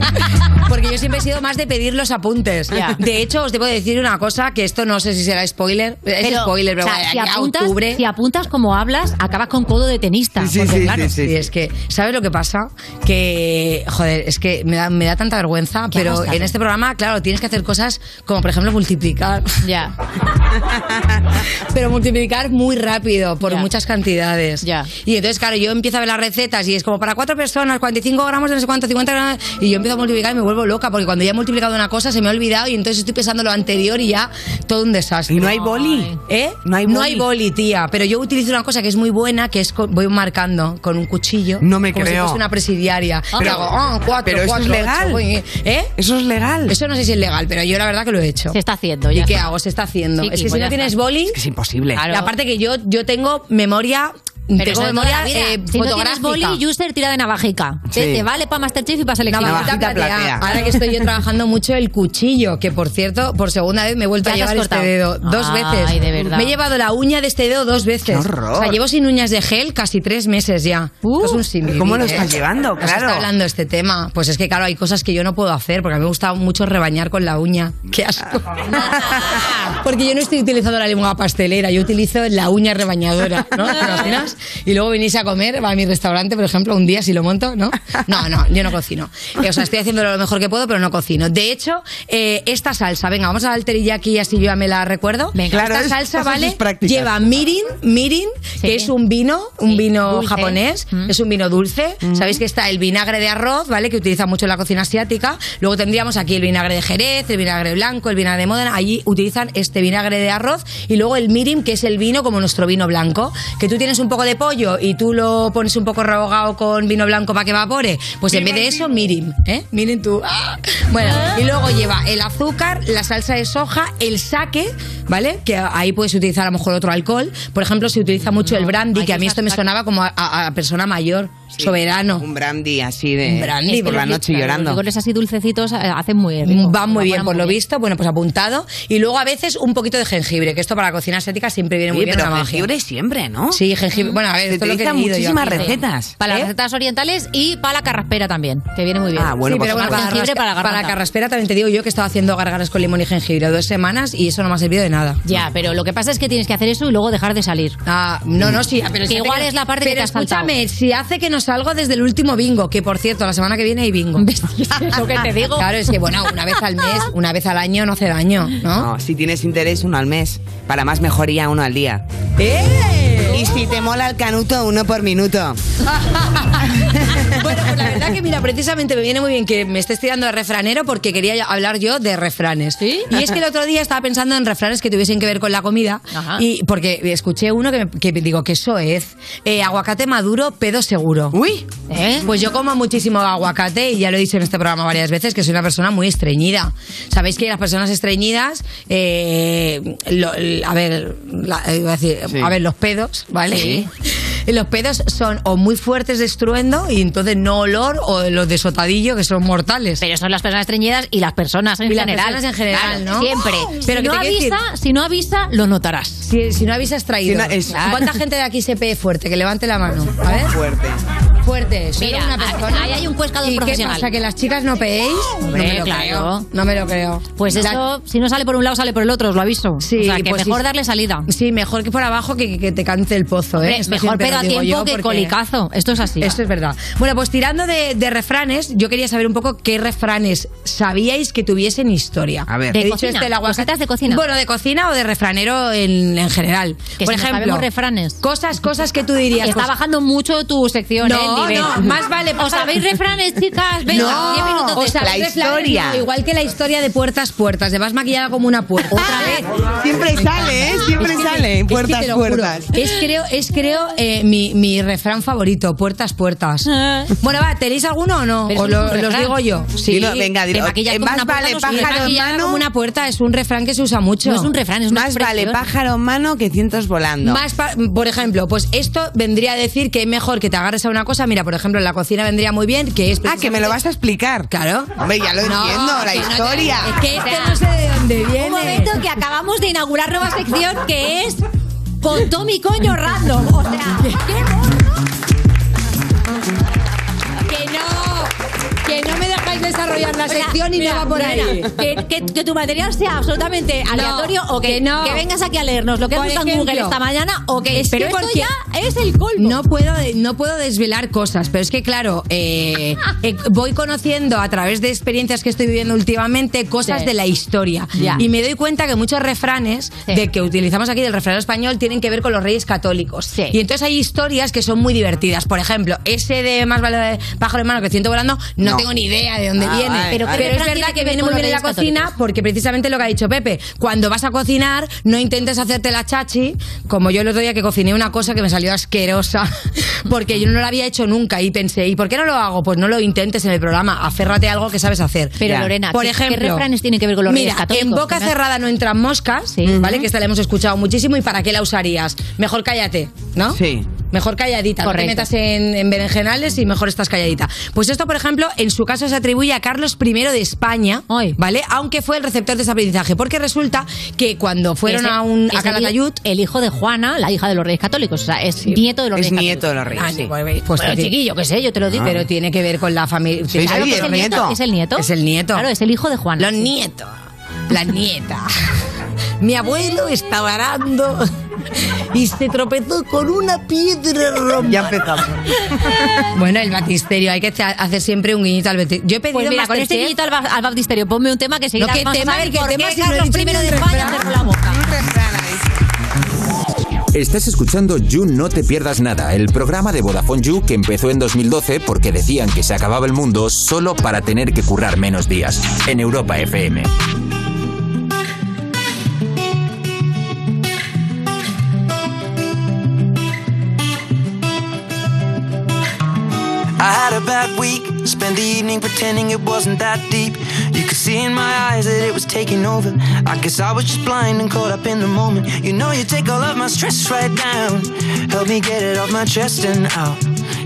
S10: Porque yo siempre he sido más de pedir los apuntes.
S4: Ya.
S10: De hecho, os debo decir una cosa, que esto no sé si será spoiler. Es
S4: Pero,
S10: spoiler, pero
S4: o sea,
S10: vaya,
S4: si
S10: aquí a
S4: apuntas,
S10: octubre.
S4: si apuntas como hablas, acabas con codo de tenista.
S10: Sí, sí,
S4: porque,
S10: sí,
S4: claro,
S10: sí, sí, es que, ¿sabes lo que pasa? Que, joder, es que me da, me da tanta vergüenza,
S4: ¿Qué
S10: pero
S4: hagas, Carmen?
S10: en este programa, claro, tienes que hacer cosas como, por ejemplo, multiplicar.
S4: Ya.
S10: pero multiplicar muy rápido, por muchas cantidades. Ya. Y entonces, claro, yo empiezo a ver las recetas y es como para cuatro personas, 45 gramos de no sé cuánto, 50 gramos, y yo empiezo a multiplicar y me vuelvo loca, porque cuando ya he multiplicado una cosa se me ha olvidado y entonces estoy pensando lo anterior y ya todo un desastre. ¿Y no hay boli? ¿Eh? No hay boli. No hay boli, tía, pero yo utilizo una cosa que es muy buena, que es co- voy marcando con un cuchillo.
S6: No me
S10: como si
S6: creo.
S10: fuese una presidiaria.
S6: Pero-
S10: Y hago, ah, cuatro,
S6: pero eso es
S10: cuatro, ocho,
S6: legal.
S10: voy, ¿Eh?
S6: Eso es legal.
S10: Eso no sé si es legal, pero yo la verdad que lo he hecho.
S4: Se está haciendo,
S10: ¿Y
S4: ya
S10: qué
S4: está.
S10: hago? Se está haciendo.
S4: Sí,
S10: es que
S4: pues
S10: si no
S4: ya
S10: tienes
S4: está.
S10: boli,
S6: Es que es imposible.
S10: y aparte que yo, yo tengo memoria. tengo
S4: eso es toda
S10: memoria
S4: la vida.
S10: eh,
S4: si no tienes
S10: fotográfica.
S4: boli, user tira de navajica.
S10: Sí.
S4: Te, te vale para Masterchef y para selección.
S10: Navajita platea. Ahora que estoy yo trabajando mucho el cuchillo, que por cierto, por segunda vez me he vuelto
S4: Ya
S10: a
S4: te has
S10: llevar este
S4: cortado.
S10: dedo dos
S4: Ay,
S10: veces.
S4: de verdad.
S10: Me he llevado la uña de este dedo dos veces.
S6: horror.
S10: O sea, llevo sin uñas de gel casi tres meses ya. Esto es un sinvivir,
S6: ¿Cómo lo
S10: ¿eh?
S6: estás llevando?
S10: Nos está
S6: Claro.
S10: hablando este tema. Pues es que claro, hay cosas que yo no puedo hacer porque a mí me gusta mucho rebañar con la uña. Qué asco. Porque yo no estoy utilizando la lengua pastelera, yo utilizo la uña rebañadora, ¿no? ¿Te imaginas? Y luego venís a comer a mi restaurante, por ejemplo, un día si lo monto, ¿no? No, no, yo no cocino. Eh, O sea, estoy haciendo lo mejor que puedo, pero no cocino. De hecho, eh, esta salsa, venga, vamos a dar el teriyaki y así yo ya me la recuerdo.
S6: Claro,
S10: esta
S6: es-
S10: salsa,
S6: cosas
S10: ¿vale?
S6: prácticas.
S10: Lleva mirin, mirin, que es un vino, un vino
S6: dulce.
S10: japonés, es un vino dulce. Sabéis que está el vinagre de arroz, ¿vale? Que utiliza mucho en la cocina asiática. Luego tendríamos aquí el vinagre de Jerez, el vinagre blanco, el vinagre de Módena. Allí utilizan este vinagre de arroz y luego el mirin, que es el vino como nuestro vino blanco. Que tú tienes un poco de pollo y tú lo pones un poco rehogado con vino blanco para que evapore. Pues en vez de eso, mirin, ¿eh? Mirin tú. ¡ah! Bueno, y luego lleva el azúcar, la salsa de soja, el sake, ¿vale? Que ahí puedes utilizar a lo mejor otro alcohol. Por ejemplo, se utiliza mucho el brandy, que a mí esto me sonaba como a, a- a persona mayor, soberano.
S6: Un brandy así de.
S10: Un brandy,
S6: por la noche llorando.
S10: Los así dulcecitos eh, hacen muy bien. Mm, Van muy bien, por lo visto. Bueno, pues apuntado. Y luego a veces un poquito de jengibre, que esto para la cocina asiática siempre viene
S6: Oye,
S10: muy bien.
S6: pero
S10: una magia.
S6: jengibre siempre, ¿no?
S10: Sí, jengibre. Bueno, a ver,
S6: Se
S10: esto es lo que he
S6: utilizan
S10: leído yo
S6: muchísimas
S10: aquí.
S6: recetas.
S4: Para
S10: ¿Eh?
S4: las recetas orientales y para la carraspera también, que viene muy bien.
S10: Ah, bueno, pues para,
S4: jengibre
S10: para,
S4: para la garganta.
S10: carraspera también te digo yo que estaba haciendo gargaras con limón y jengibre dos semanas y eso no me ha servido de nada.
S4: Ya, pero lo que pasa es que tienes que hacer eso y luego dejar de salir.
S10: Ah, no, no, sí, pero
S4: que
S10: sé
S4: igual
S10: no-
S4: es la parte
S10: pero
S4: que te has saltado.
S10: escúchame, si hace que no salgo desde el último bingo, que por cierto, la semana que viene hay bingo.
S4: lo que te digo.
S10: Claro, es que bueno, una vez al mes, una vez al año no hace daño, ¿no?
S6: No, si tienes interés, uno al mes. Para más mejoría, uno al día.
S10: ¡Eh!
S6: Y si te mola el canuto, uno por minuto.
S10: bueno, pues la verdad que mira, precisamente me viene muy bien que me estés tirando de refranero porque quería hablar yo de refranes. Y es que el otro día estaba pensando en refranes que tuviesen que ver con la comida
S4: Ajá.
S10: y porque escuché uno que, me- que digo que soez, eh, aguacate maduro, pedo seguro.
S6: Uy.
S10: Pues yo como muchísimo aguacate y ya lo he dicho en este programa varias veces que soy una persona muy estreñida. Sabéis que las personas estreñidas, eh, lo- a ver, la- eh, iba a decir,
S1: Sí.
S10: a ver los pedos, ¿vale?
S1: Sí.
S10: Y Los pedos son o muy fuertes de estruendo y entonces no olor o los de sotadillo que son mortales. Pero son las personas estreñidas y las personas
S4: en general.
S10: en general,
S4: Claro,
S10: ¿no?
S4: Siempre.
S10: Pero
S4: si,
S10: que
S4: no
S10: te quiero
S4: avisa,
S10: decir-
S4: si no avisa, lo notarás.
S10: Si, no avisas, traído.
S4: Si no- es-
S10: ¿Cuánta gente de aquí se pee fuerte? Que levante la mano. A ver.
S6: Fuerte.
S10: Fuerte. solo
S4: Mira,
S10: una
S4: ahí-
S10: persona.
S4: ahí hay un cuescador
S10: ¿Y
S4: profesional.
S10: ¿Qué pasa? ¿Que las chicas no peéis?
S4: Hombre,
S10: no me lo
S4: claro.
S10: creo. No me lo creo.
S4: Pues
S10: La-
S4: eso, si no sale por un lado, sale por el otro, os lo aviso.
S10: Sí,
S4: o sea, que
S10: pues
S4: mejor
S10: sí.
S4: darle salida.
S10: Sí, mejor que por abajo que, que- que te cante el pozo. ¿eh?
S4: Hombre,
S10: Esto
S4: mejor
S10: siempre
S4: pedo
S10: lo
S4: a
S10: digo
S4: tiempo
S10: yo
S4: que
S10: porque-
S4: colicazo. Esto es así.
S10: Esto es verdad. Bueno, pues tirando de, de refranes, yo quería saber un poco qué refranes sabíais que tuviesen historia.
S6: A ver.
S10: He
S6: De
S10: dicho
S4: cocina,
S10: este del aguacate.
S4: cositas de cocina.
S10: Bueno, de cocina o de refranero en, en general.
S4: Que
S10: por
S4: si nos
S10: ejemplo,
S4: sabemos refranes.
S10: Cosas, cosas que tú dirías.
S4: Está
S10: pues,
S4: bajando mucho tu sección,
S10: No,
S4: ¿eh? El nivel.
S10: no, más vale-
S4: ¿Os sabéis refranes, chicas? Venga,
S10: no,
S4: 10 minutos de
S10: o sea,
S4: esto.
S10: refranes, no, igual que la historia de puertas, puertas. Te vas maquillada como una puerta. Otra vez.
S6: Siempre sale, ¿eh? Siempre
S10: Es que-
S6: sale,
S10: es que
S6: puertas,
S10: te lo juro.
S6: puertas.
S10: Es creo, es creo eh, mi, mi refrán favorito, puertas, puertas. Bueno, va, ¿tenéis alguno o no?
S4: Ah. Pero
S10: ¿O
S4: eso no
S10: lo-
S4: es un
S10: los
S4: refrán.
S10: digo yo?
S4: Sí, Dilo, venga, dilo. te maquillas
S10: Eh,
S4: como una puerta, no se puede maquillar como
S10: una puerta, es un refrán que se usa mucho.
S4: No es un refrán, es una
S6: Más vale
S4: expresión.
S6: pájaro en mano que cientos volando.
S10: Más pa- por ejemplo, pues esto vendría a decir que es mejor que te agarres a una cosa. Mira, por ejemplo, en la cocina vendría muy bien que es.
S6: Ah, que me lo vas a explicar.
S10: Claro.
S6: Hombre, ya lo
S10: No,
S6: entiendo, la
S10: que no te-
S6: historia.
S10: es que este no sé de dónde viene.
S4: Un momento que acabamos de inaugurar nueva sección que es Contó mi coño random. O sea, ¿qué mono? Que no.
S10: Que no me dejáis desarrollar la
S4: O sea,
S10: sección y
S4: mira,
S10: no va por
S4: Lorena,
S10: ahí.
S4: Que, que- que tu material sea absolutamente
S10: No,
S4: aleatorio o que,
S10: que no.
S4: que vengas aquí a leernos lo que has
S10: Por
S4: buscado en Google
S10: ejemplo.
S4: esta mañana o que.
S10: Es que
S4: pero esto
S10: porque-
S4: ya es el colmo.
S10: No puedo, no puedo desvelar cosas, pero es que, claro, eh, eh, voy conociendo a través de experiencias que estoy viviendo últimamente cosas
S4: Sí.
S10: de la historia.
S4: Ya.
S10: Y me doy cuenta que muchos refranes de que utilizamos aquí del refrán español tienen que ver con los reyes católicos. Y entonces hay historias que son muy divertidas. Por ejemplo, ese de más vale pájaro en mano que ciento volando, no,
S4: No.
S10: tengo ni idea de dónde
S4: Ah,
S10: viene.
S4: vale, Pero vale. ¿qué
S10: es
S4: refrán
S10: verdad
S4: tiene
S10: que
S4: que ver
S10: viene
S4: con
S10: muy
S4: los
S10: bien en la
S4: reyes
S10: cocina
S4: católicos?
S10: porque precisamente lo que ha dicho Pepe, cuando vas a cocinar, no intentes hacerte la chachi, como yo el otro día que cociné una cosa que me salió asquerosa, porque yo no la había hecho nunca y pensé, ¿y por qué no lo hago? Pues no lo intentes en el programa, aférrate a algo que sabes hacer.
S4: Pero, Lorena,
S10: por
S4: ¿qué- qué
S10: ejemplo,
S4: refranes tienen que ver con los
S10: mira,
S4: reyes católicos?
S10: En boca
S4: Que me-
S10: cerrada no entran moscas, ¿vale? Que esta la hemos escuchado muchísimo y ¿para qué la usarías? Mejor cállate, ¿no?
S6: Sí.
S10: Mejor calladita, no te
S4: Correcto.
S10: metas en, en berenjenales y mejor estás calladita. Pues esto, por ejemplo, en su caso se atribuye a Carlos I de España, ¿vale? Aunque fue el receptor de ese aprendizaje, porque resulta que cuando fueron
S4: Ese-
S10: a un a
S4: ese
S10: Calatayud,
S4: tío, el hijo de Juana, la hija de los Reyes Católicos, o sea, es nieto de los
S6: Es
S4: Reyes
S6: nieto de los
S4: Católicos. Ah,
S6: reyes. sí.
S10: pues Ah.
S4: Bueno,
S10: te-
S4: chiquillo, qué sé, yo te lo digo.
S10: pero tiene que ver con la familia.
S6: Sí,
S4: Claro
S6: sí,
S4: que es el nieto, es el nieto.
S10: Es el nieto.
S4: Claro, es el hijo de Juana.
S10: Los nietos. La nieta. Mi abuelo estaba arando y se tropezó con una piedra romana.
S6: Ya empezamos.
S10: Bueno, el baptisterio, hay que hacer- hacer siempre un guiñito al baptisterio. Yo he pedido
S4: Pues mira, con este
S10: Masterchef.
S4: guiñito al, ba- al baptisterio, ponme un tema que seguirá.
S10: No, ¿qué
S4: vamos a
S10: tema?
S4: saber
S10: ¿Qué
S4: por
S10: tema? Si no he
S4: Carlos
S10: dicho
S4: I
S10: ni
S4: de
S10: un
S4: España
S10: refrán.
S4: cerró la boca.
S29: Estás escuchando You No Te Pierdas Nada, el programa de Vodafone You que empezó en 2012 porque decían que se acababa el mundo solo para tener que currar menos días. En Europa FM.
S3: I had a bad week, spent the evening pretending it wasn't that deep. You could see in my eyes that it was taking over. I guess I was just blind and caught up in the moment. You know, you take all of my stress right down, help me get it off my chest and out.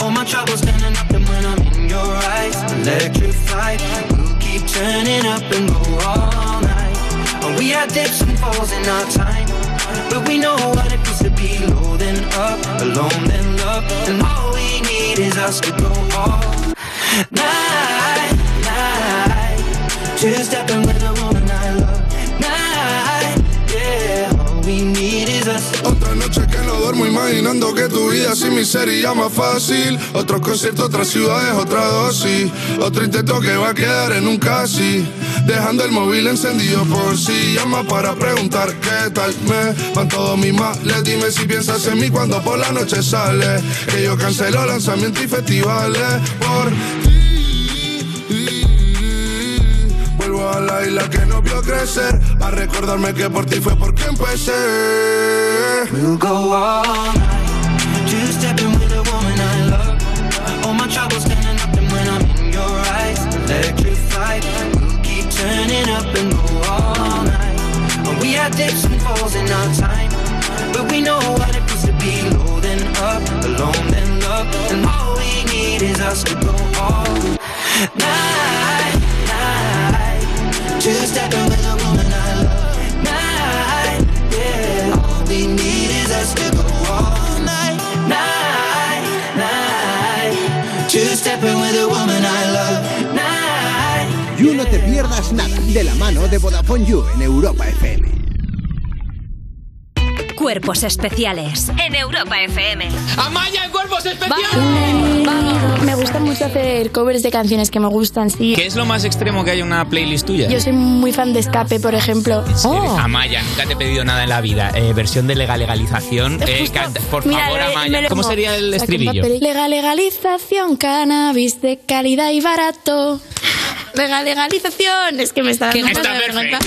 S33: All my troubles standing up and when I'm in your eyes, electrified. We'll keep turning up and go all night. And we had dips and falls in our time. But we know what it means to be low then up, alone then loved. And all we need is us to go all night, night. Two stepping with a woman I love. Night, yeah. All we need is us.
S34: Otra noche que no duermo imaginando que tu vida sin mí sería más fácil. Otros conciertos, otras ciudades, otra dosis. Otro intento que va a quedar en un casi. Dejando el móvil encendido por si llama para preguntar qué tal me van todos mis males. Dime si piensas en mí cuando por la noche sale. Que yo cancelo lanzamientos y festivales por Vuelvo a la isla que no vio crecer A recordarme que por ti fue porque empecé
S33: We'll go all
S34: night
S33: Two stepping with a woman I love. All my troubles standing up, and when I'm in your eyes, electrified. We'll keep turning up and go all night. And we had dips and falls in our time, but we know what it means to be low then up, alone then loved. And all we need is us to go all night, night. Two stepping with a woman I love. Night, yeah. All we need is us to go all night, night, night. Two stepping with a woman I love. Night.
S5: You No Te Pierdas Nada, de la mano de Vodafone You en Europa FM.
S34: Cuerpos especiales en Europa FM.
S21: ¡Amaya en cuerpos especiales!
S8: Me gusta mucho hacer covers de canciones que me gustan, sí.
S21: ¿Qué es lo más extremo que hay en una playlist tuya?
S8: Yo soy muy fan de Escape, por ejemplo.
S21: Amaya, nunca te he pedido nada en la vida. Eh, versión de legal legalización. Eh, canta- por
S8: Mira,
S21: favor,
S8: me- me
S21: Amaya.
S8: lo-
S21: ¿Cómo sería el
S8: Saqué un
S21: estribillo?
S8: papel. Legal, legalización, cannabis de calidad y barato. Legal, legalización. Es que me está dando una vergüenza.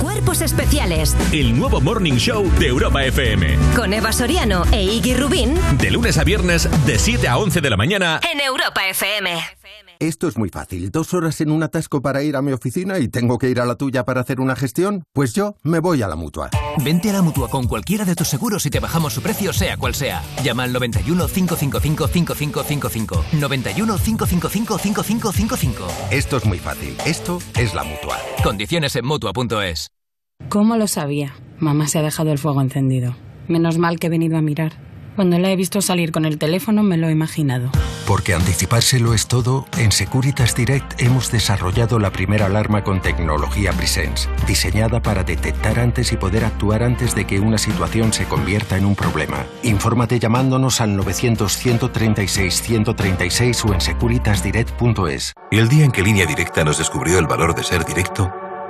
S34: Cuerpos especiales
S35: El nuevo Morning Show de Europa FM.
S34: con Eva Soriano e Iggy Rubín
S35: De lunes a viernes, de 7 a 11 de la mañana.
S34: en Europa FM.
S36: Esto es muy fácil. Dos horas en un atasco para ir a mi oficina y tengo que ir a la tuya para hacer una gestión. Pues yo me voy a la mutua.
S11: Vente a la mutua con cualquiera de tus seguros y te bajamos su precio, sea cual sea. Llama al 91 555 5555. 91 555 5555.
S36: Esto es muy fácil. Esto es la mutua.
S11: Condiciones en mutua.es.
S9: ¿Cómo lo sabía? Mamá se ha dejado el fuego encendido. Menos mal que he venido a mirar. Cuando la he visto salir con el teléfono me lo he imaginado.
S36: Porque anticipárselo es todo, en Securitas Direct hemos desarrollado la primera alarma con tecnología Presence, diseñada para detectar antes y poder actuar antes de que una situación se convierta en un problema. Infórmate llamándonos al 900-136-136 o en securitasdirect.es.
S1: El día en que Línea Directa nos descubrió el valor de ser directo,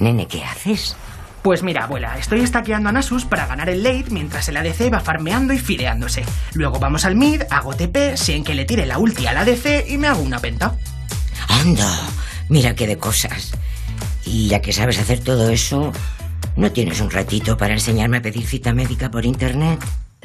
S1: Nene, ¿qué haces?
S13: Pues mira, abuela, estoy estaqueando a Nasus para ganar el late mientras el ADC va farmeando y fideándose. Luego vamos al mid, hago TP, sin que le tire la ulti al ADC y me hago una penta.
S1: Anda, mira qué de cosas. Y ya que sabes hacer todo eso, ¿no tienes un ratito para enseñarme a pedir cita médica por internet?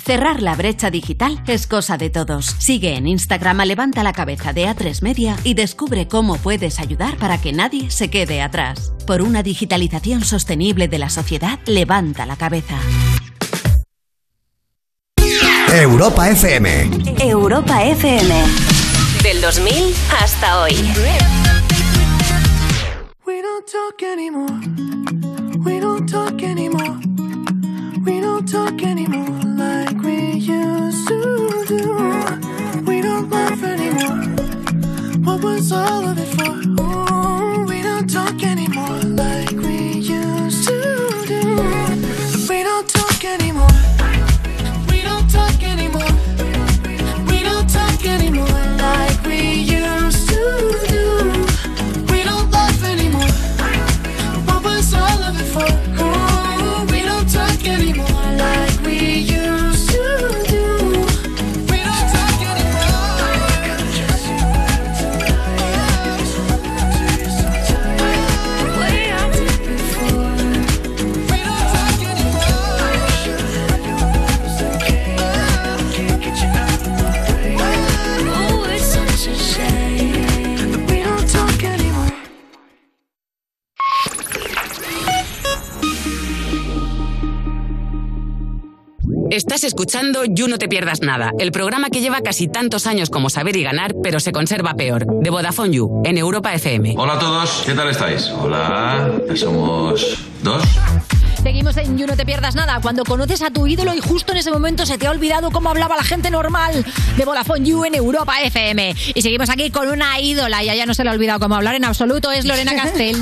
S4: Cerrar la brecha digital es cosa de todos. Sigue en Instagram a Levanta la Cabeza de A3 Media y descubre cómo puedes ayudar para que nadie se quede atrás. Por una digitalización sostenible de la sociedad, levanta la cabeza.
S5: Europa FM.
S4: Europa FM.
S34: Del 2000 hasta hoy.
S15: We don't talk anymore. We don't talk anymore. We don't talk anymore like we used to do. We it's all of it for. Ooh, we don't talk anymore like we used to do. We don't talk anymore. We don't talk anymore. We don't talk anymore like we used to do. We don't laugh anymore. What was all of it for? Ooh, we don't talk anymore like we used to do. We don't talk anymore. Way out before. We don't talk anymore. Oh, it's such a shame that we don't talk anymore.
S2: Estás escuchando You No Te Pierdas Nada, el programa que lleva casi tantos años como Saber y Ganar, pero se conserva peor, de Vodafone You, en Europa FM. Hola a todos, ¿qué tal estáis? Hola, ya somos dos.
S4: Seguimos en You No Te Pierdas Nada. Cuando conoces a tu ídolo y justo en ese momento se te ha olvidado cómo hablaba la gente normal de Vodafone You en Europa FM. Y seguimos aquí con una ídola y a ella no se le ha olvidado cómo hablar en absoluto. Es Lorena Castell.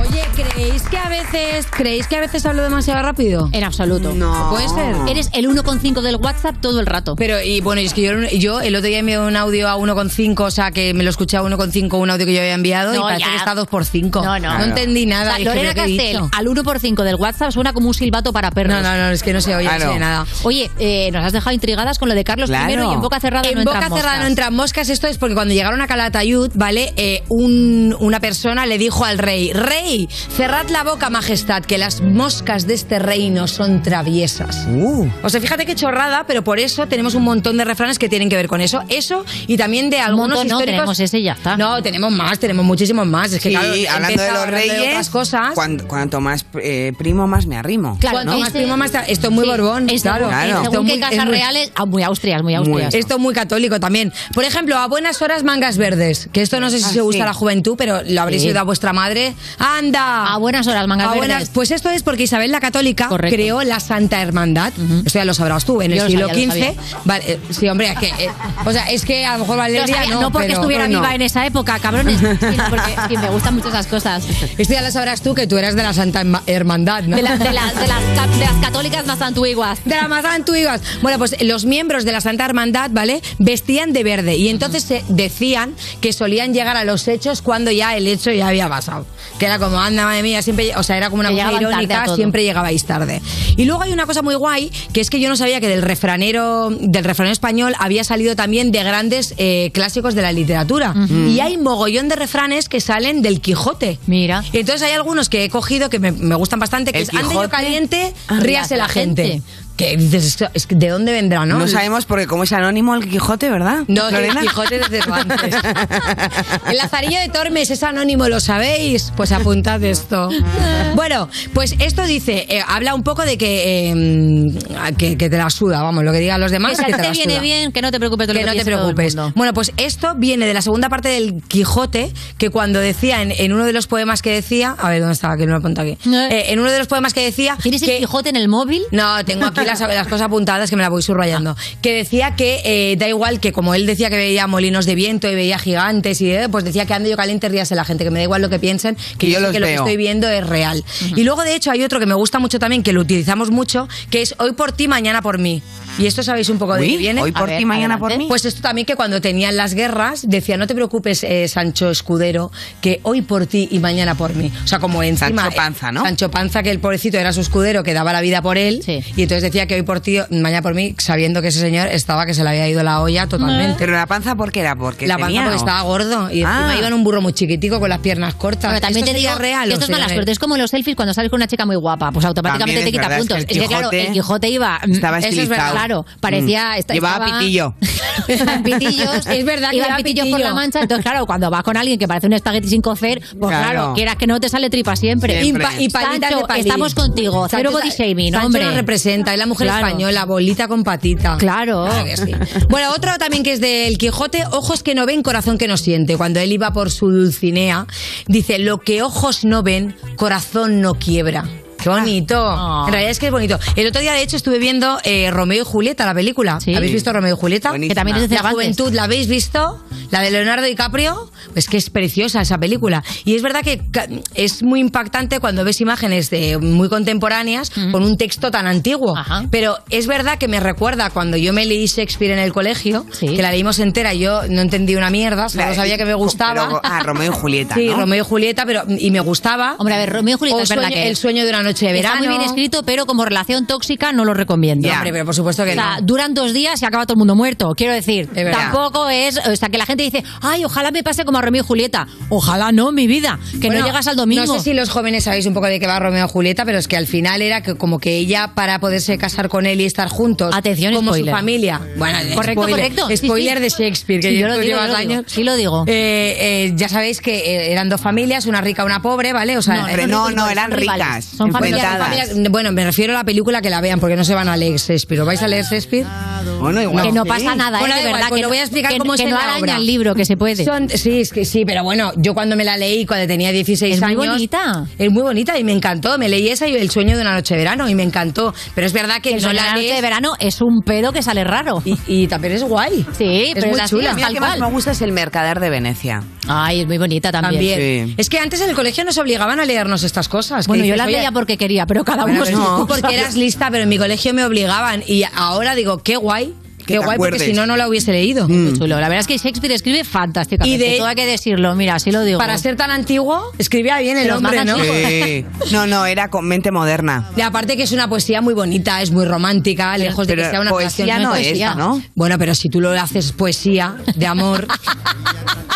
S10: Oye, ¿creéis que a veces creéis que a veces hablo demasiado rápido?
S4: En absoluto.
S10: No. Puede ser.
S4: Eres el 1,5 del WhatsApp todo el rato.
S10: Pero, y bueno, y es que yo, yo el otro día envié un audio a 1,5, o sea, que me lo escuché a 1,5, un audio que yo había enviado, y
S4: No,
S10: parece
S4: ya.
S10: que está 2x5.
S4: No, no.
S10: No entendí nada.
S4: O sea, Lorena Castel, al 1x5 del WhatsApp suena como un silbato para perros.
S10: No, no, no, es que no se oye, no se
S4: Claro.
S10: oye nada.
S4: Oye, eh, nos has dejado intrigadas con lo de Carlos
S10: Claro.
S4: I y en boca cerrada
S10: En
S4: no
S10: boca
S4: entran
S10: cerrada
S4: moscas.
S10: no entran moscas. Esto es porque cuando llegaron a Calatayud, ¿vale? Eh, un- una persona le dijo al rey: Rey, cerrad la boca, majestad, que las moscas de este reino son traviesas.
S6: Uh.
S10: O sea, fíjate qué chorrada, pero por eso tenemos un montón de refranes que tienen que ver con eso. Eso y también de algunos
S4: montón no,
S10: históricos.
S4: tenemos ese ya está.
S10: No, tenemos más, tenemos muchísimos más. Es que
S6: Sí,
S10: claro,
S6: hablando
S10: empezaba
S6: de los
S10: hablando
S6: reyes,
S10: otras cosas.
S6: Cuan- cuanto más eh, primo, más me arrimo.
S10: Cuanto
S6: ¿no?
S10: más
S4: Este
S10: primo, más tra- Esto es muy borbón. claro,
S6: Claro.
S10: Esto es muy- es muy-
S4: ah, muy austrias, muy austrias.
S10: Esto es muy católico también. Por ejemplo, a buenas horas mangas verdes, que esto no sé si
S4: Ah,
S10: se gusta
S4: sí.
S10: a la juventud, pero lo habréis
S4: Sí.
S10: oído a vuestra madre. ¡Anda! A buenas
S4: horas mangas verdes.
S10: Pues esto es porque Isabel la Católica
S4: Correcto.
S10: creó la Santa Hermandad. O sea, lo sabrás tú, en
S4: Yo
S10: el
S4: lo
S10: siglo
S4: sabía, lo
S10: XV. Vale, eh, sí, hombre, es que, eh, o sea, es que a lo mejor Valeria
S4: Lo sabía,
S10: no,
S4: no porque
S10: pero-
S4: estuviera
S10: pero no.
S4: viva en esa época, cabrones, sino porque sí, me gustan mucho esas cosas.
S10: Esto ya lo sabrás tú, que tú eras de la Santa Herma- Hermandad, ¿no?
S4: De, la- de las- de las, ca- de las católicas más antiguas.
S10: De las más antiguas. Bueno, pues los miembros de la Santa Hermandad, ¿vale? Vestían de verde y entonces se decían que solían llegar a los hechos cuando ya el hecho ya había pasado. Que era como, anda, madre mía, siempre, o sea, era como una
S4: Que
S10: cosa
S4: llegaban tarde a
S10: irónica,
S4: todo.
S10: siempre llegabais tarde. Y luego hay una cosa muy guay, que es que yo no sabía que del refranero, del refranero español había salido también de grandes eh, clásicos de la literatura. Y hay mogollón de refranes que salen del Quijote.
S4: Mira.
S10: Y entonces hay algunos que he cogido que me, me gustan bastante, que
S6: El
S10: es, ande yo
S6: Quijote,
S10: caliente,
S6: ah,
S10: ríase la gente. Que dices, esto, es que ¿de dónde vendrá, no?
S6: No sabemos porque como es anónimo el Quijote, ¿verdad?
S10: No, que el
S6: Lorena?
S10: Quijote de Cervantes. El Lazarillo de Tormes es anónimo, ¿lo sabéis? Pues apuntad esto. Bueno, pues esto dice, eh, habla un poco de que, eh, que, que te la suda, vamos, lo que digan los demás.
S4: Que si a
S10: que te
S4: ti te
S10: la
S4: viene
S10: suda.
S4: bien, que no te preocupes de lo
S10: Que
S4: que
S10: no te
S4: piense todo el
S10: preocupes.
S4: mundo.
S10: Bueno, pues esto viene de la segunda parte del Quijote, que cuando decía en, en uno de los poemas que decía. A ver, ¿dónde estaba? Que no lo apunto aquí. Eh, en uno de los poemas que decía. ¿Tienes el Quijote
S4: en el móvil?
S10: No, tengo aquí las, las cosas apuntadas que me las voy subrayando. Que decía que eh, da igual que, como él decía que veía molinos de viento y veía gigantes y eh, pues decía que ando yo caliente, ríase la gente, que me da igual lo que piensen, que
S6: Que
S10: yo,
S6: yo
S10: sé
S6: los
S10: que lo
S6: veo.
S10: que estoy viendo es real. Y luego, de hecho, hay otro que me gusta mucho también, que lo utilizamos mucho, que es hoy por ti, mañana por mí. Y esto sabéis un poco de
S6: Uy,
S10: qué viene.
S6: hoy por A ti, ver, mañana por adelante. mí.
S10: Pues esto también que cuando tenían las guerras decía, no te preocupes, eh, Sancho Escudero, que hoy por ti y mañana por mí. O sea, como encima...
S6: Sancho Panza, ¿no?
S10: Sancho Panza, que el pobrecito era su escudero, que daba la vida por él. Y entonces decía que hoy por ti, mañana por mí, sabiendo que ese señor estaba, que se le había ido la olla totalmente.
S6: Pero la panza, ¿por Ah. qué era? Porque
S10: La panza
S6: tenía,
S10: porque
S6: ¿o?
S10: estaba gordo y encima
S6: Ah.
S10: iba en un burro muy chiquitico con las piernas cortas.
S4: Bueno, también
S10: ¿Esto
S4: te digo
S10: sería real o
S4: que esto es mala
S10: sería-
S4: suerte. Es como los selfies cuando sales con una chica muy guapa. Pues automáticamente
S10: También
S4: te
S10: es
S4: quita
S10: verdad, es
S4: puntos.
S10: que
S4: Es
S10: el
S4: que, claro,
S10: Quijote
S4: el Quijote iba... mm,
S6: Estaba
S4: eso es
S6: estilizado.
S4: verdad, Claro, parecía...
S6: Mm.
S4: esta-
S6: Llevaba
S4: estaba-
S6: pitillo.
S4: Iban pitillos.
S10: Es verdad que
S4: iban
S10: lleva
S4: pitillos por
S10: pitillo.
S4: la mancha. Entonces, claro, cuando vas con alguien que parece un espagueti sin cocer, pues claro,
S10: Claro.
S4: quieras que no te sale tripa siempre.
S10: Y pa- y palitas
S4: Sancho,
S10: de palín.
S4: estamos contigo.
S10: Sancho-
S4: Cero body shaming,
S10: Sancho
S4: hombre.
S10: nos representa, es la mujer
S4: Claro.
S10: española, bolita con patita.
S4: Claro.
S10: que sí. Bueno, otro también que es del Quijote, ojos que no ven, corazón que no siente. Cuando él iba por su Dulcinea, dice, lo que ojos no ven, corazón no quiebra. Qué
S4: Ah.
S10: bonito. En realidad es que es bonito. El otro día, de hecho, estuve viendo eh, Romeo y Julieta, la película. ¿Habéis visto Romeo y Julieta?
S4: Que también es de
S10: La
S4: Cervantes.
S10: juventud, ¿la habéis visto? La de Leonardo DiCaprio. Pues que es preciosa esa película. Y es verdad que ca- es muy impactante cuando ves imágenes de muy contemporáneas con un texto tan antiguo. Pero es verdad que me recuerda cuando yo me leí Shakespeare en el colegio, que la leímos entera. Yo no entendí una mierda, solo sabía que me gustaba.
S6: Pero, ah, Romeo y Julieta.
S10: Sí,
S6: ¿no?
S10: Romeo y Julieta, pero y me gustaba. Hombre,
S4: a ver, Romeo y Julieta
S10: O
S4: es verdad
S10: sueño-
S4: que
S10: el sueño de una noche de
S4: Está muy
S10: verano.
S4: bien escrito, pero como relación tóxica no lo recomiendo.
S10: Ya, hombre, pero por supuesto que
S4: O sea,
S10: no.
S4: duran dos días y acaba todo el mundo muerto. Quiero decir,
S10: verdad.
S4: tampoco es. O sea, que la gente dice, ay, ojalá me pase como a Romeo y Julieta. Ojalá no, mi vida. Que
S10: Bueno,
S4: no llegas al domingo.
S10: No sé si los jóvenes sabéis un poco de qué va Romeo y Julieta, pero es que al final era que como que ella para poderse casar con él y estar juntos,
S4: Atención,
S10: como
S4: spoiler.
S10: su familia. Bueno,
S4: Correcto,
S10: spoiler,
S4: correcto. Sí, sí.
S10: Spoiler de Shakespeare, que
S4: Sí, yo
S10: yo
S4: lo
S10: tú
S4: digo,
S10: llevas
S4: yo lo digo.
S10: años.
S4: Sí lo digo.
S10: Eh, eh, ya sabéis que eh, eran dos familias, una rica, una pobre, ¿vale? O sea,
S6: No, no, Hombre, no, no, eran
S10: rivales.
S6: ricas,
S10: Son familias,
S6: enfrentadas.
S10: son familias- Bueno, me refiero a la película que la vean, porque no se van a leer Shakespeare. ¿O vais a leer Shakespeare?
S6: Bueno, igual.
S4: que no
S6: sí.
S4: pasa nada, ¿eh?
S10: Bueno,
S4: de
S10: da igual,
S4: verdad.
S10: pues
S4: que
S10: lo voy a explicar
S4: que-
S10: cómo es
S4: que
S10: en
S4: no
S10: la
S4: araña
S10: obra.
S4: el libro, que se puede.
S10: Son- sí, es que sí, pero bueno, yo cuando me la leí, cuando tenía 16
S4: Es muy
S10: años.
S4: bonita.
S10: Es muy bonita y me encantó. Me leí esa y El sueño de una noche de verano y me encantó. Pero es verdad que
S4: El
S10: no
S4: sueño de
S10: la
S4: una noche
S10: lees.
S4: de verano es un pedo que sale raro.
S10: Y, y también es guay.
S4: Sí,
S10: es
S4: pero
S10: muy
S4: es así,
S10: chula.
S4: es
S6: Mira,
S4: tal
S6: el que más
S4: cual.
S6: me gusta es el Mercader de Venecia.
S4: Ay, es muy bonita también.
S10: También. Es que antes en el colegio nos obligaban a leernos estas cosas. que
S4: Bueno, yo
S10: dices,
S4: las
S10: "Oye,
S4: leía porque quería, pero cada uno
S10: bueno,
S4: es
S10: pero tú porque eras lista, pero en mi colegio me obligaban. Y ahora digo, qué guay. Qué
S4: te
S10: guay,
S4: acuerdes.
S10: porque si no, no la hubiese leído.
S6: Mm.
S4: chulo. La verdad es que Shakespeare escribe fantásticamente.
S10: Y de-
S4: Todo hay que decirlo, mira, así lo digo.
S10: Para ser tan antiguo, escribía bien el
S4: Pero
S10: hombre,
S4: más
S10: ¿no?
S4: antiguo.
S6: Sí. No, no, era con mente moderna.
S10: Y aparte que es una poesía muy bonita, es muy romántica, lejos de
S6: pero
S10: que sea una
S6: poesía
S10: relación,
S6: no es esta, ¿no?
S10: Bueno, pero si tú lo haces poesía de amor,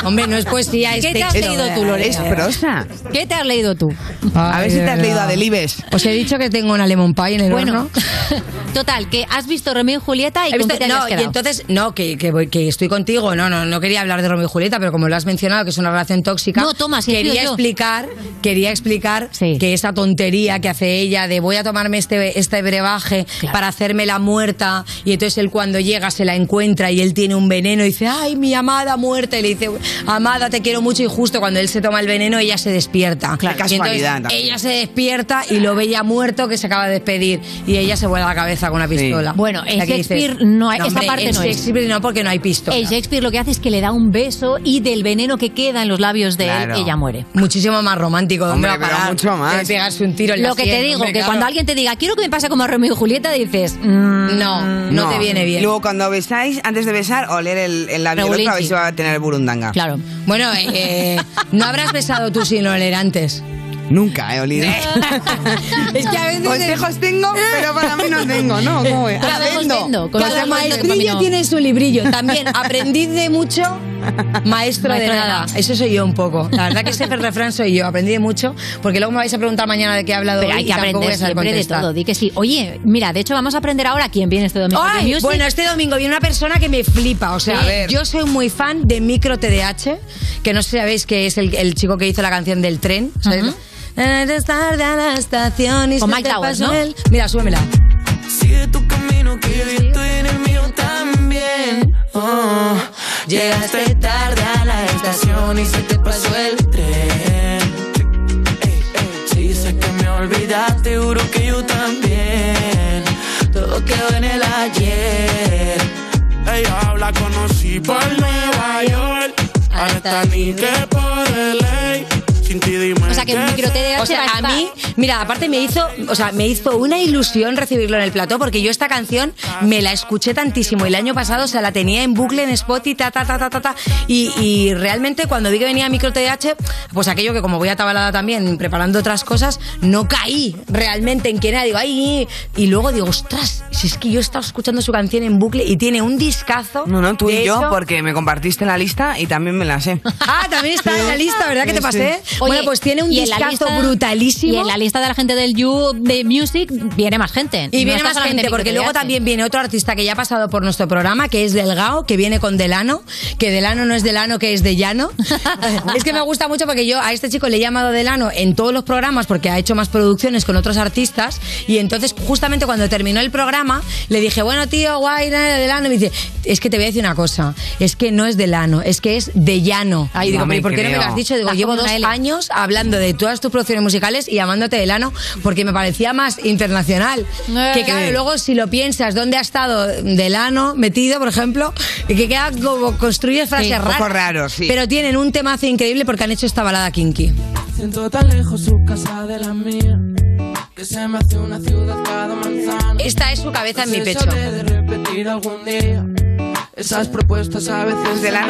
S10: hombre, no es
S6: Ah,
S10: poesía, es
S4: ¿Qué te has
S10: texto.
S4: leído tú,
S6: ¿eh? Es
S4: Lorena?
S6: prosa.
S4: ¿Qué te has leído tú?
S6: A ver si te has leído a Delibes.
S10: Os Pues he dicho que tengo una lemon pie en el
S4: Bueno,
S10: horno.
S4: Total, que has visto Romeo y Julieta y
S10: He
S4: con
S10: visto-
S4: qué te
S10: no,
S4: habías
S10: y
S4: quedado.
S10: entonces, no, que, que voy- que estoy contigo, no, no, no quería hablar de Romeo y Julieta, pero como lo has mencionado, que es una relación tóxica,
S4: No, toma, si he sido
S10: quería
S4: yo.
S10: explicar, quería explicar que esa tontería que hace ella de voy a tomarme este, este brebaje para hacerme la muerta, y entonces él cuando llega se la encuentra y él tiene un veneno y dice, ay, mi amada muerta, y le dice, amada, te quiero mucho, y justo cuando él se toma el veneno, ella se despierta.
S6: Qué
S10: Y entonces
S6: casualidad también.
S10: ella se despierta y lo ve ya muerto que se acaba de despedir, y ella se vuelve la cabeza con una pistola.
S4: Bueno,
S10: O
S4: en
S10: sea, que dices,
S4: Shakespeare no hay- esa
S10: hombre,
S4: parte
S10: en
S4: no es.
S10: Shakespeare no, porque no hay pistola.
S4: El Shakespeare lo que hace es que le da un beso y del veneno que queda en los labios de
S10: Claro.
S4: él, ella muere.
S10: Muchísimo más romántico.
S6: Hombre,
S10: ¿dónde va a
S6: pero
S10: parar?
S6: mucho más.
S10: Que pegarse un tiro en la
S4: Lo que
S10: sien,
S4: te digo,
S10: hombre,
S4: que
S10: claro.
S4: cuando alguien te diga, quiero que me pase como a Romeo y Julieta, dices, mm, no, no, te viene bien.
S6: Luego, cuando besáis, antes de besar, oler el, el labio del otro, a ver
S10: Regulinchi.
S6: si va a tener burundanga.
S4: Claro.
S10: Bueno, eh, eh, no habrás besado tú sin oler antes.
S6: Nunca he olido.
S10: Es que a veces...
S6: Consejos tengo, pero para mí no tengo, ¿no? ¿Cómo es?
S4: Consejos tengo, consejos
S6: Cada
S4: tengo,
S6: maestrillo
S10: maestrillo tiene su librillo. También, aprendiz de mucho, maestro, de nada. Eso soy yo un poco. La verdad que ese refrán soy yo. Aprendí de mucho, porque luego me vais a preguntar mañana de qué he hablado
S4: Pero
S10: hoy
S4: hay
S10: y
S4: que
S10: tampoco voy
S4: aprender
S10: a saber
S4: siempre de
S10: contestar.
S4: todo. Di que sí. Oye, mira, de hecho vamos a aprender ahora quién viene este domingo.
S10: Ay,
S4: The Music.
S10: bueno, este domingo viene una persona que me flipa. O sea,
S4: A ver.
S10: yo soy muy fan de Micro TDH, que no sé si sabéis que es el, el chico que hizo la canción del tren. ¿sabéis? Eres tarde a la estación y
S4: Con
S10: se
S4: Mike
S10: te
S4: Towers,
S10: pasó
S4: ¿no?
S10: el- Mira, súbemela.
S15: Sigue tu camino que yo estoy en el mío también. Oh, llegaste tarde a la estación y se te pasó el tren. Ey, ey, Si dices que me olvidaste, juro que yo también. Todo quedó en el ayer.
S9: Ella habla, conocí por Nueva York. Ahora está ni que por LA. Sin ti dime.
S10: O sea, que
S9: qué
S10: micro TDAH
S9: sé.
S10: a mí, mira, aparte me hizo, o sea, me hizo una ilusión recibirlo en el plató porque yo esta canción me la escuché tantísimo y el año pasado, o sea, la tenía en bucle en spot y ta ta ta ta ta, ta. y, y realmente cuando vi que venía micro TDAH, pues aquello que como voy atabalada también preparando otras cosas, no caí realmente en quién era, digo, ay, y luego digo, ostras, si es que yo he estado escuchando su canción en bucle y tiene un discazo.
S6: No, no, tú
S10: De
S6: y yo,
S10: hecho-
S6: porque me compartiste la lista y también me la sé.
S10: Ah, también está en la lista, ¿verdad que te
S6: Sí,
S10: pasé?
S6: sí.
S10: bueno, pues tiene un
S4: y en la
S10: discazo
S4: lista-
S10: brutalísimo.
S4: Y en la lista de la gente del You de Music viene más gente.
S10: Y
S4: No
S10: viene
S4: está
S10: más
S4: solamente
S10: gente, porque
S4: Micro
S10: luego
S4: TDAH.
S10: también viene otro artista que ya ha pasado por nuestro programa, que es Delgao, que viene con Delano, que Delano no es Delano, que es de Llano. es que me gusta mucho porque yo a este chico le he llamado Delano en todos los programas porque ha hecho más producciones con otros artistas. Y entonces, justamente cuando terminó el programa, le dije, bueno, tío, guay, nada, Delano. Y me dice, es que te voy a decir una cosa, es que no es Delano, es que es de Llano. Ahí
S6: No
S10: digo,
S6: me
S10: "Pero ¿por qué no me
S6: creo.
S10: lo has dicho? Digo,
S4: Está
S10: llevo
S4: como
S10: dos
S4: una L.
S10: años años hablando de todas tus producciones musicales y llamándote Delano porque me parecía más internacional. Que claro, luego si lo piensas, ¿dónde ha estado Delano metido, por ejemplo? Y que queda como construye frases
S6: Sí, un
S10: raras.
S6: poco raro, sí.
S10: Pero tienen un temazo increíble porque han hecho esta balada kinky.
S20: Siento tan lejos su casa de la mía que se me hace una ciudad cada manzana. Pues
S10: Esta es su cabeza en mi
S15: Pues
S10: pecho. Eh.
S20: De repetir algún día esas propuestas a veces de la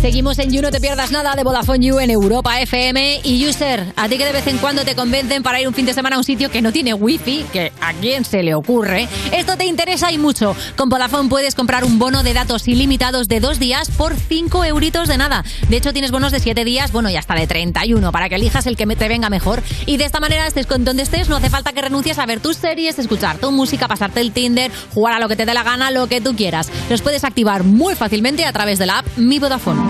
S4: Seguimos en You No Te Pierdas Nada de Vodafone You en Europa FM. Y User, a ti que de vez en cuando te convencen para ir un fin de semana a un sitio que no tiene wifi, que a quién se le ocurre, esto te interesa y mucho. Con Vodafone puedes comprar un bono de datos ilimitados de dos días por 5 euritos de nada. De hecho, tienes bonos de 7 días, bueno, y hasta de 31, para que elijas el que me- te venga mejor. Y de esta manera, estés con donde estés, no hace falta que renuncies a ver tus series, escuchar tu música, pasarte el Tinder, jugar a lo que te dé la gana, lo que tú quieras. Los puedes activar muy fácilmente a través de la app Mi Vodafone.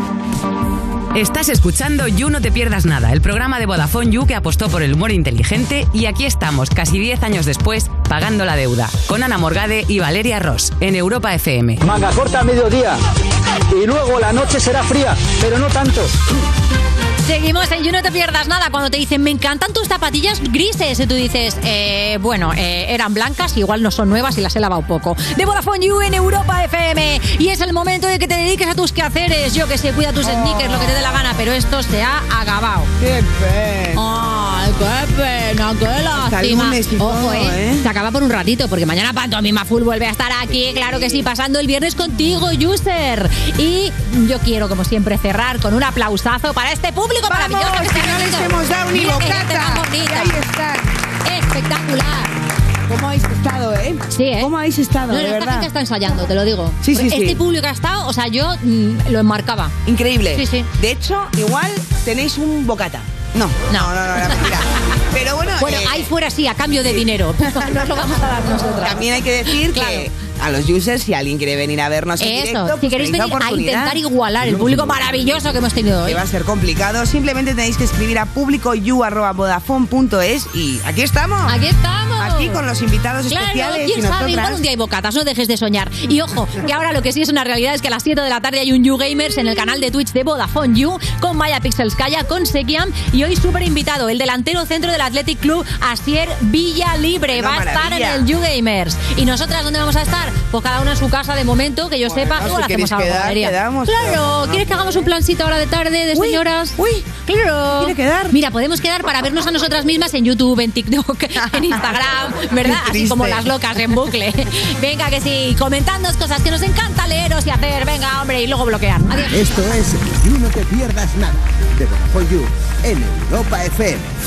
S2: Estás escuchando You No Te Pierdas Nada, el programa de Vodafone You que apostó por el humor inteligente y aquí estamos, casi 10 años después, pagando la deuda, con Ana Morgade y Valeria Ross, en Europa FM.
S3: Manga corta a mediodía. Y luego la noche será fría, pero no tanto.
S4: Seguimos en You No Te Pierdas Nada. Cuando te dicen, me encantan tus zapatillas grises, y tú dices, "Eh, bueno, eh, eran blancas, igual no son nuevas y las he lavado poco. De Vodafone You en Europa FM. Y es el momento de que te dediques a tus quehaceres. Yo que sé, cuida tus sneakers, lo que te dé la gana, pero esto se ha acabado.
S6: ¡Qué pena!
S4: ¡Ay, qué pena, qué
S6: Hasta el
S4: lástima!
S6: lunes, si
S4: Ojo,
S6: puedo,
S4: eh,
S6: ¿eh?
S4: Se acaba por un ratito, porque mañana Pantomima Full vuelve a estar aquí, claro que sí, pasando el viernes contigo, User. Y yo quiero, como siempre, cerrar con un aplausazo para este público maravilloso. que está
S6: que no les
S4: aquí.
S6: hemos dado ni
S4: Mira que gente
S6: bocata.
S4: tan bonita.
S6: Y ahí
S4: Espectacular.
S6: ¿Cómo habéis estado, eh?
S4: Sí, ¿eh?
S6: ¿Cómo habéis estado,
S4: No, no,
S6: de
S4: esta
S6: verdad?
S4: gente está ensayando, te lo digo.
S6: Sí, sí,
S4: este
S6: sí.
S4: público ha estado, o sea, yo mm, lo enmarcaba.
S6: Increíble.
S4: Sí, sí.
S6: De hecho, igual tenéis un bocata. No. No, no, no, no, mentira. Pero bueno...
S4: Bueno,
S6: eh,
S4: ahí fuera sí, a cambio de dinero. Nos lo vamos a dar nosotras.
S6: También hay que decir que a los users, si alguien quiere venir a vernos en
S4: Eso,
S6: directo,
S4: si
S6: pues
S4: queréis
S6: tenéis la
S4: venir a
S6: oportunidad.
S4: intentar igualar el público maravilloso que hemos tenido hoy.
S6: Que va a ser complicado. Simplemente tenéis que escribir a publicoyu.vodafone.es y aquí estamos.
S4: Aquí estamos.
S6: Aquí con los invitados
S4: Claro,
S6: especiales
S4: quién
S6: y
S4: sabe,
S6: nosotras.
S4: igual un día hay bocatas, no dejes de soñar. Y ojo, que ahora lo que sí es una realidad es que a las 7 de la tarde hay un You Gamers en el canal de Twitch de Vodafone You con Maya Pixelskaya, con Sekiam y hoy súper invitado, el delantero centro del Athletic Club, Asier Villa Libre,
S6: Una
S4: va a estar en
S6: maravilla.
S4: el You Gamers. ¿Y nosotras dónde vamos a estar? Pues cada una en su casa de momento, que yo sepa, igual
S6: si
S4: hacemos
S6: queréis
S4: algo.
S6: quedar,
S4: Valeria.
S6: quedamos,
S4: claro,
S6: pero no.
S4: ¿quieres que hagamos un plancito ahora de tarde, de señoras? Uy, claro. ¿Quiere quedar? Mira, podemos quedar para vernos a nosotras mismas en YouTube, en TikTok, en Instagram, ¿verdad?
S7: Qué
S4: Así como
S7: triste.
S4: las locas en bucle. Venga, que sí, comentadnos cosas que nos encanta leeros y hacer. Venga, hombre, y luego bloquear. Adiós.
S5: Esto es You No Te Pierdas Nada de Vodafone You en Europa FM.